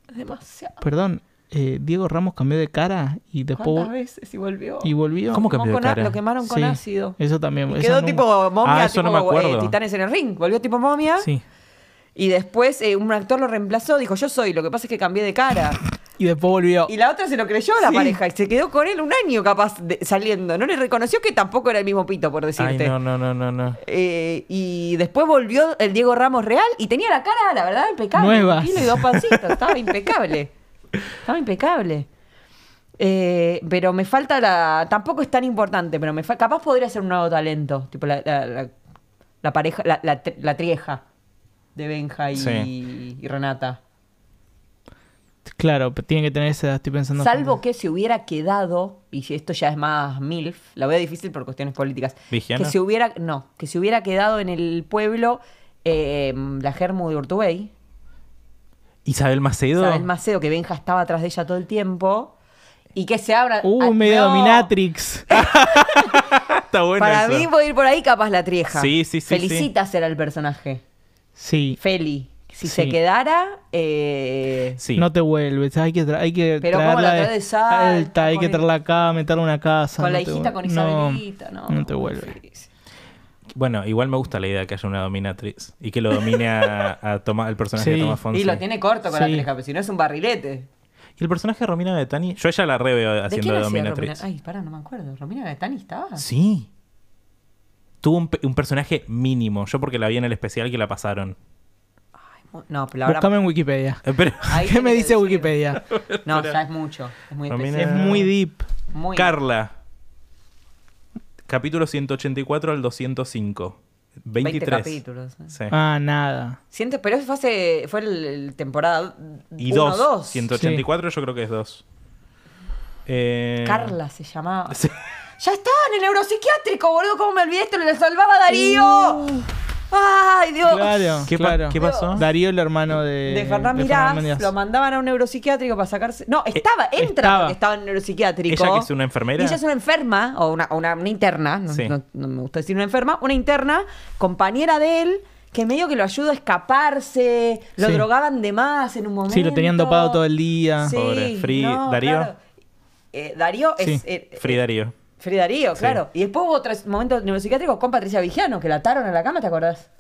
Speaker 2: Es demasiado.
Speaker 3: Perdón, eh, Diego Ramos cambió de cara y después.
Speaker 2: ¿Cuántas veces y volvió?
Speaker 3: Y volvió.
Speaker 1: ¿Cómo cambió de
Speaker 2: Con a-
Speaker 1: cara?
Speaker 2: Lo quemaron con
Speaker 3: Sí,
Speaker 2: ácido.
Speaker 3: Eso también.
Speaker 2: Y
Speaker 3: eso
Speaker 2: quedó
Speaker 3: nunca-
Speaker 2: tipo momia,
Speaker 1: Ah, eso
Speaker 2: tipo
Speaker 1: no me acuerdo.
Speaker 2: eh, Titanes en el ring. Volvió tipo momia.
Speaker 1: Sí.
Speaker 2: Y después eh, un actor lo reemplazó. Dijo, yo soy. Lo que pasa es que cambié de cara.
Speaker 3: Y después volvió.
Speaker 2: Y la otra se lo creyó a la
Speaker 3: Sí.
Speaker 2: pareja. Y se quedó con él un año capaz de- saliendo. No le reconoció que tampoco era el mismo pito, por
Speaker 1: Ay,
Speaker 2: decirte.
Speaker 1: no, no, no, no, no.
Speaker 2: Eh, y después volvió el Diego Ramos Real y tenía la cara, la verdad, impecable.
Speaker 3: Nueva.
Speaker 2: Un kilo y dos pancitos. Estaba impecable. Estaba impecable. Eh, pero me falta la. Tampoco es tan importante, pero me fa- capaz podría ser un nuevo talento. Tipo la, la- la- la pareja, la, la tri- la trieja de Benja y,
Speaker 1: Sí.
Speaker 2: y Renata.
Speaker 3: Claro, pero tiene que tener esa edad, estoy pensando.
Speaker 2: Salvo que se hubiera quedado, y si esto ya es más MILF, la veo difícil por cuestiones políticas.
Speaker 1: ¿Vigiana?
Speaker 2: Que se hubiera, no, que se hubiera quedado en el pueblo eh, la Germu de Urtubey,
Speaker 1: Isabel Macedo.
Speaker 2: Isabel Macedo, que Benja estaba atrás de ella todo el tiempo, y que se abra.
Speaker 3: Uh,
Speaker 2: ah,
Speaker 3: medio
Speaker 2: no.
Speaker 3: dominatrix.
Speaker 1: Está bueno.
Speaker 2: Para
Speaker 1: eso.
Speaker 2: mí puede ir por ahí capaz la trieja.
Speaker 1: Sí, sí, sí,
Speaker 2: Felicita será el personaje.
Speaker 3: Sí.
Speaker 2: Feli. Si
Speaker 3: Sí.
Speaker 2: se quedara, eh,
Speaker 1: Sí.
Speaker 3: No te vuelves, hay que, tra- hay que
Speaker 2: Pero ¿cómo
Speaker 3: traerla
Speaker 2: la
Speaker 3: de-
Speaker 2: traes de Salta,
Speaker 3: Salta, hay que
Speaker 2: con-
Speaker 3: traerla acá, meterla en una casa.
Speaker 2: con la
Speaker 3: no te
Speaker 2: hijita
Speaker 3: vuel-
Speaker 2: con
Speaker 3: no,
Speaker 2: Isabelita, no.
Speaker 3: No te vuelve.
Speaker 2: Sí, sí.
Speaker 1: Bueno, igual me gusta la idea de que haya una dominatriz y que lo domine a, a Toma- al personaje
Speaker 3: Sí.
Speaker 1: de Tomás Fonsi.
Speaker 2: Y lo tiene corto con la
Speaker 3: Sí.
Speaker 2: trieja, pero si no es un barrilete.
Speaker 1: Y el personaje de Romina Betani, yo a ella la re veo haciendo de
Speaker 2: hacía
Speaker 1: dominatriz.
Speaker 2: Romina? Ay, ah. pará, no me acuerdo. ¿Romina Gaetani estaba?
Speaker 1: Sí. Tuvo un, pe- un personaje mínimo. Yo porque la vi en el especial que la pasaron.
Speaker 2: No, pero la verdad-
Speaker 3: Buscame en Wikipedia.
Speaker 1: Eh, Pero
Speaker 2: Ahí
Speaker 3: ¿Qué
Speaker 2: tiene
Speaker 3: me
Speaker 2: que
Speaker 3: dice
Speaker 2: decir.
Speaker 3: Wikipedia?
Speaker 2: No, ya es mucho. Es muy
Speaker 1: Romina-
Speaker 2: especial.
Speaker 3: es muy deep.
Speaker 2: Muy...
Speaker 1: Carla. Capítulo 184 al 205. 23.
Speaker 2: 20 capítulos. eh.
Speaker 1: Sí.
Speaker 3: Ah, nada.
Speaker 2: Siento- pero eso fue, hace, fue el, el temporada
Speaker 1: y
Speaker 2: 1
Speaker 1: 2.
Speaker 2: 2.
Speaker 1: 184 yo creo que es 2. Eh,
Speaker 2: Carla se llamaba.
Speaker 1: sí.
Speaker 2: Ya está, en el neuropsiquiátrico, boludo. ¿Cómo me olvidé esto? Le salvaba Darío. Ay, Dios.
Speaker 3: Claro,
Speaker 1: ¿Qué, pa-
Speaker 3: claro.
Speaker 1: qué pasó?
Speaker 3: Darío, el hermano de,
Speaker 2: De Fernán
Speaker 3: de
Speaker 2: Mirás,
Speaker 3: Mirás.
Speaker 2: lo mandaban a un neuropsiquiátrico para sacarse. No, estaba, entra
Speaker 3: estaba.
Speaker 2: porque estaba en neuropsiquiátrico.
Speaker 1: ¿Ella que es una enfermera?
Speaker 2: Y ella es una enferma, o una, o una- una interna, no,
Speaker 1: Sí.
Speaker 2: no- no me gusta decir una enferma, una interna, compañera de él, que medio que lo ayuda a escaparse, lo
Speaker 3: Sí.
Speaker 2: drogaban de más en un momento.
Speaker 3: Sí, lo tenían dopado todo el día.
Speaker 2: Sí,
Speaker 1: Pobre Fri-
Speaker 2: no,
Speaker 1: Darío.
Speaker 2: claro. Eh, Darío es.
Speaker 3: Sí,
Speaker 2: eh, eh,
Speaker 1: Free Darío.
Speaker 2: Fri Darío,
Speaker 1: Sí.
Speaker 2: claro. Y después hubo otros momentos neuropsiquiátricos con Patricia Vigiano, que la ataron a la cama, ¿te acordás?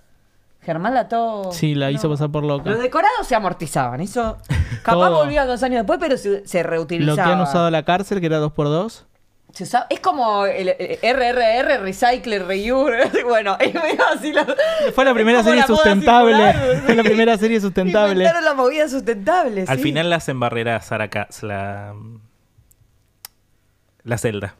Speaker 2: Germán la ató.
Speaker 3: Sí, la hizo pasar por loca.
Speaker 2: Los decorados se amortizaban, eso. Capaz
Speaker 3: Todo.
Speaker 2: volvía dos años después, pero se, se
Speaker 3: Lo
Speaker 2: reutilizaba.
Speaker 3: que han usado la cárcel, que era 2x2.
Speaker 2: Se usa- Es como el, el RRR, Recycle, Reuse. Bueno, es medio así. lo-
Speaker 3: Fue la
Speaker 2: es
Speaker 3: primera
Speaker 2: como
Speaker 3: serie
Speaker 2: la moda
Speaker 3: sustentable.
Speaker 2: circular,
Speaker 3: Fue la
Speaker 2: sí.
Speaker 3: primera serie sustentable.
Speaker 2: Inventaron la movida sustentable.
Speaker 1: Al
Speaker 2: Eh, sí.
Speaker 1: final las embarrera Sara Katz, la. La celda.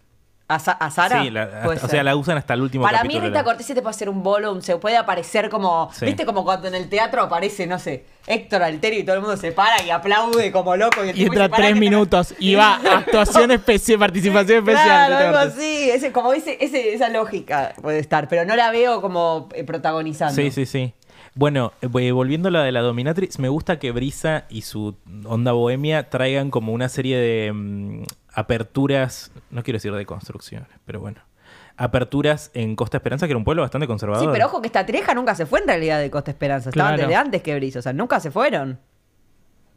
Speaker 2: A, Sa- a Sara.
Speaker 1: Sí, la-
Speaker 2: puede
Speaker 1: o
Speaker 2: ser.
Speaker 1: sea, la usan hasta el último
Speaker 2: Para mí,
Speaker 1: capítulo.
Speaker 2: Rita
Speaker 1: de la-
Speaker 2: Cortés se te puede hacer un bolo, un- se puede aparecer como.
Speaker 1: Sí.
Speaker 2: ¿Viste? Como cuando en el teatro aparece, no sé, Héctor Alterio y todo el mundo se para y aplaude como loco. Y, el
Speaker 3: Y
Speaker 2: tipo
Speaker 3: entra
Speaker 2: dice, "Pará,
Speaker 3: tres
Speaker 2: que te-
Speaker 3: minutos y va actuación especial, participación especial.
Speaker 2: Claro,
Speaker 3: Rita
Speaker 2: algo
Speaker 3: Cortés.
Speaker 2: así. Ese, como ese, ese- esa lógica puede estar, pero no la veo como eh, protagonizando.
Speaker 1: Sí, sí, sí. Bueno, eh, voy- volviendo a la de la Dominatrix, me gusta que Brisa y su onda bohemia traigan como una serie de mm, aperturas, no quiero decir de construcciones, pero bueno. Aperturas en Costa Esperanza, que era un pueblo bastante conservador.
Speaker 2: Sí, pero ojo que esta treja nunca se fue en realidad de Costa Esperanza. Estaban
Speaker 3: Claro. Pues
Speaker 2: desde antes que Brizo. O sea, nunca se fueron.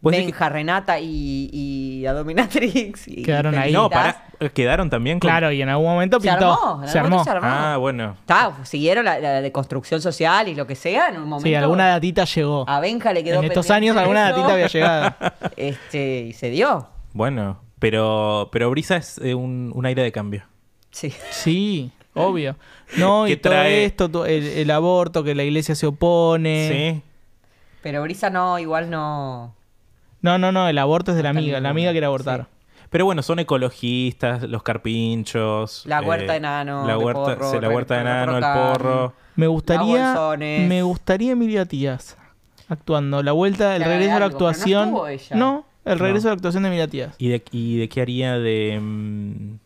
Speaker 1: Vos decís
Speaker 2: Benja, Renata y, y la Dominatrix. y
Speaker 3: Quedaron ahí.
Speaker 1: que-
Speaker 2: Felicitas.
Speaker 1: No, pará, eh, quedaron también con-
Speaker 3: Claro, y en algún momento
Speaker 2: Se
Speaker 3: pintó.
Speaker 2: armó. en
Speaker 3: se
Speaker 2: algún momento
Speaker 3: armó.
Speaker 2: Se armó.
Speaker 1: Ah, bueno.
Speaker 2: Está, siguieron la, la de construcción social y lo que sea en un momento.
Speaker 3: Sí, alguna datita llegó.
Speaker 2: A Benja le quedó
Speaker 3: En estos
Speaker 2: pendiente
Speaker 3: años alguna
Speaker 2: eso.
Speaker 3: datita había llegado.
Speaker 2: Este, y se dio.
Speaker 1: Bueno, pero, pero Brisa es eh, un, un aire de cambio.
Speaker 2: Sí.
Speaker 3: Sí, obvio. No, y
Speaker 1: Que
Speaker 3: todo
Speaker 1: trae-
Speaker 3: esto, to- el, el aborto, que la iglesia se
Speaker 1: Sí.
Speaker 3: opone.
Speaker 2: Pero Brisa no, igual no.
Speaker 3: No, no, no, el aborto es de la
Speaker 2: Está
Speaker 3: amiga, la
Speaker 2: ninguna,
Speaker 3: amiga quiere abortar.
Speaker 1: Pero bueno, son ecologistas, los carpinchos. eh,
Speaker 2: La huerta de nano,
Speaker 1: La
Speaker 2: el
Speaker 1: huerta,
Speaker 2: porro,
Speaker 1: sí, la
Speaker 2: el
Speaker 1: huerta de
Speaker 2: perro
Speaker 1: nano, el
Speaker 2: Roca.
Speaker 1: porro.
Speaker 3: Me gustaría,
Speaker 2: Bolsones.
Speaker 3: me gustaría Emilia Tías actuando. La vuelta, el
Speaker 2: Le
Speaker 3: regreso a
Speaker 2: agregué
Speaker 3: la
Speaker 2: algo, pero no
Speaker 3: actuación.
Speaker 2: estuvo ella.
Speaker 3: No, el
Speaker 1: No.
Speaker 3: regreso a la actuación de Emilia Tías.
Speaker 1: ¿Y de, y de qué haría de.? mm,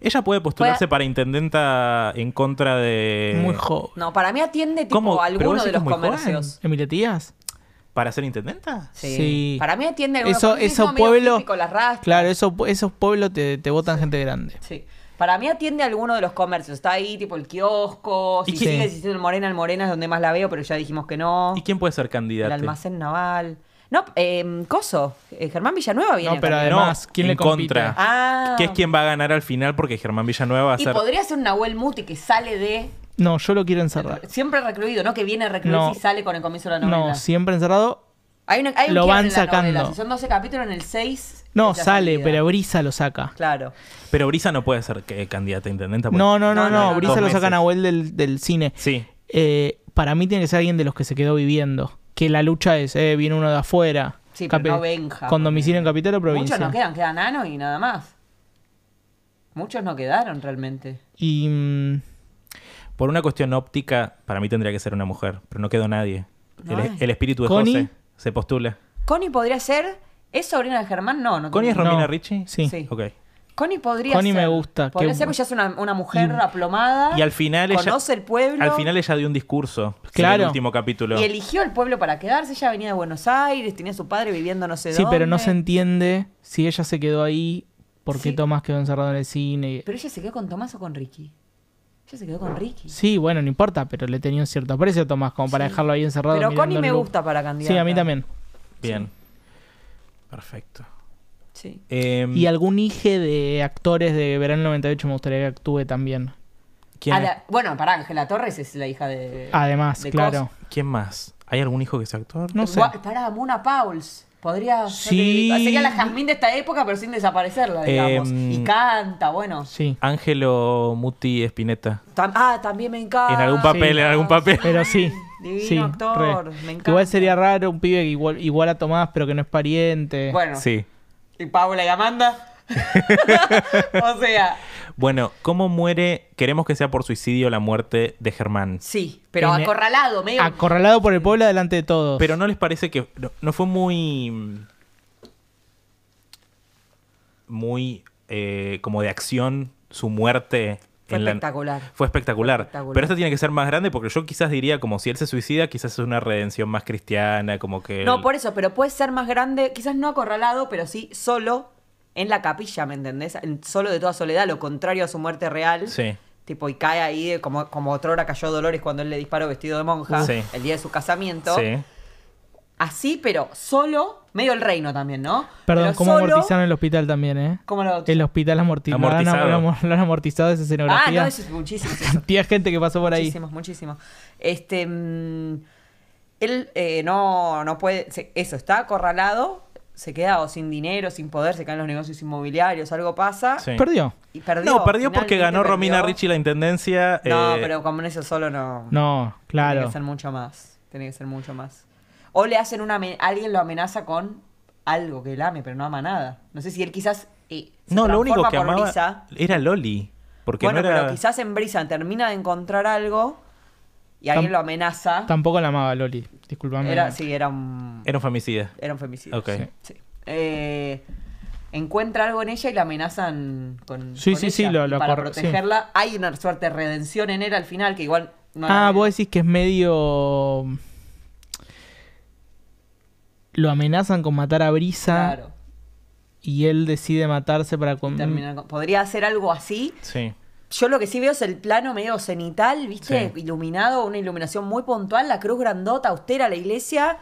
Speaker 1: Ella puede postularse
Speaker 2: Puede-
Speaker 1: para intendenta en contra de.
Speaker 3: Muy joven.
Speaker 2: No, para mí atiende tipo
Speaker 1: ¿Cómo?
Speaker 2: a
Speaker 1: Pero vos
Speaker 2: alguno de
Speaker 1: decís
Speaker 2: los
Speaker 1: que es muy joven.
Speaker 2: comercios.
Speaker 3: ¿Emilia Tías?
Speaker 1: ¿Para ser intendenta?
Speaker 2: Sí.
Speaker 3: Sí.
Speaker 2: Para mí atiende a algunos
Speaker 3: Eso,
Speaker 2: comercios,
Speaker 3: esos
Speaker 2: medio
Speaker 3: pueblos.
Speaker 2: hippie con las rastas.
Speaker 3: Claro, esos, esos pueblos te, te votan gente grande.
Speaker 2: Sí. Para mí atiende a alguno de los comercios. Está ahí, tipo el kiosco. Si
Speaker 1: ¿Y
Speaker 3: qué-
Speaker 2: sigue existiendo el Morena, el Morena es donde más la veo, pero ya dijimos que no.
Speaker 1: ¿Y quién puede ser
Speaker 2: El
Speaker 1: candidata?
Speaker 2: almacén naval. No, eh, Coso. eh, Germán Villanueva viene.
Speaker 3: No, pero
Speaker 2: también.
Speaker 3: además, ¿quién
Speaker 1: en
Speaker 3: le compite?
Speaker 1: contra.
Speaker 2: Ah.
Speaker 1: Que es quien va a ganar al final porque Germán Villanueva va a
Speaker 2: Y
Speaker 1: ser.
Speaker 2: podría ser un Nahuel Muti que sale de.
Speaker 3: No, yo lo quiero encerrar.
Speaker 2: Siempre recluido, ¿no? Que viene recluido
Speaker 3: No.
Speaker 2: y sale con el comienzo de la novela.
Speaker 3: No, siempre encerrado.
Speaker 2: Hay, una- hay un
Speaker 3: Lo
Speaker 2: quiebre
Speaker 3: van
Speaker 2: en la
Speaker 3: sacando.
Speaker 2: novela. Si son 12 capítulos, en el 6.
Speaker 3: No,
Speaker 2: es la
Speaker 3: sale,
Speaker 2: salida.
Speaker 3: pero Brisa lo saca.
Speaker 2: Claro.
Speaker 1: Pero Brisa no puede ser eh, candidata a intendenta. porque-
Speaker 3: No, no, no,
Speaker 2: No,
Speaker 3: no.
Speaker 2: no, no,
Speaker 3: Brisa
Speaker 1: dos
Speaker 3: lo saca
Speaker 1: meses.
Speaker 3: Nahuel del, del cine.
Speaker 1: Sí.
Speaker 3: Eh, para mí tiene que ser alguien de los que se quedó viviendo. Que la lucha es, eh, viene uno de afuera.
Speaker 2: Sí, pero
Speaker 3: Capi-
Speaker 2: no Benja,
Speaker 3: Con
Speaker 2: porque-
Speaker 3: domicilio en capital o provincia.
Speaker 2: Muchos no quedan, queda Nano y nada más. Muchos no quedaron realmente.
Speaker 3: Y mm,
Speaker 1: Por una cuestión óptica, para mí tendría que ser una mujer, pero no quedó nadie.
Speaker 2: No
Speaker 1: el,
Speaker 2: hay.
Speaker 1: el espíritu de
Speaker 3: Connie.
Speaker 1: José se postula.
Speaker 2: Connie podría ser. ¿Es sobrina de Germán? No, no.
Speaker 1: ¿Connie es
Speaker 2: tiene-
Speaker 1: Romina
Speaker 3: No.
Speaker 1: Ricci?
Speaker 3: Sí.
Speaker 2: Sí.
Speaker 1: Ok.
Speaker 2: Connie podría
Speaker 3: Connie
Speaker 2: ser.
Speaker 3: me gusta,
Speaker 2: Podría
Speaker 3: qué
Speaker 2: ser porque ya es una, una mujer aplomada.
Speaker 1: Y al final ella.
Speaker 2: Conoce el pueblo.
Speaker 1: Al final ella dio un discurso. En
Speaker 3: Claro.
Speaker 1: el último capítulo.
Speaker 2: Y eligió el pueblo para quedarse. Ella venía de Buenos Aires, tenía a su padre viviendo no sé
Speaker 3: sí,
Speaker 2: dónde.
Speaker 3: pero no se entiende si ella se quedó ahí, por qué
Speaker 2: Sí.
Speaker 3: Tomás quedó encerrado en el cine.
Speaker 2: Pero ella se quedó con Tomás o con Ricky. Ella se quedó con Ricky.
Speaker 3: Sí, bueno, no importa, pero le tenía un cierto aprecio a Tomás como para
Speaker 2: Sí.
Speaker 3: dejarlo ahí encerrado.
Speaker 2: Pero
Speaker 3: mirando
Speaker 2: Connie
Speaker 3: el
Speaker 2: me
Speaker 3: loop.
Speaker 2: gusta para candidata.
Speaker 3: Sí, a mí también.
Speaker 1: Bien. Perfecto.
Speaker 2: Sí.
Speaker 1: Eh,
Speaker 3: Y algún hije de actores de Verano 98 me gustaría que actúe también.
Speaker 1: ¿quién,
Speaker 2: A la- bueno, para Ángela Torres es la hija de.
Speaker 3: Además,
Speaker 2: de
Speaker 3: claro.
Speaker 1: quién más? ¿Hay algún hijo que sea actor?
Speaker 3: No
Speaker 2: Cos.
Speaker 3: sé.
Speaker 2: Gua- Pará, Mona Pauls. Podría ser
Speaker 3: Sí.
Speaker 2: de- Sería la Jazmín de esta época, pero sin desaparecerla, digamos.
Speaker 1: Em,
Speaker 2: y canta, bueno.
Speaker 3: Sí.
Speaker 1: Ángelo Muti Espineta.
Speaker 2: Tam- ah, también me encanta.
Speaker 1: En algún papel,
Speaker 3: Sí.
Speaker 1: en algún papel.
Speaker 3: Pero sí.
Speaker 2: Divino
Speaker 3: sí,
Speaker 2: actor,
Speaker 3: re.
Speaker 2: me encanta.
Speaker 3: Igual sería raro un pibe que igual, igual a Tomás, pero que no es pariente.
Speaker 2: Bueno,
Speaker 1: Sí.
Speaker 2: y Paula y Amanda. o sea,
Speaker 1: Bueno, ¿cómo muere? Queremos que sea por suicidio la muerte de Germán.
Speaker 2: sí, pero
Speaker 3: En-
Speaker 2: acorralado, medio.
Speaker 3: Acorralado por el pueblo delante de todos.
Speaker 1: Pero no les parece que. No, no fue muy. Muy. eh, como de acción su muerte.
Speaker 2: Fue
Speaker 1: en la-
Speaker 2: espectacular.
Speaker 1: Fue espectacular.
Speaker 2: espectacular.
Speaker 1: Pero esta tiene que ser más grande porque yo quizás diría como si él se suicida, quizás es una redención más cristiana, como que...
Speaker 2: No,
Speaker 1: él-
Speaker 2: por eso, pero puede ser más grande, quizás no acorralado, pero sí solo en la capilla, ¿me entendés? En- solo de toda soledad, lo contrario a su muerte real.
Speaker 1: Sí.
Speaker 2: Tipo, y cae ahí, eh, como, como otra hora cayó Dolores cuando él le disparó vestido de monja
Speaker 1: Sí.
Speaker 2: el día de su casamiento.
Speaker 1: Sí.
Speaker 2: Así, pero solo, medio el reino también, ¿no?
Speaker 3: Perdón,
Speaker 2: Pero
Speaker 3: ¿cómo
Speaker 2: solo-
Speaker 3: amortizaron el hospital también, eh?
Speaker 2: ¿Cómo lo-
Speaker 3: El hospital amortizado. Lo han,
Speaker 1: Amortizado.
Speaker 3: lo han- lo han amortizado esa
Speaker 2: Ah,
Speaker 3: escenografía.
Speaker 2: no, eso es muchísimo. eso es
Speaker 3: Tía gente que pasó por ahí.
Speaker 2: Muchísimos, muchísimos. Este, mm, él eh, no, no puede, se- eso, está acorralado, se queda o sin dinero, sin poder, se caen los negocios inmobiliarios, algo pasa.
Speaker 1: Sí.
Speaker 3: Perdió.
Speaker 2: Y perdió.
Speaker 1: No, perdió porque
Speaker 2: finalmente
Speaker 1: ganó
Speaker 2: perdió.
Speaker 1: Romina Ricci la intendencia.
Speaker 2: No,
Speaker 1: eh,
Speaker 2: pero con eso solo no.
Speaker 3: No,
Speaker 2: Tiene
Speaker 3: claro.
Speaker 2: que ser mucho más. Tiene que ser mucho más. O le hacen una. amen- Alguien lo amenaza con algo que él ame, pero no ama nada. No sé si él quizás. eh, se
Speaker 1: No, lo único
Speaker 2: transforma
Speaker 1: que
Speaker 2: por
Speaker 1: amaba
Speaker 2: Brisa.
Speaker 1: era Loli. Porque
Speaker 2: bueno,
Speaker 1: no era...
Speaker 2: pero quizás en Brisa termina de encontrar algo y
Speaker 3: Tam-
Speaker 2: alguien lo amenaza.
Speaker 3: Tampoco la amaba Loli. Disculpame.
Speaker 2: Era, sí, era un.
Speaker 1: Era un femicida.
Speaker 2: Era un femicidio.
Speaker 1: Ok.
Speaker 3: Sí.
Speaker 2: Sí. Eh, encuentra algo en ella y la amenazan con.
Speaker 3: Sí,
Speaker 2: con
Speaker 3: sí, sí,
Speaker 2: ella.
Speaker 3: lo-
Speaker 2: Y
Speaker 3: lo
Speaker 2: Para
Speaker 3: acor- sí.
Speaker 2: protegerla. Hay una suerte de redención en él al final que igual. No la
Speaker 3: Ah,
Speaker 2: ven.
Speaker 3: vos decís que es medio. Lo amenazan con matar a Brisa
Speaker 2: Claro.
Speaker 3: y él decide matarse para con-
Speaker 2: Terminar con- Podría hacer algo así.
Speaker 1: Sí.
Speaker 2: Yo lo que sí veo es el plano medio cenital, ¿viste?
Speaker 1: Sí.
Speaker 2: Iluminado, una iluminación muy puntual, la cruz grandota, austera, la iglesia.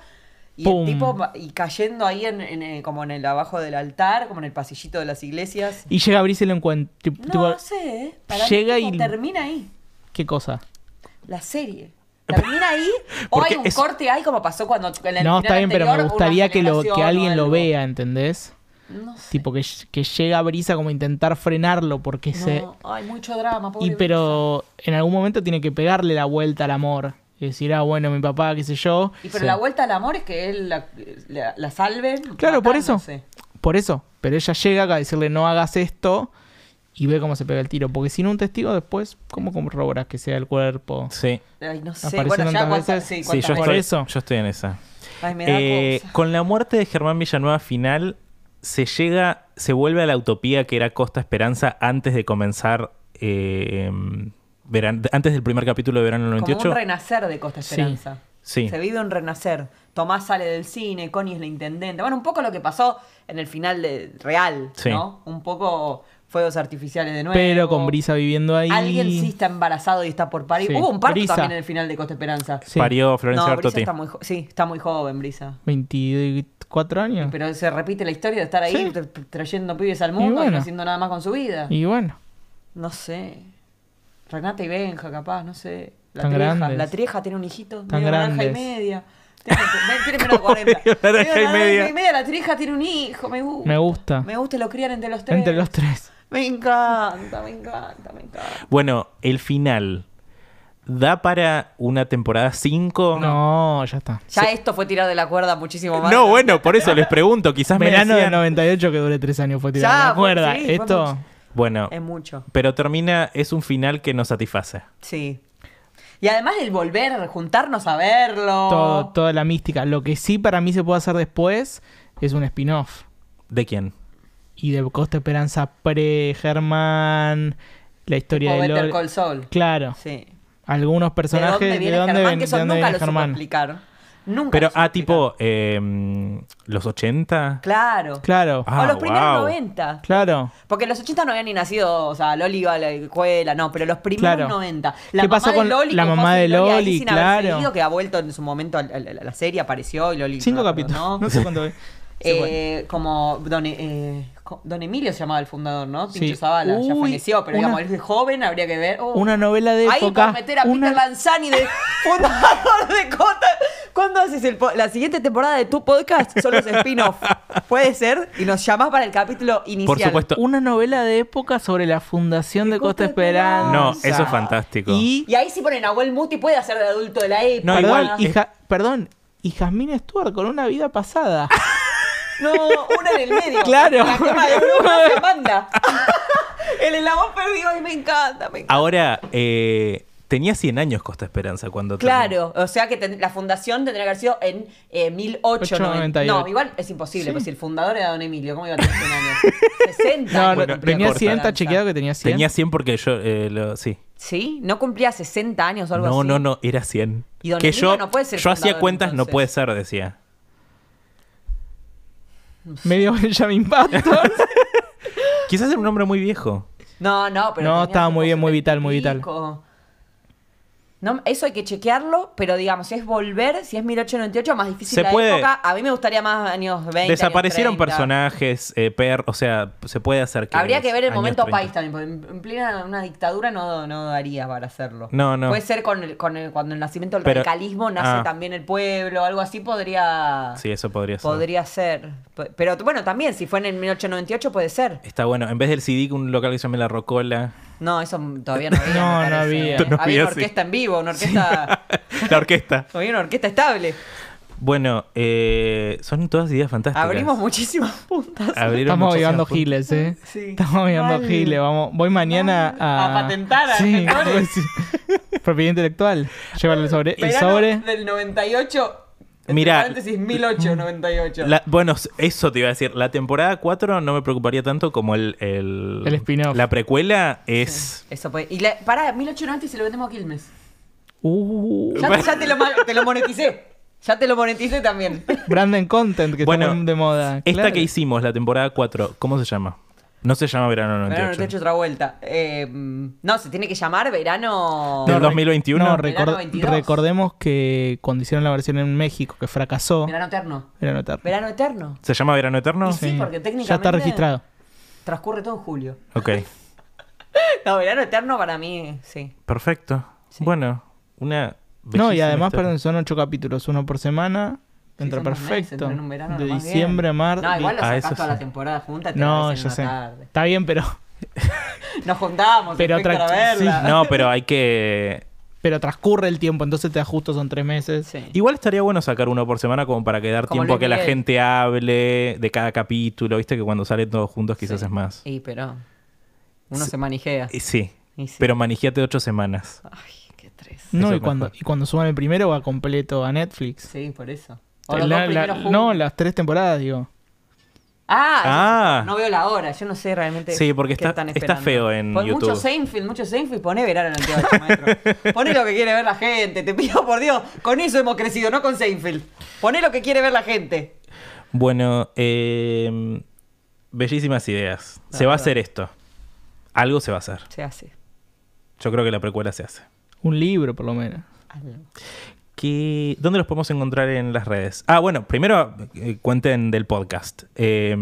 Speaker 2: Y
Speaker 3: Pum.
Speaker 2: el tipo va- y cayendo ahí en, en, eh, como en el abajo del altar, como en el pasillito de las iglesias.
Speaker 3: Y llega Brisa y lo encuentra. Tipo,
Speaker 2: No,
Speaker 3: tipo,
Speaker 2: no sé, ¿eh? Para mí,
Speaker 3: llega
Speaker 2: tipo,
Speaker 3: y-
Speaker 2: termina ahí.
Speaker 3: ¿Qué cosa?
Speaker 2: La serie. Termina ahí. O
Speaker 1: Porque
Speaker 2: hay un
Speaker 1: es-
Speaker 2: corte ahí como pasó cuando en el
Speaker 3: No,
Speaker 2: final
Speaker 3: está bien, pero me
Speaker 2: anterior, una
Speaker 3: gustaría que, lo,
Speaker 2: generación
Speaker 3: que
Speaker 2: o
Speaker 3: alguien lo
Speaker 2: algo.
Speaker 3: vea, ¿entendés?
Speaker 2: No sé.
Speaker 3: Tipo, que, que llega Brisa como a intentar frenarlo porque se...
Speaker 2: No, hay mucho drama, pobre
Speaker 3: Y pero en algún momento tiene que pegarle la vuelta al amor. Y decir, ah, bueno, mi papá, qué sé yo.
Speaker 2: Y pero
Speaker 1: Sí.
Speaker 2: la vuelta al amor es que él la, la, la salve.
Speaker 3: Claro, por eso.
Speaker 2: matándose.
Speaker 3: por eso. Pero ella llega acá a decirle no hagas esto y ve cómo se pega el tiro. Porque sin un testigo después, ¿cómo corroboras que sea el cuerpo?
Speaker 1: Sí.
Speaker 2: Ay, no sé.
Speaker 3: Aparecieron
Speaker 2: Bueno, ya
Speaker 3: tantas
Speaker 2: cuántas.
Speaker 3: veces.
Speaker 2: Sí,
Speaker 1: Sí,
Speaker 2: cuántas
Speaker 1: yo
Speaker 3: Por
Speaker 1: estoy,
Speaker 3: eso.
Speaker 1: yo estoy en esa.
Speaker 2: veces. Ay, me da
Speaker 1: Eh,
Speaker 2: cosa.
Speaker 1: con la muerte de Germán Villanueva final, se llega, se vuelve a la utopía que era Costa Esperanza antes de comenzar, eh, em, veran- antes del primer capítulo de verano del
Speaker 2: Como
Speaker 1: 98.
Speaker 2: un renacer de Costa
Speaker 3: Sí.
Speaker 2: Esperanza.
Speaker 1: Sí.
Speaker 2: Se vive un renacer. Tomás sale del cine, Connie es la intendente. Bueno, un poco lo que pasó en el final de real,
Speaker 1: Sí.
Speaker 2: ¿no? Un poco fuegos artificiales de nuevo.
Speaker 3: Pero con Brisa viviendo ahí.
Speaker 2: Alguien sí está embarazado y está por parir.
Speaker 3: Sí.
Speaker 2: Hubo un parto
Speaker 3: Brisa.
Speaker 2: también en el final de Costa Esperanza.
Speaker 3: Sí.
Speaker 1: Parió Florencia
Speaker 2: no, Brisa
Speaker 1: Bertotti.
Speaker 2: está muy jo- sí, está muy joven, Brisa.
Speaker 3: 24 años.
Speaker 2: Pero se repite la historia de estar ahí
Speaker 3: Sí.
Speaker 2: tra- trayendo pibes al mundo y,
Speaker 3: bueno.
Speaker 2: no haciendo nada más con su vida.
Speaker 3: Y bueno,
Speaker 2: No sé. Renata y Benja, capaz, no sé. La
Speaker 3: Tan
Speaker 2: Trieja.
Speaker 3: grandes.
Speaker 2: La Trieja tiene un hijito.
Speaker 3: Tan
Speaker 2: medio naranja y
Speaker 3: grandes.
Speaker 2: media. Tiene, ven, tiene menos de 40.
Speaker 1: medio naranja
Speaker 2: Medio
Speaker 1: y media.
Speaker 2: y media. La Trieja tiene un hijo. Me gusta.
Speaker 3: Me gusta.
Speaker 2: Me gusta y lo crían entre los tres.
Speaker 3: entre los tres.
Speaker 2: Me encanta, me encanta, me encanta.
Speaker 1: Bueno, el final. ¿Da para una temporada 5?
Speaker 3: No, ya está.
Speaker 2: Ya esto fue tirado de la cuerda muchísimo más.
Speaker 1: No, bueno, por eso les pregunto. Quizás me
Speaker 3: Verano de
Speaker 1: decían-
Speaker 3: 98 que duré tres años fue
Speaker 2: Ya,
Speaker 3: tirado.
Speaker 2: fue-
Speaker 3: Recuerda,
Speaker 2: sí, fue
Speaker 3: esto.
Speaker 2: mucho.
Speaker 1: Bueno,
Speaker 2: Es mucho.
Speaker 1: pero termina, es un final que nos satisface.
Speaker 2: Sí. Y además el volver, juntarnos a verlo.
Speaker 3: todo- toda la mística. Lo que sí para mí se puede hacer después es un spin-off.
Speaker 1: ¿De quién?
Speaker 3: Y de Costa Esperanza pre-Germán, la historia
Speaker 2: Tipo
Speaker 3: de
Speaker 2: Better
Speaker 3: Lore-
Speaker 2: Call Saul.
Speaker 3: Claro,
Speaker 2: Sí.
Speaker 3: algunos personajes
Speaker 2: ¿De dónde viene Germán?
Speaker 3: ven-
Speaker 2: que eso
Speaker 3: de dónde
Speaker 2: nunca
Speaker 3: viene
Speaker 2: lo supo
Speaker 3: Germán.
Speaker 2: explicar. Nunca
Speaker 1: Pero,
Speaker 2: lo supo
Speaker 1: ah,
Speaker 2: explicar.
Speaker 1: tipo, em, los 80.
Speaker 2: Claro.
Speaker 3: Claro,
Speaker 1: Ah,
Speaker 2: o los primeros
Speaker 1: guau.
Speaker 2: 90.
Speaker 3: claro.
Speaker 2: Porque en los 80 no habían ni nacido, o sea, Loli iba a la escuela, no, pero los primeros
Speaker 3: Claro.
Speaker 2: 90.
Speaker 3: ¿Qué pasó con la
Speaker 2: con
Speaker 3: mamá
Speaker 2: José
Speaker 3: de
Speaker 2: y ahí
Speaker 3: Loli?
Speaker 2: sin haber
Speaker 3: Claro.
Speaker 2: seguido, que ha vuelto en su momento a la, a la- a la serie, apareció y Loli.
Speaker 3: Cinco
Speaker 2: no me acuerdo,
Speaker 3: capítulos.
Speaker 2: ¿no?
Speaker 3: No, sé cuánto es.
Speaker 2: Eh, como don, eh, co- don Emilio se llamaba el fundador, ¿no?
Speaker 3: Sí.
Speaker 2: Pincho Zavala, ya
Speaker 3: Uy,
Speaker 2: falleció, pero
Speaker 3: una-
Speaker 2: digamos, él es joven, habría que ver. Oh.
Speaker 3: Una novela de
Speaker 2: Ahí
Speaker 3: época.
Speaker 2: por meter a
Speaker 3: una-
Speaker 2: Peter Lanzani de fundador de Cota. ¿Cuándo haces el po- la siguiente temporada de tu podcast? Son los spin-off. Puede ser. Y nos llamás para el capítulo inicial.
Speaker 1: Por supuesto.
Speaker 3: una novela de época sobre la fundación de
Speaker 2: Costa
Speaker 3: Costa Esperanza.
Speaker 1: No, eso es fantástico.
Speaker 3: Y,
Speaker 2: Y ahí sí ponen a Nahuel Muti, puede hacer de adulto de la época.
Speaker 1: No,
Speaker 3: perdón,
Speaker 1: igual,
Speaker 3: y
Speaker 1: es-
Speaker 3: Ja- perdón, y Jasmine Stewart con una vida pasada.
Speaker 1: Ah,
Speaker 2: No, una en el medio.
Speaker 3: Claro.
Speaker 2: La quema de brujas se manda. el eslabón perdido y me encanta, me encanta.
Speaker 1: Ahora, eh, tenía 100 años Costa Esperanza cuando
Speaker 2: Claro, o sea que ten- la fundación tendría que haber sido en eh, 1898.
Speaker 3: 1898.
Speaker 2: No, igual es imposible, pues si el fundador era Don Emilio, ¿cómo iba a tener 100 años? 60.
Speaker 3: No, no,
Speaker 1: Bueno, no
Speaker 3: tenía
Speaker 1: importa.
Speaker 3: 100, está chequeado que tenía 100.
Speaker 1: Tenía 100 porque yo, eh, lo- sí.
Speaker 2: ¿Sí? ¿No cumplía 60 años o algo
Speaker 1: No,
Speaker 2: así?
Speaker 1: no, no, era 100.
Speaker 2: Y don
Speaker 1: que
Speaker 2: Emilio
Speaker 1: yo,
Speaker 2: no puede ser
Speaker 1: yo hacía
Speaker 2: fundador,
Speaker 1: cuentas, no
Speaker 2: entonces.
Speaker 1: puede ser, decía.
Speaker 3: Medio Benjamin Patton.
Speaker 1: Quizás era un hombre muy viejo.
Speaker 2: No, no, pero.
Speaker 3: No,
Speaker 2: tenía
Speaker 3: estaba muy
Speaker 2: como
Speaker 3: bien, muy
Speaker 2: 70 y
Speaker 3: vital, muy vital.
Speaker 2: pico. No, eso hay que chequearlo, pero digamos, si es volver, si es 1898, más difícil
Speaker 1: Se
Speaker 2: la
Speaker 1: puede.
Speaker 2: época. A mí me gustaría más años 20. años
Speaker 1: Desaparecieron
Speaker 2: 30.
Speaker 1: personajes, eh, per, o sea, se puede hacer que.
Speaker 2: Habría que ver el
Speaker 1: años
Speaker 2: momento
Speaker 1: 30.
Speaker 2: país también, porque en en plena una dictadura no, no daría para hacerlo.
Speaker 1: No, no.
Speaker 2: Puede ser con el, con el- cuando el nacimiento del
Speaker 1: Pero-
Speaker 2: radicalismo nace
Speaker 1: ah.
Speaker 2: también el pueblo, algo así podría,
Speaker 1: Sí, eso podría ser.
Speaker 2: podría ser. P- Pero bueno, también, si fue en el 1898 puede ser.
Speaker 1: Está bueno. En vez del CD, un local que se llama La Rocola.
Speaker 2: No, eso m- todavía no había. me
Speaker 3: No, no
Speaker 2: parece.
Speaker 3: había.
Speaker 1: No había,
Speaker 2: había una
Speaker 1: sí.
Speaker 2: orquesta en vivo, una orquesta,
Speaker 1: La orquesta.
Speaker 2: había una orquesta estable.
Speaker 1: Bueno, eh, son todas ideas fantásticas.
Speaker 2: Abrimos muchísimas puntas.
Speaker 1: Abrieron muchísimas
Speaker 3: Estamos avivando
Speaker 1: puertas.
Speaker 3: giles, ¿eh?
Speaker 2: Sí.
Speaker 3: Estamos avivando
Speaker 2: Mal.
Speaker 3: giles. Vamos. Voy mañana a...
Speaker 2: A patentar a
Speaker 3: sí,
Speaker 2: escritores.
Speaker 3: voy a decir- Propiedad intelectual. Llévale el sobre. El
Speaker 2: Verano
Speaker 3: sobre.
Speaker 2: del 98. entre
Speaker 1: Mirá.
Speaker 2: paréntesis, 1898.
Speaker 1: La- bueno, eso te iba a decir. La temporada 4 no me preocuparía tanto como el... El,
Speaker 3: El spin-off.
Speaker 1: La precuela es...
Speaker 2: Eso puede. Y la, pará, 1890 y se lo vendemos a Quilmes.
Speaker 3: Uh,
Speaker 2: Ya, ya te, lo, ma- te lo moneticé. Ya te lo moneticé también.
Speaker 3: Brandon Content, que
Speaker 1: Bueno,
Speaker 3: está muy de moda.
Speaker 1: Esta
Speaker 3: Claro.
Speaker 1: que hicimos, la temporada 4, ¿cómo se llama? No se llama Verano 98.
Speaker 2: Verano, te echo otra vuelta. Eh, no, se tiene que llamar verano.
Speaker 1: Del
Speaker 3: re-
Speaker 1: 2021.
Speaker 3: No,
Speaker 2: Verano
Speaker 3: record-
Speaker 2: 22.
Speaker 3: recordemos que cuando hicieron la versión en México, que fracasó,
Speaker 2: Verano eterno.
Speaker 3: verano eterno.
Speaker 2: Verano eterno.
Speaker 1: ¿Se llama Verano Eterno?
Speaker 2: Y sí, porque técnicamente.
Speaker 3: Ya está registrado.
Speaker 2: Transcurre todo en julio.
Speaker 1: Ok,
Speaker 2: No, verano eterno para mí, eh, sí.
Speaker 1: perfecto. Bueno, una...
Speaker 3: No, y
Speaker 1: bellísima
Speaker 3: además,
Speaker 1: historia.
Speaker 3: perdón, son ocho capítulos, uno por semana. Entra
Speaker 2: Sí, son dos meses,
Speaker 3: perfecto.
Speaker 2: entra en un verano
Speaker 3: de
Speaker 2: nomás bien.
Speaker 3: diciembre a marzo.
Speaker 2: No, igual lo
Speaker 1: Ah,
Speaker 2: sacás
Speaker 1: eso
Speaker 2: toda
Speaker 1: sí.
Speaker 2: la temporada junta. te la
Speaker 3: No,
Speaker 2: ves en
Speaker 3: yo
Speaker 2: una
Speaker 3: sé.
Speaker 2: tarde.
Speaker 3: Está bien, pero.
Speaker 2: Nos juntábamos.
Speaker 3: Pero
Speaker 2: Pero otra
Speaker 3: otra-
Speaker 2: verla.
Speaker 3: sí.
Speaker 1: No, pero hay que...
Speaker 3: pero transcurre el tiempo, entonces te ajusto, son tres meses.
Speaker 2: Sí.
Speaker 1: Igual estaría bueno sacar uno por semana como para que dar
Speaker 2: Como
Speaker 1: tiempo a
Speaker 2: Luis
Speaker 1: que la
Speaker 2: Miguel.
Speaker 1: gente hable de cada capítulo. Viste que cuando salen todos juntos quizás
Speaker 2: Sí.
Speaker 1: es más.
Speaker 2: Y pero uno
Speaker 1: Sí.
Speaker 2: se manijea.
Speaker 1: Eh, Sí,
Speaker 2: Y sí.
Speaker 1: pero manejate ocho semanas.
Speaker 2: Ay, qué tres.
Speaker 1: Eso
Speaker 3: No, y
Speaker 1: es
Speaker 3: cuando,
Speaker 1: mejor.
Speaker 3: y cuando suban el primero va completo a Netflix.
Speaker 2: Sí, por eso. O los
Speaker 3: La-
Speaker 2: dos
Speaker 3: la-
Speaker 2: primeros juntos.
Speaker 3: no, las tres temporadas, digo.
Speaker 2: Ah,
Speaker 1: Ah.
Speaker 2: yo no veo la hora, yo no sé realmente.
Speaker 1: Sí, porque
Speaker 2: qué
Speaker 1: está-
Speaker 2: están
Speaker 1: está
Speaker 2: esperando.
Speaker 1: feo en
Speaker 2: Pon Mucho
Speaker 1: YouTube.
Speaker 2: Seinfeld, mucho Seinfeld, poné verano en el teatro, maestro. Poné lo que quiere ver la gente, te pido por Dios. Con eso hemos crecido, no con Seinfeld. Poné lo que quiere ver la gente.
Speaker 1: Bueno, eh, bellísimas ideas.
Speaker 2: La
Speaker 1: se va a
Speaker 2: verdad.
Speaker 1: hacer esto. Algo se va a hacer.
Speaker 2: Se hace
Speaker 1: Yo creo que la precuela se hace.
Speaker 3: Un libro, por lo menos.
Speaker 2: algo.
Speaker 1: ¿Qué- ¿Dónde los podemos encontrar en las redes? Ah, bueno, primero eh, cuenten del podcast. Eh,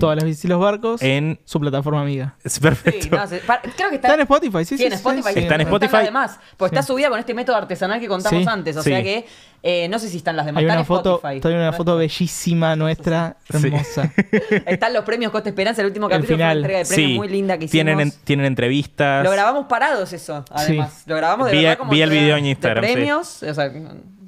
Speaker 3: Todas las bicis y los barcos.
Speaker 1: En...
Speaker 3: Su plataforma amiga.
Speaker 1: es
Speaker 2: Sí,
Speaker 1: Perfecto.
Speaker 2: no, se- pa- creo que está,
Speaker 3: Está en Spotify, sí, sí.
Speaker 2: Sí, en
Speaker 3: sí,
Speaker 2: Spotify.
Speaker 3: sí.
Speaker 1: Está en
Speaker 2: Están
Speaker 1: Spotify.
Speaker 2: las demás, porque
Speaker 3: Sí.
Speaker 2: está subida con este método artesanal que contamos
Speaker 3: Sí,
Speaker 2: antes. O
Speaker 1: sí.
Speaker 2: sea que eh, no sé si están las demás.
Speaker 3: Hay
Speaker 2: están
Speaker 3: una
Speaker 2: en
Speaker 3: foto,
Speaker 2: Spotify.
Speaker 3: hay una foto bellísima nuestra,
Speaker 1: Sí.
Speaker 3: hermosa.
Speaker 2: Están los premios Costa Esperanza, el último
Speaker 3: El
Speaker 2: capítulo. fue una
Speaker 3: final.
Speaker 2: entrega de premios
Speaker 1: Sí.
Speaker 2: muy linda que hicimos.
Speaker 1: Tienen, en- tienen entrevistas.
Speaker 2: Lo grabamos parados eso, además. Lo grabamos de
Speaker 1: Vi-
Speaker 2: verdad como
Speaker 1: vi el
Speaker 2: entrega
Speaker 1: video en
Speaker 2: de
Speaker 1: Instagram, sí.
Speaker 2: premios, o sea,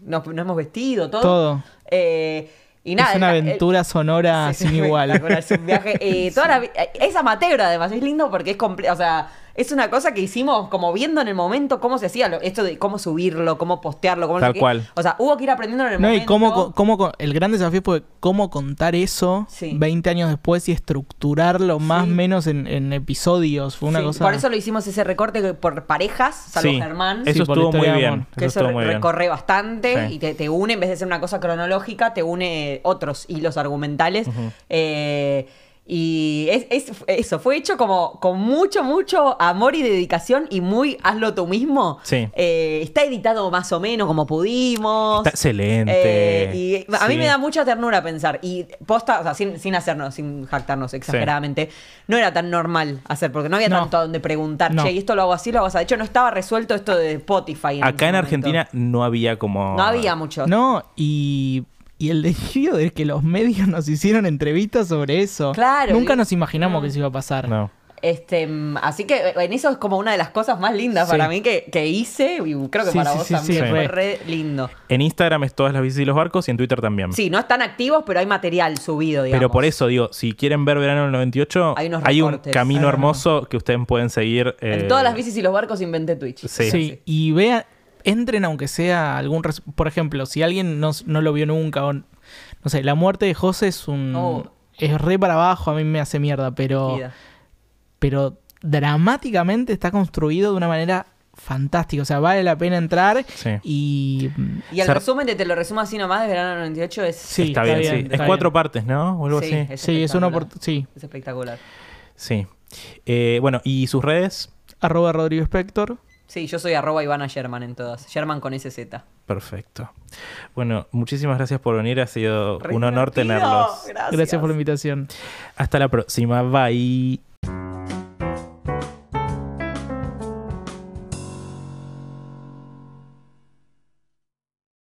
Speaker 2: nos, nos hemos vestido, todo.
Speaker 3: Todo.
Speaker 2: Eh, y nada.
Speaker 3: es una
Speaker 2: el- el-
Speaker 3: aventura sonora
Speaker 2: Sí,
Speaker 3: sin igual.
Speaker 2: espectacular, Es un viaje. eh, toda la vi- es amateur, además. Es lindo porque es comple- O sea, es una cosa que hicimos como viendo en el momento cómo se hacía. lo- esto de cómo subirlo, cómo postearlo, cómo no
Speaker 1: Tal
Speaker 2: sé qué.
Speaker 1: cual.
Speaker 2: O sea, hubo que ir aprendiendo en el
Speaker 3: No,
Speaker 2: momento.
Speaker 3: y cómo, co- cómo co- el gran desafío fue cómo contar eso
Speaker 2: Sí.
Speaker 3: 20 años después y estructurarlo más o
Speaker 2: Sí.
Speaker 3: menos en, en episodios. Fue una
Speaker 2: Sí,
Speaker 3: cosa.
Speaker 2: Por eso lo hicimos ese recorte que por parejas, salvo
Speaker 1: Sí,
Speaker 2: Germán.
Speaker 1: Eso
Speaker 3: Sí, por la
Speaker 1: estuvo muy
Speaker 3: historia de
Speaker 1: bien.
Speaker 3: amor.
Speaker 1: Eso
Speaker 2: Que eso
Speaker 1: estuvo muy bien.
Speaker 2: recorre bastante
Speaker 1: Sí.
Speaker 2: y te, te une, en vez de ser una cosa cronológica, te une otros hilos argumentales. Eh, y es, es- eso, fue hecho como con mucho, mucho amor y dedicación y muy hazlo tú mismo.
Speaker 1: Sí.
Speaker 2: Eh, está editado más o menos como pudimos.
Speaker 1: Está excelente.
Speaker 2: Eh, y a mí
Speaker 1: Sí.
Speaker 2: me da mucha ternura pensar. Y posta, o sea, sin, sin hacernos, sin jactarnos exageradamente, no era tan normal hacer, porque no había
Speaker 3: No.
Speaker 2: tanto a donde preguntar,
Speaker 3: No.
Speaker 2: che, y esto lo hago así, lo hago así. De hecho, no estaba resuelto esto de Spotify. ese
Speaker 1: Acá en
Speaker 2: momento.
Speaker 1: Argentina no había como.
Speaker 2: No había mucho.
Speaker 3: No, y, y el desafío de que los medios nos hicieron entrevistas sobre eso.
Speaker 2: Claro,
Speaker 3: Nunca
Speaker 2: y- Mm.
Speaker 3: nos imaginamos
Speaker 2: no.
Speaker 3: que eso iba a pasar.
Speaker 1: No.
Speaker 2: Este, mm, así que eh, en eso es como una de las cosas más lindas
Speaker 3: Sí.
Speaker 2: para mí que, que hice, y creo que
Speaker 3: Sí,
Speaker 2: para
Speaker 3: sí,
Speaker 2: vos
Speaker 3: sí, sí,
Speaker 2: también.
Speaker 1: sí.
Speaker 2: Fue re lindo.
Speaker 1: En Instagram es todas las bicis y los barcos y en Twitter también.
Speaker 2: Sí, no están activos, pero hay material subido, digamos.
Speaker 1: Pero por eso digo, si quieren ver verano del 98,
Speaker 2: Hay unos
Speaker 1: un
Speaker 2: recortes.
Speaker 1: camino
Speaker 3: Ah.
Speaker 1: hermoso que ustedes pueden seguir. eh,
Speaker 2: En todas las bicis y los barcos inventé Twitch.
Speaker 1: Sí.
Speaker 3: Sí, y vean, entren aunque sea algún... res- Por ejemplo, si alguien no, no lo vio nunca o... n- No sé, la muerte de José es un...
Speaker 2: Oh.
Speaker 3: Es re para abajo, a mí me hace mierda, pero...
Speaker 2: Vida.
Speaker 3: Pero dramáticamente está construido de una manera fantástica. O sea, vale la pena entrar
Speaker 1: Sí.
Speaker 3: y...
Speaker 2: Y el
Speaker 1: Cer-
Speaker 2: resumen de Te lo resumo así nomás de verano 98 es...
Speaker 3: Sí,
Speaker 1: está, bien, sí.
Speaker 3: está
Speaker 1: es
Speaker 3: bien.
Speaker 1: cuatro partes, ¿no? O algo así.
Speaker 2: es
Speaker 3: Sí, es una
Speaker 2: espectacular.
Speaker 3: oportunidad... Sí,
Speaker 2: Es espectacular.
Speaker 1: Sí. Eh, bueno, ¿y sus redes?
Speaker 3: arroba Rodrigo Spector.
Speaker 2: Sí, yo soy arroba Ivana Sherman en todas. Sherman con SZ.
Speaker 1: Perfecto. Bueno, muchísimas gracias por venir. Ha sido
Speaker 2: Re
Speaker 1: un honor
Speaker 2: divertido.
Speaker 1: tenerlos.
Speaker 2: Gracias.
Speaker 3: Gracias por la invitación.
Speaker 1: Hasta la próxima. Bye.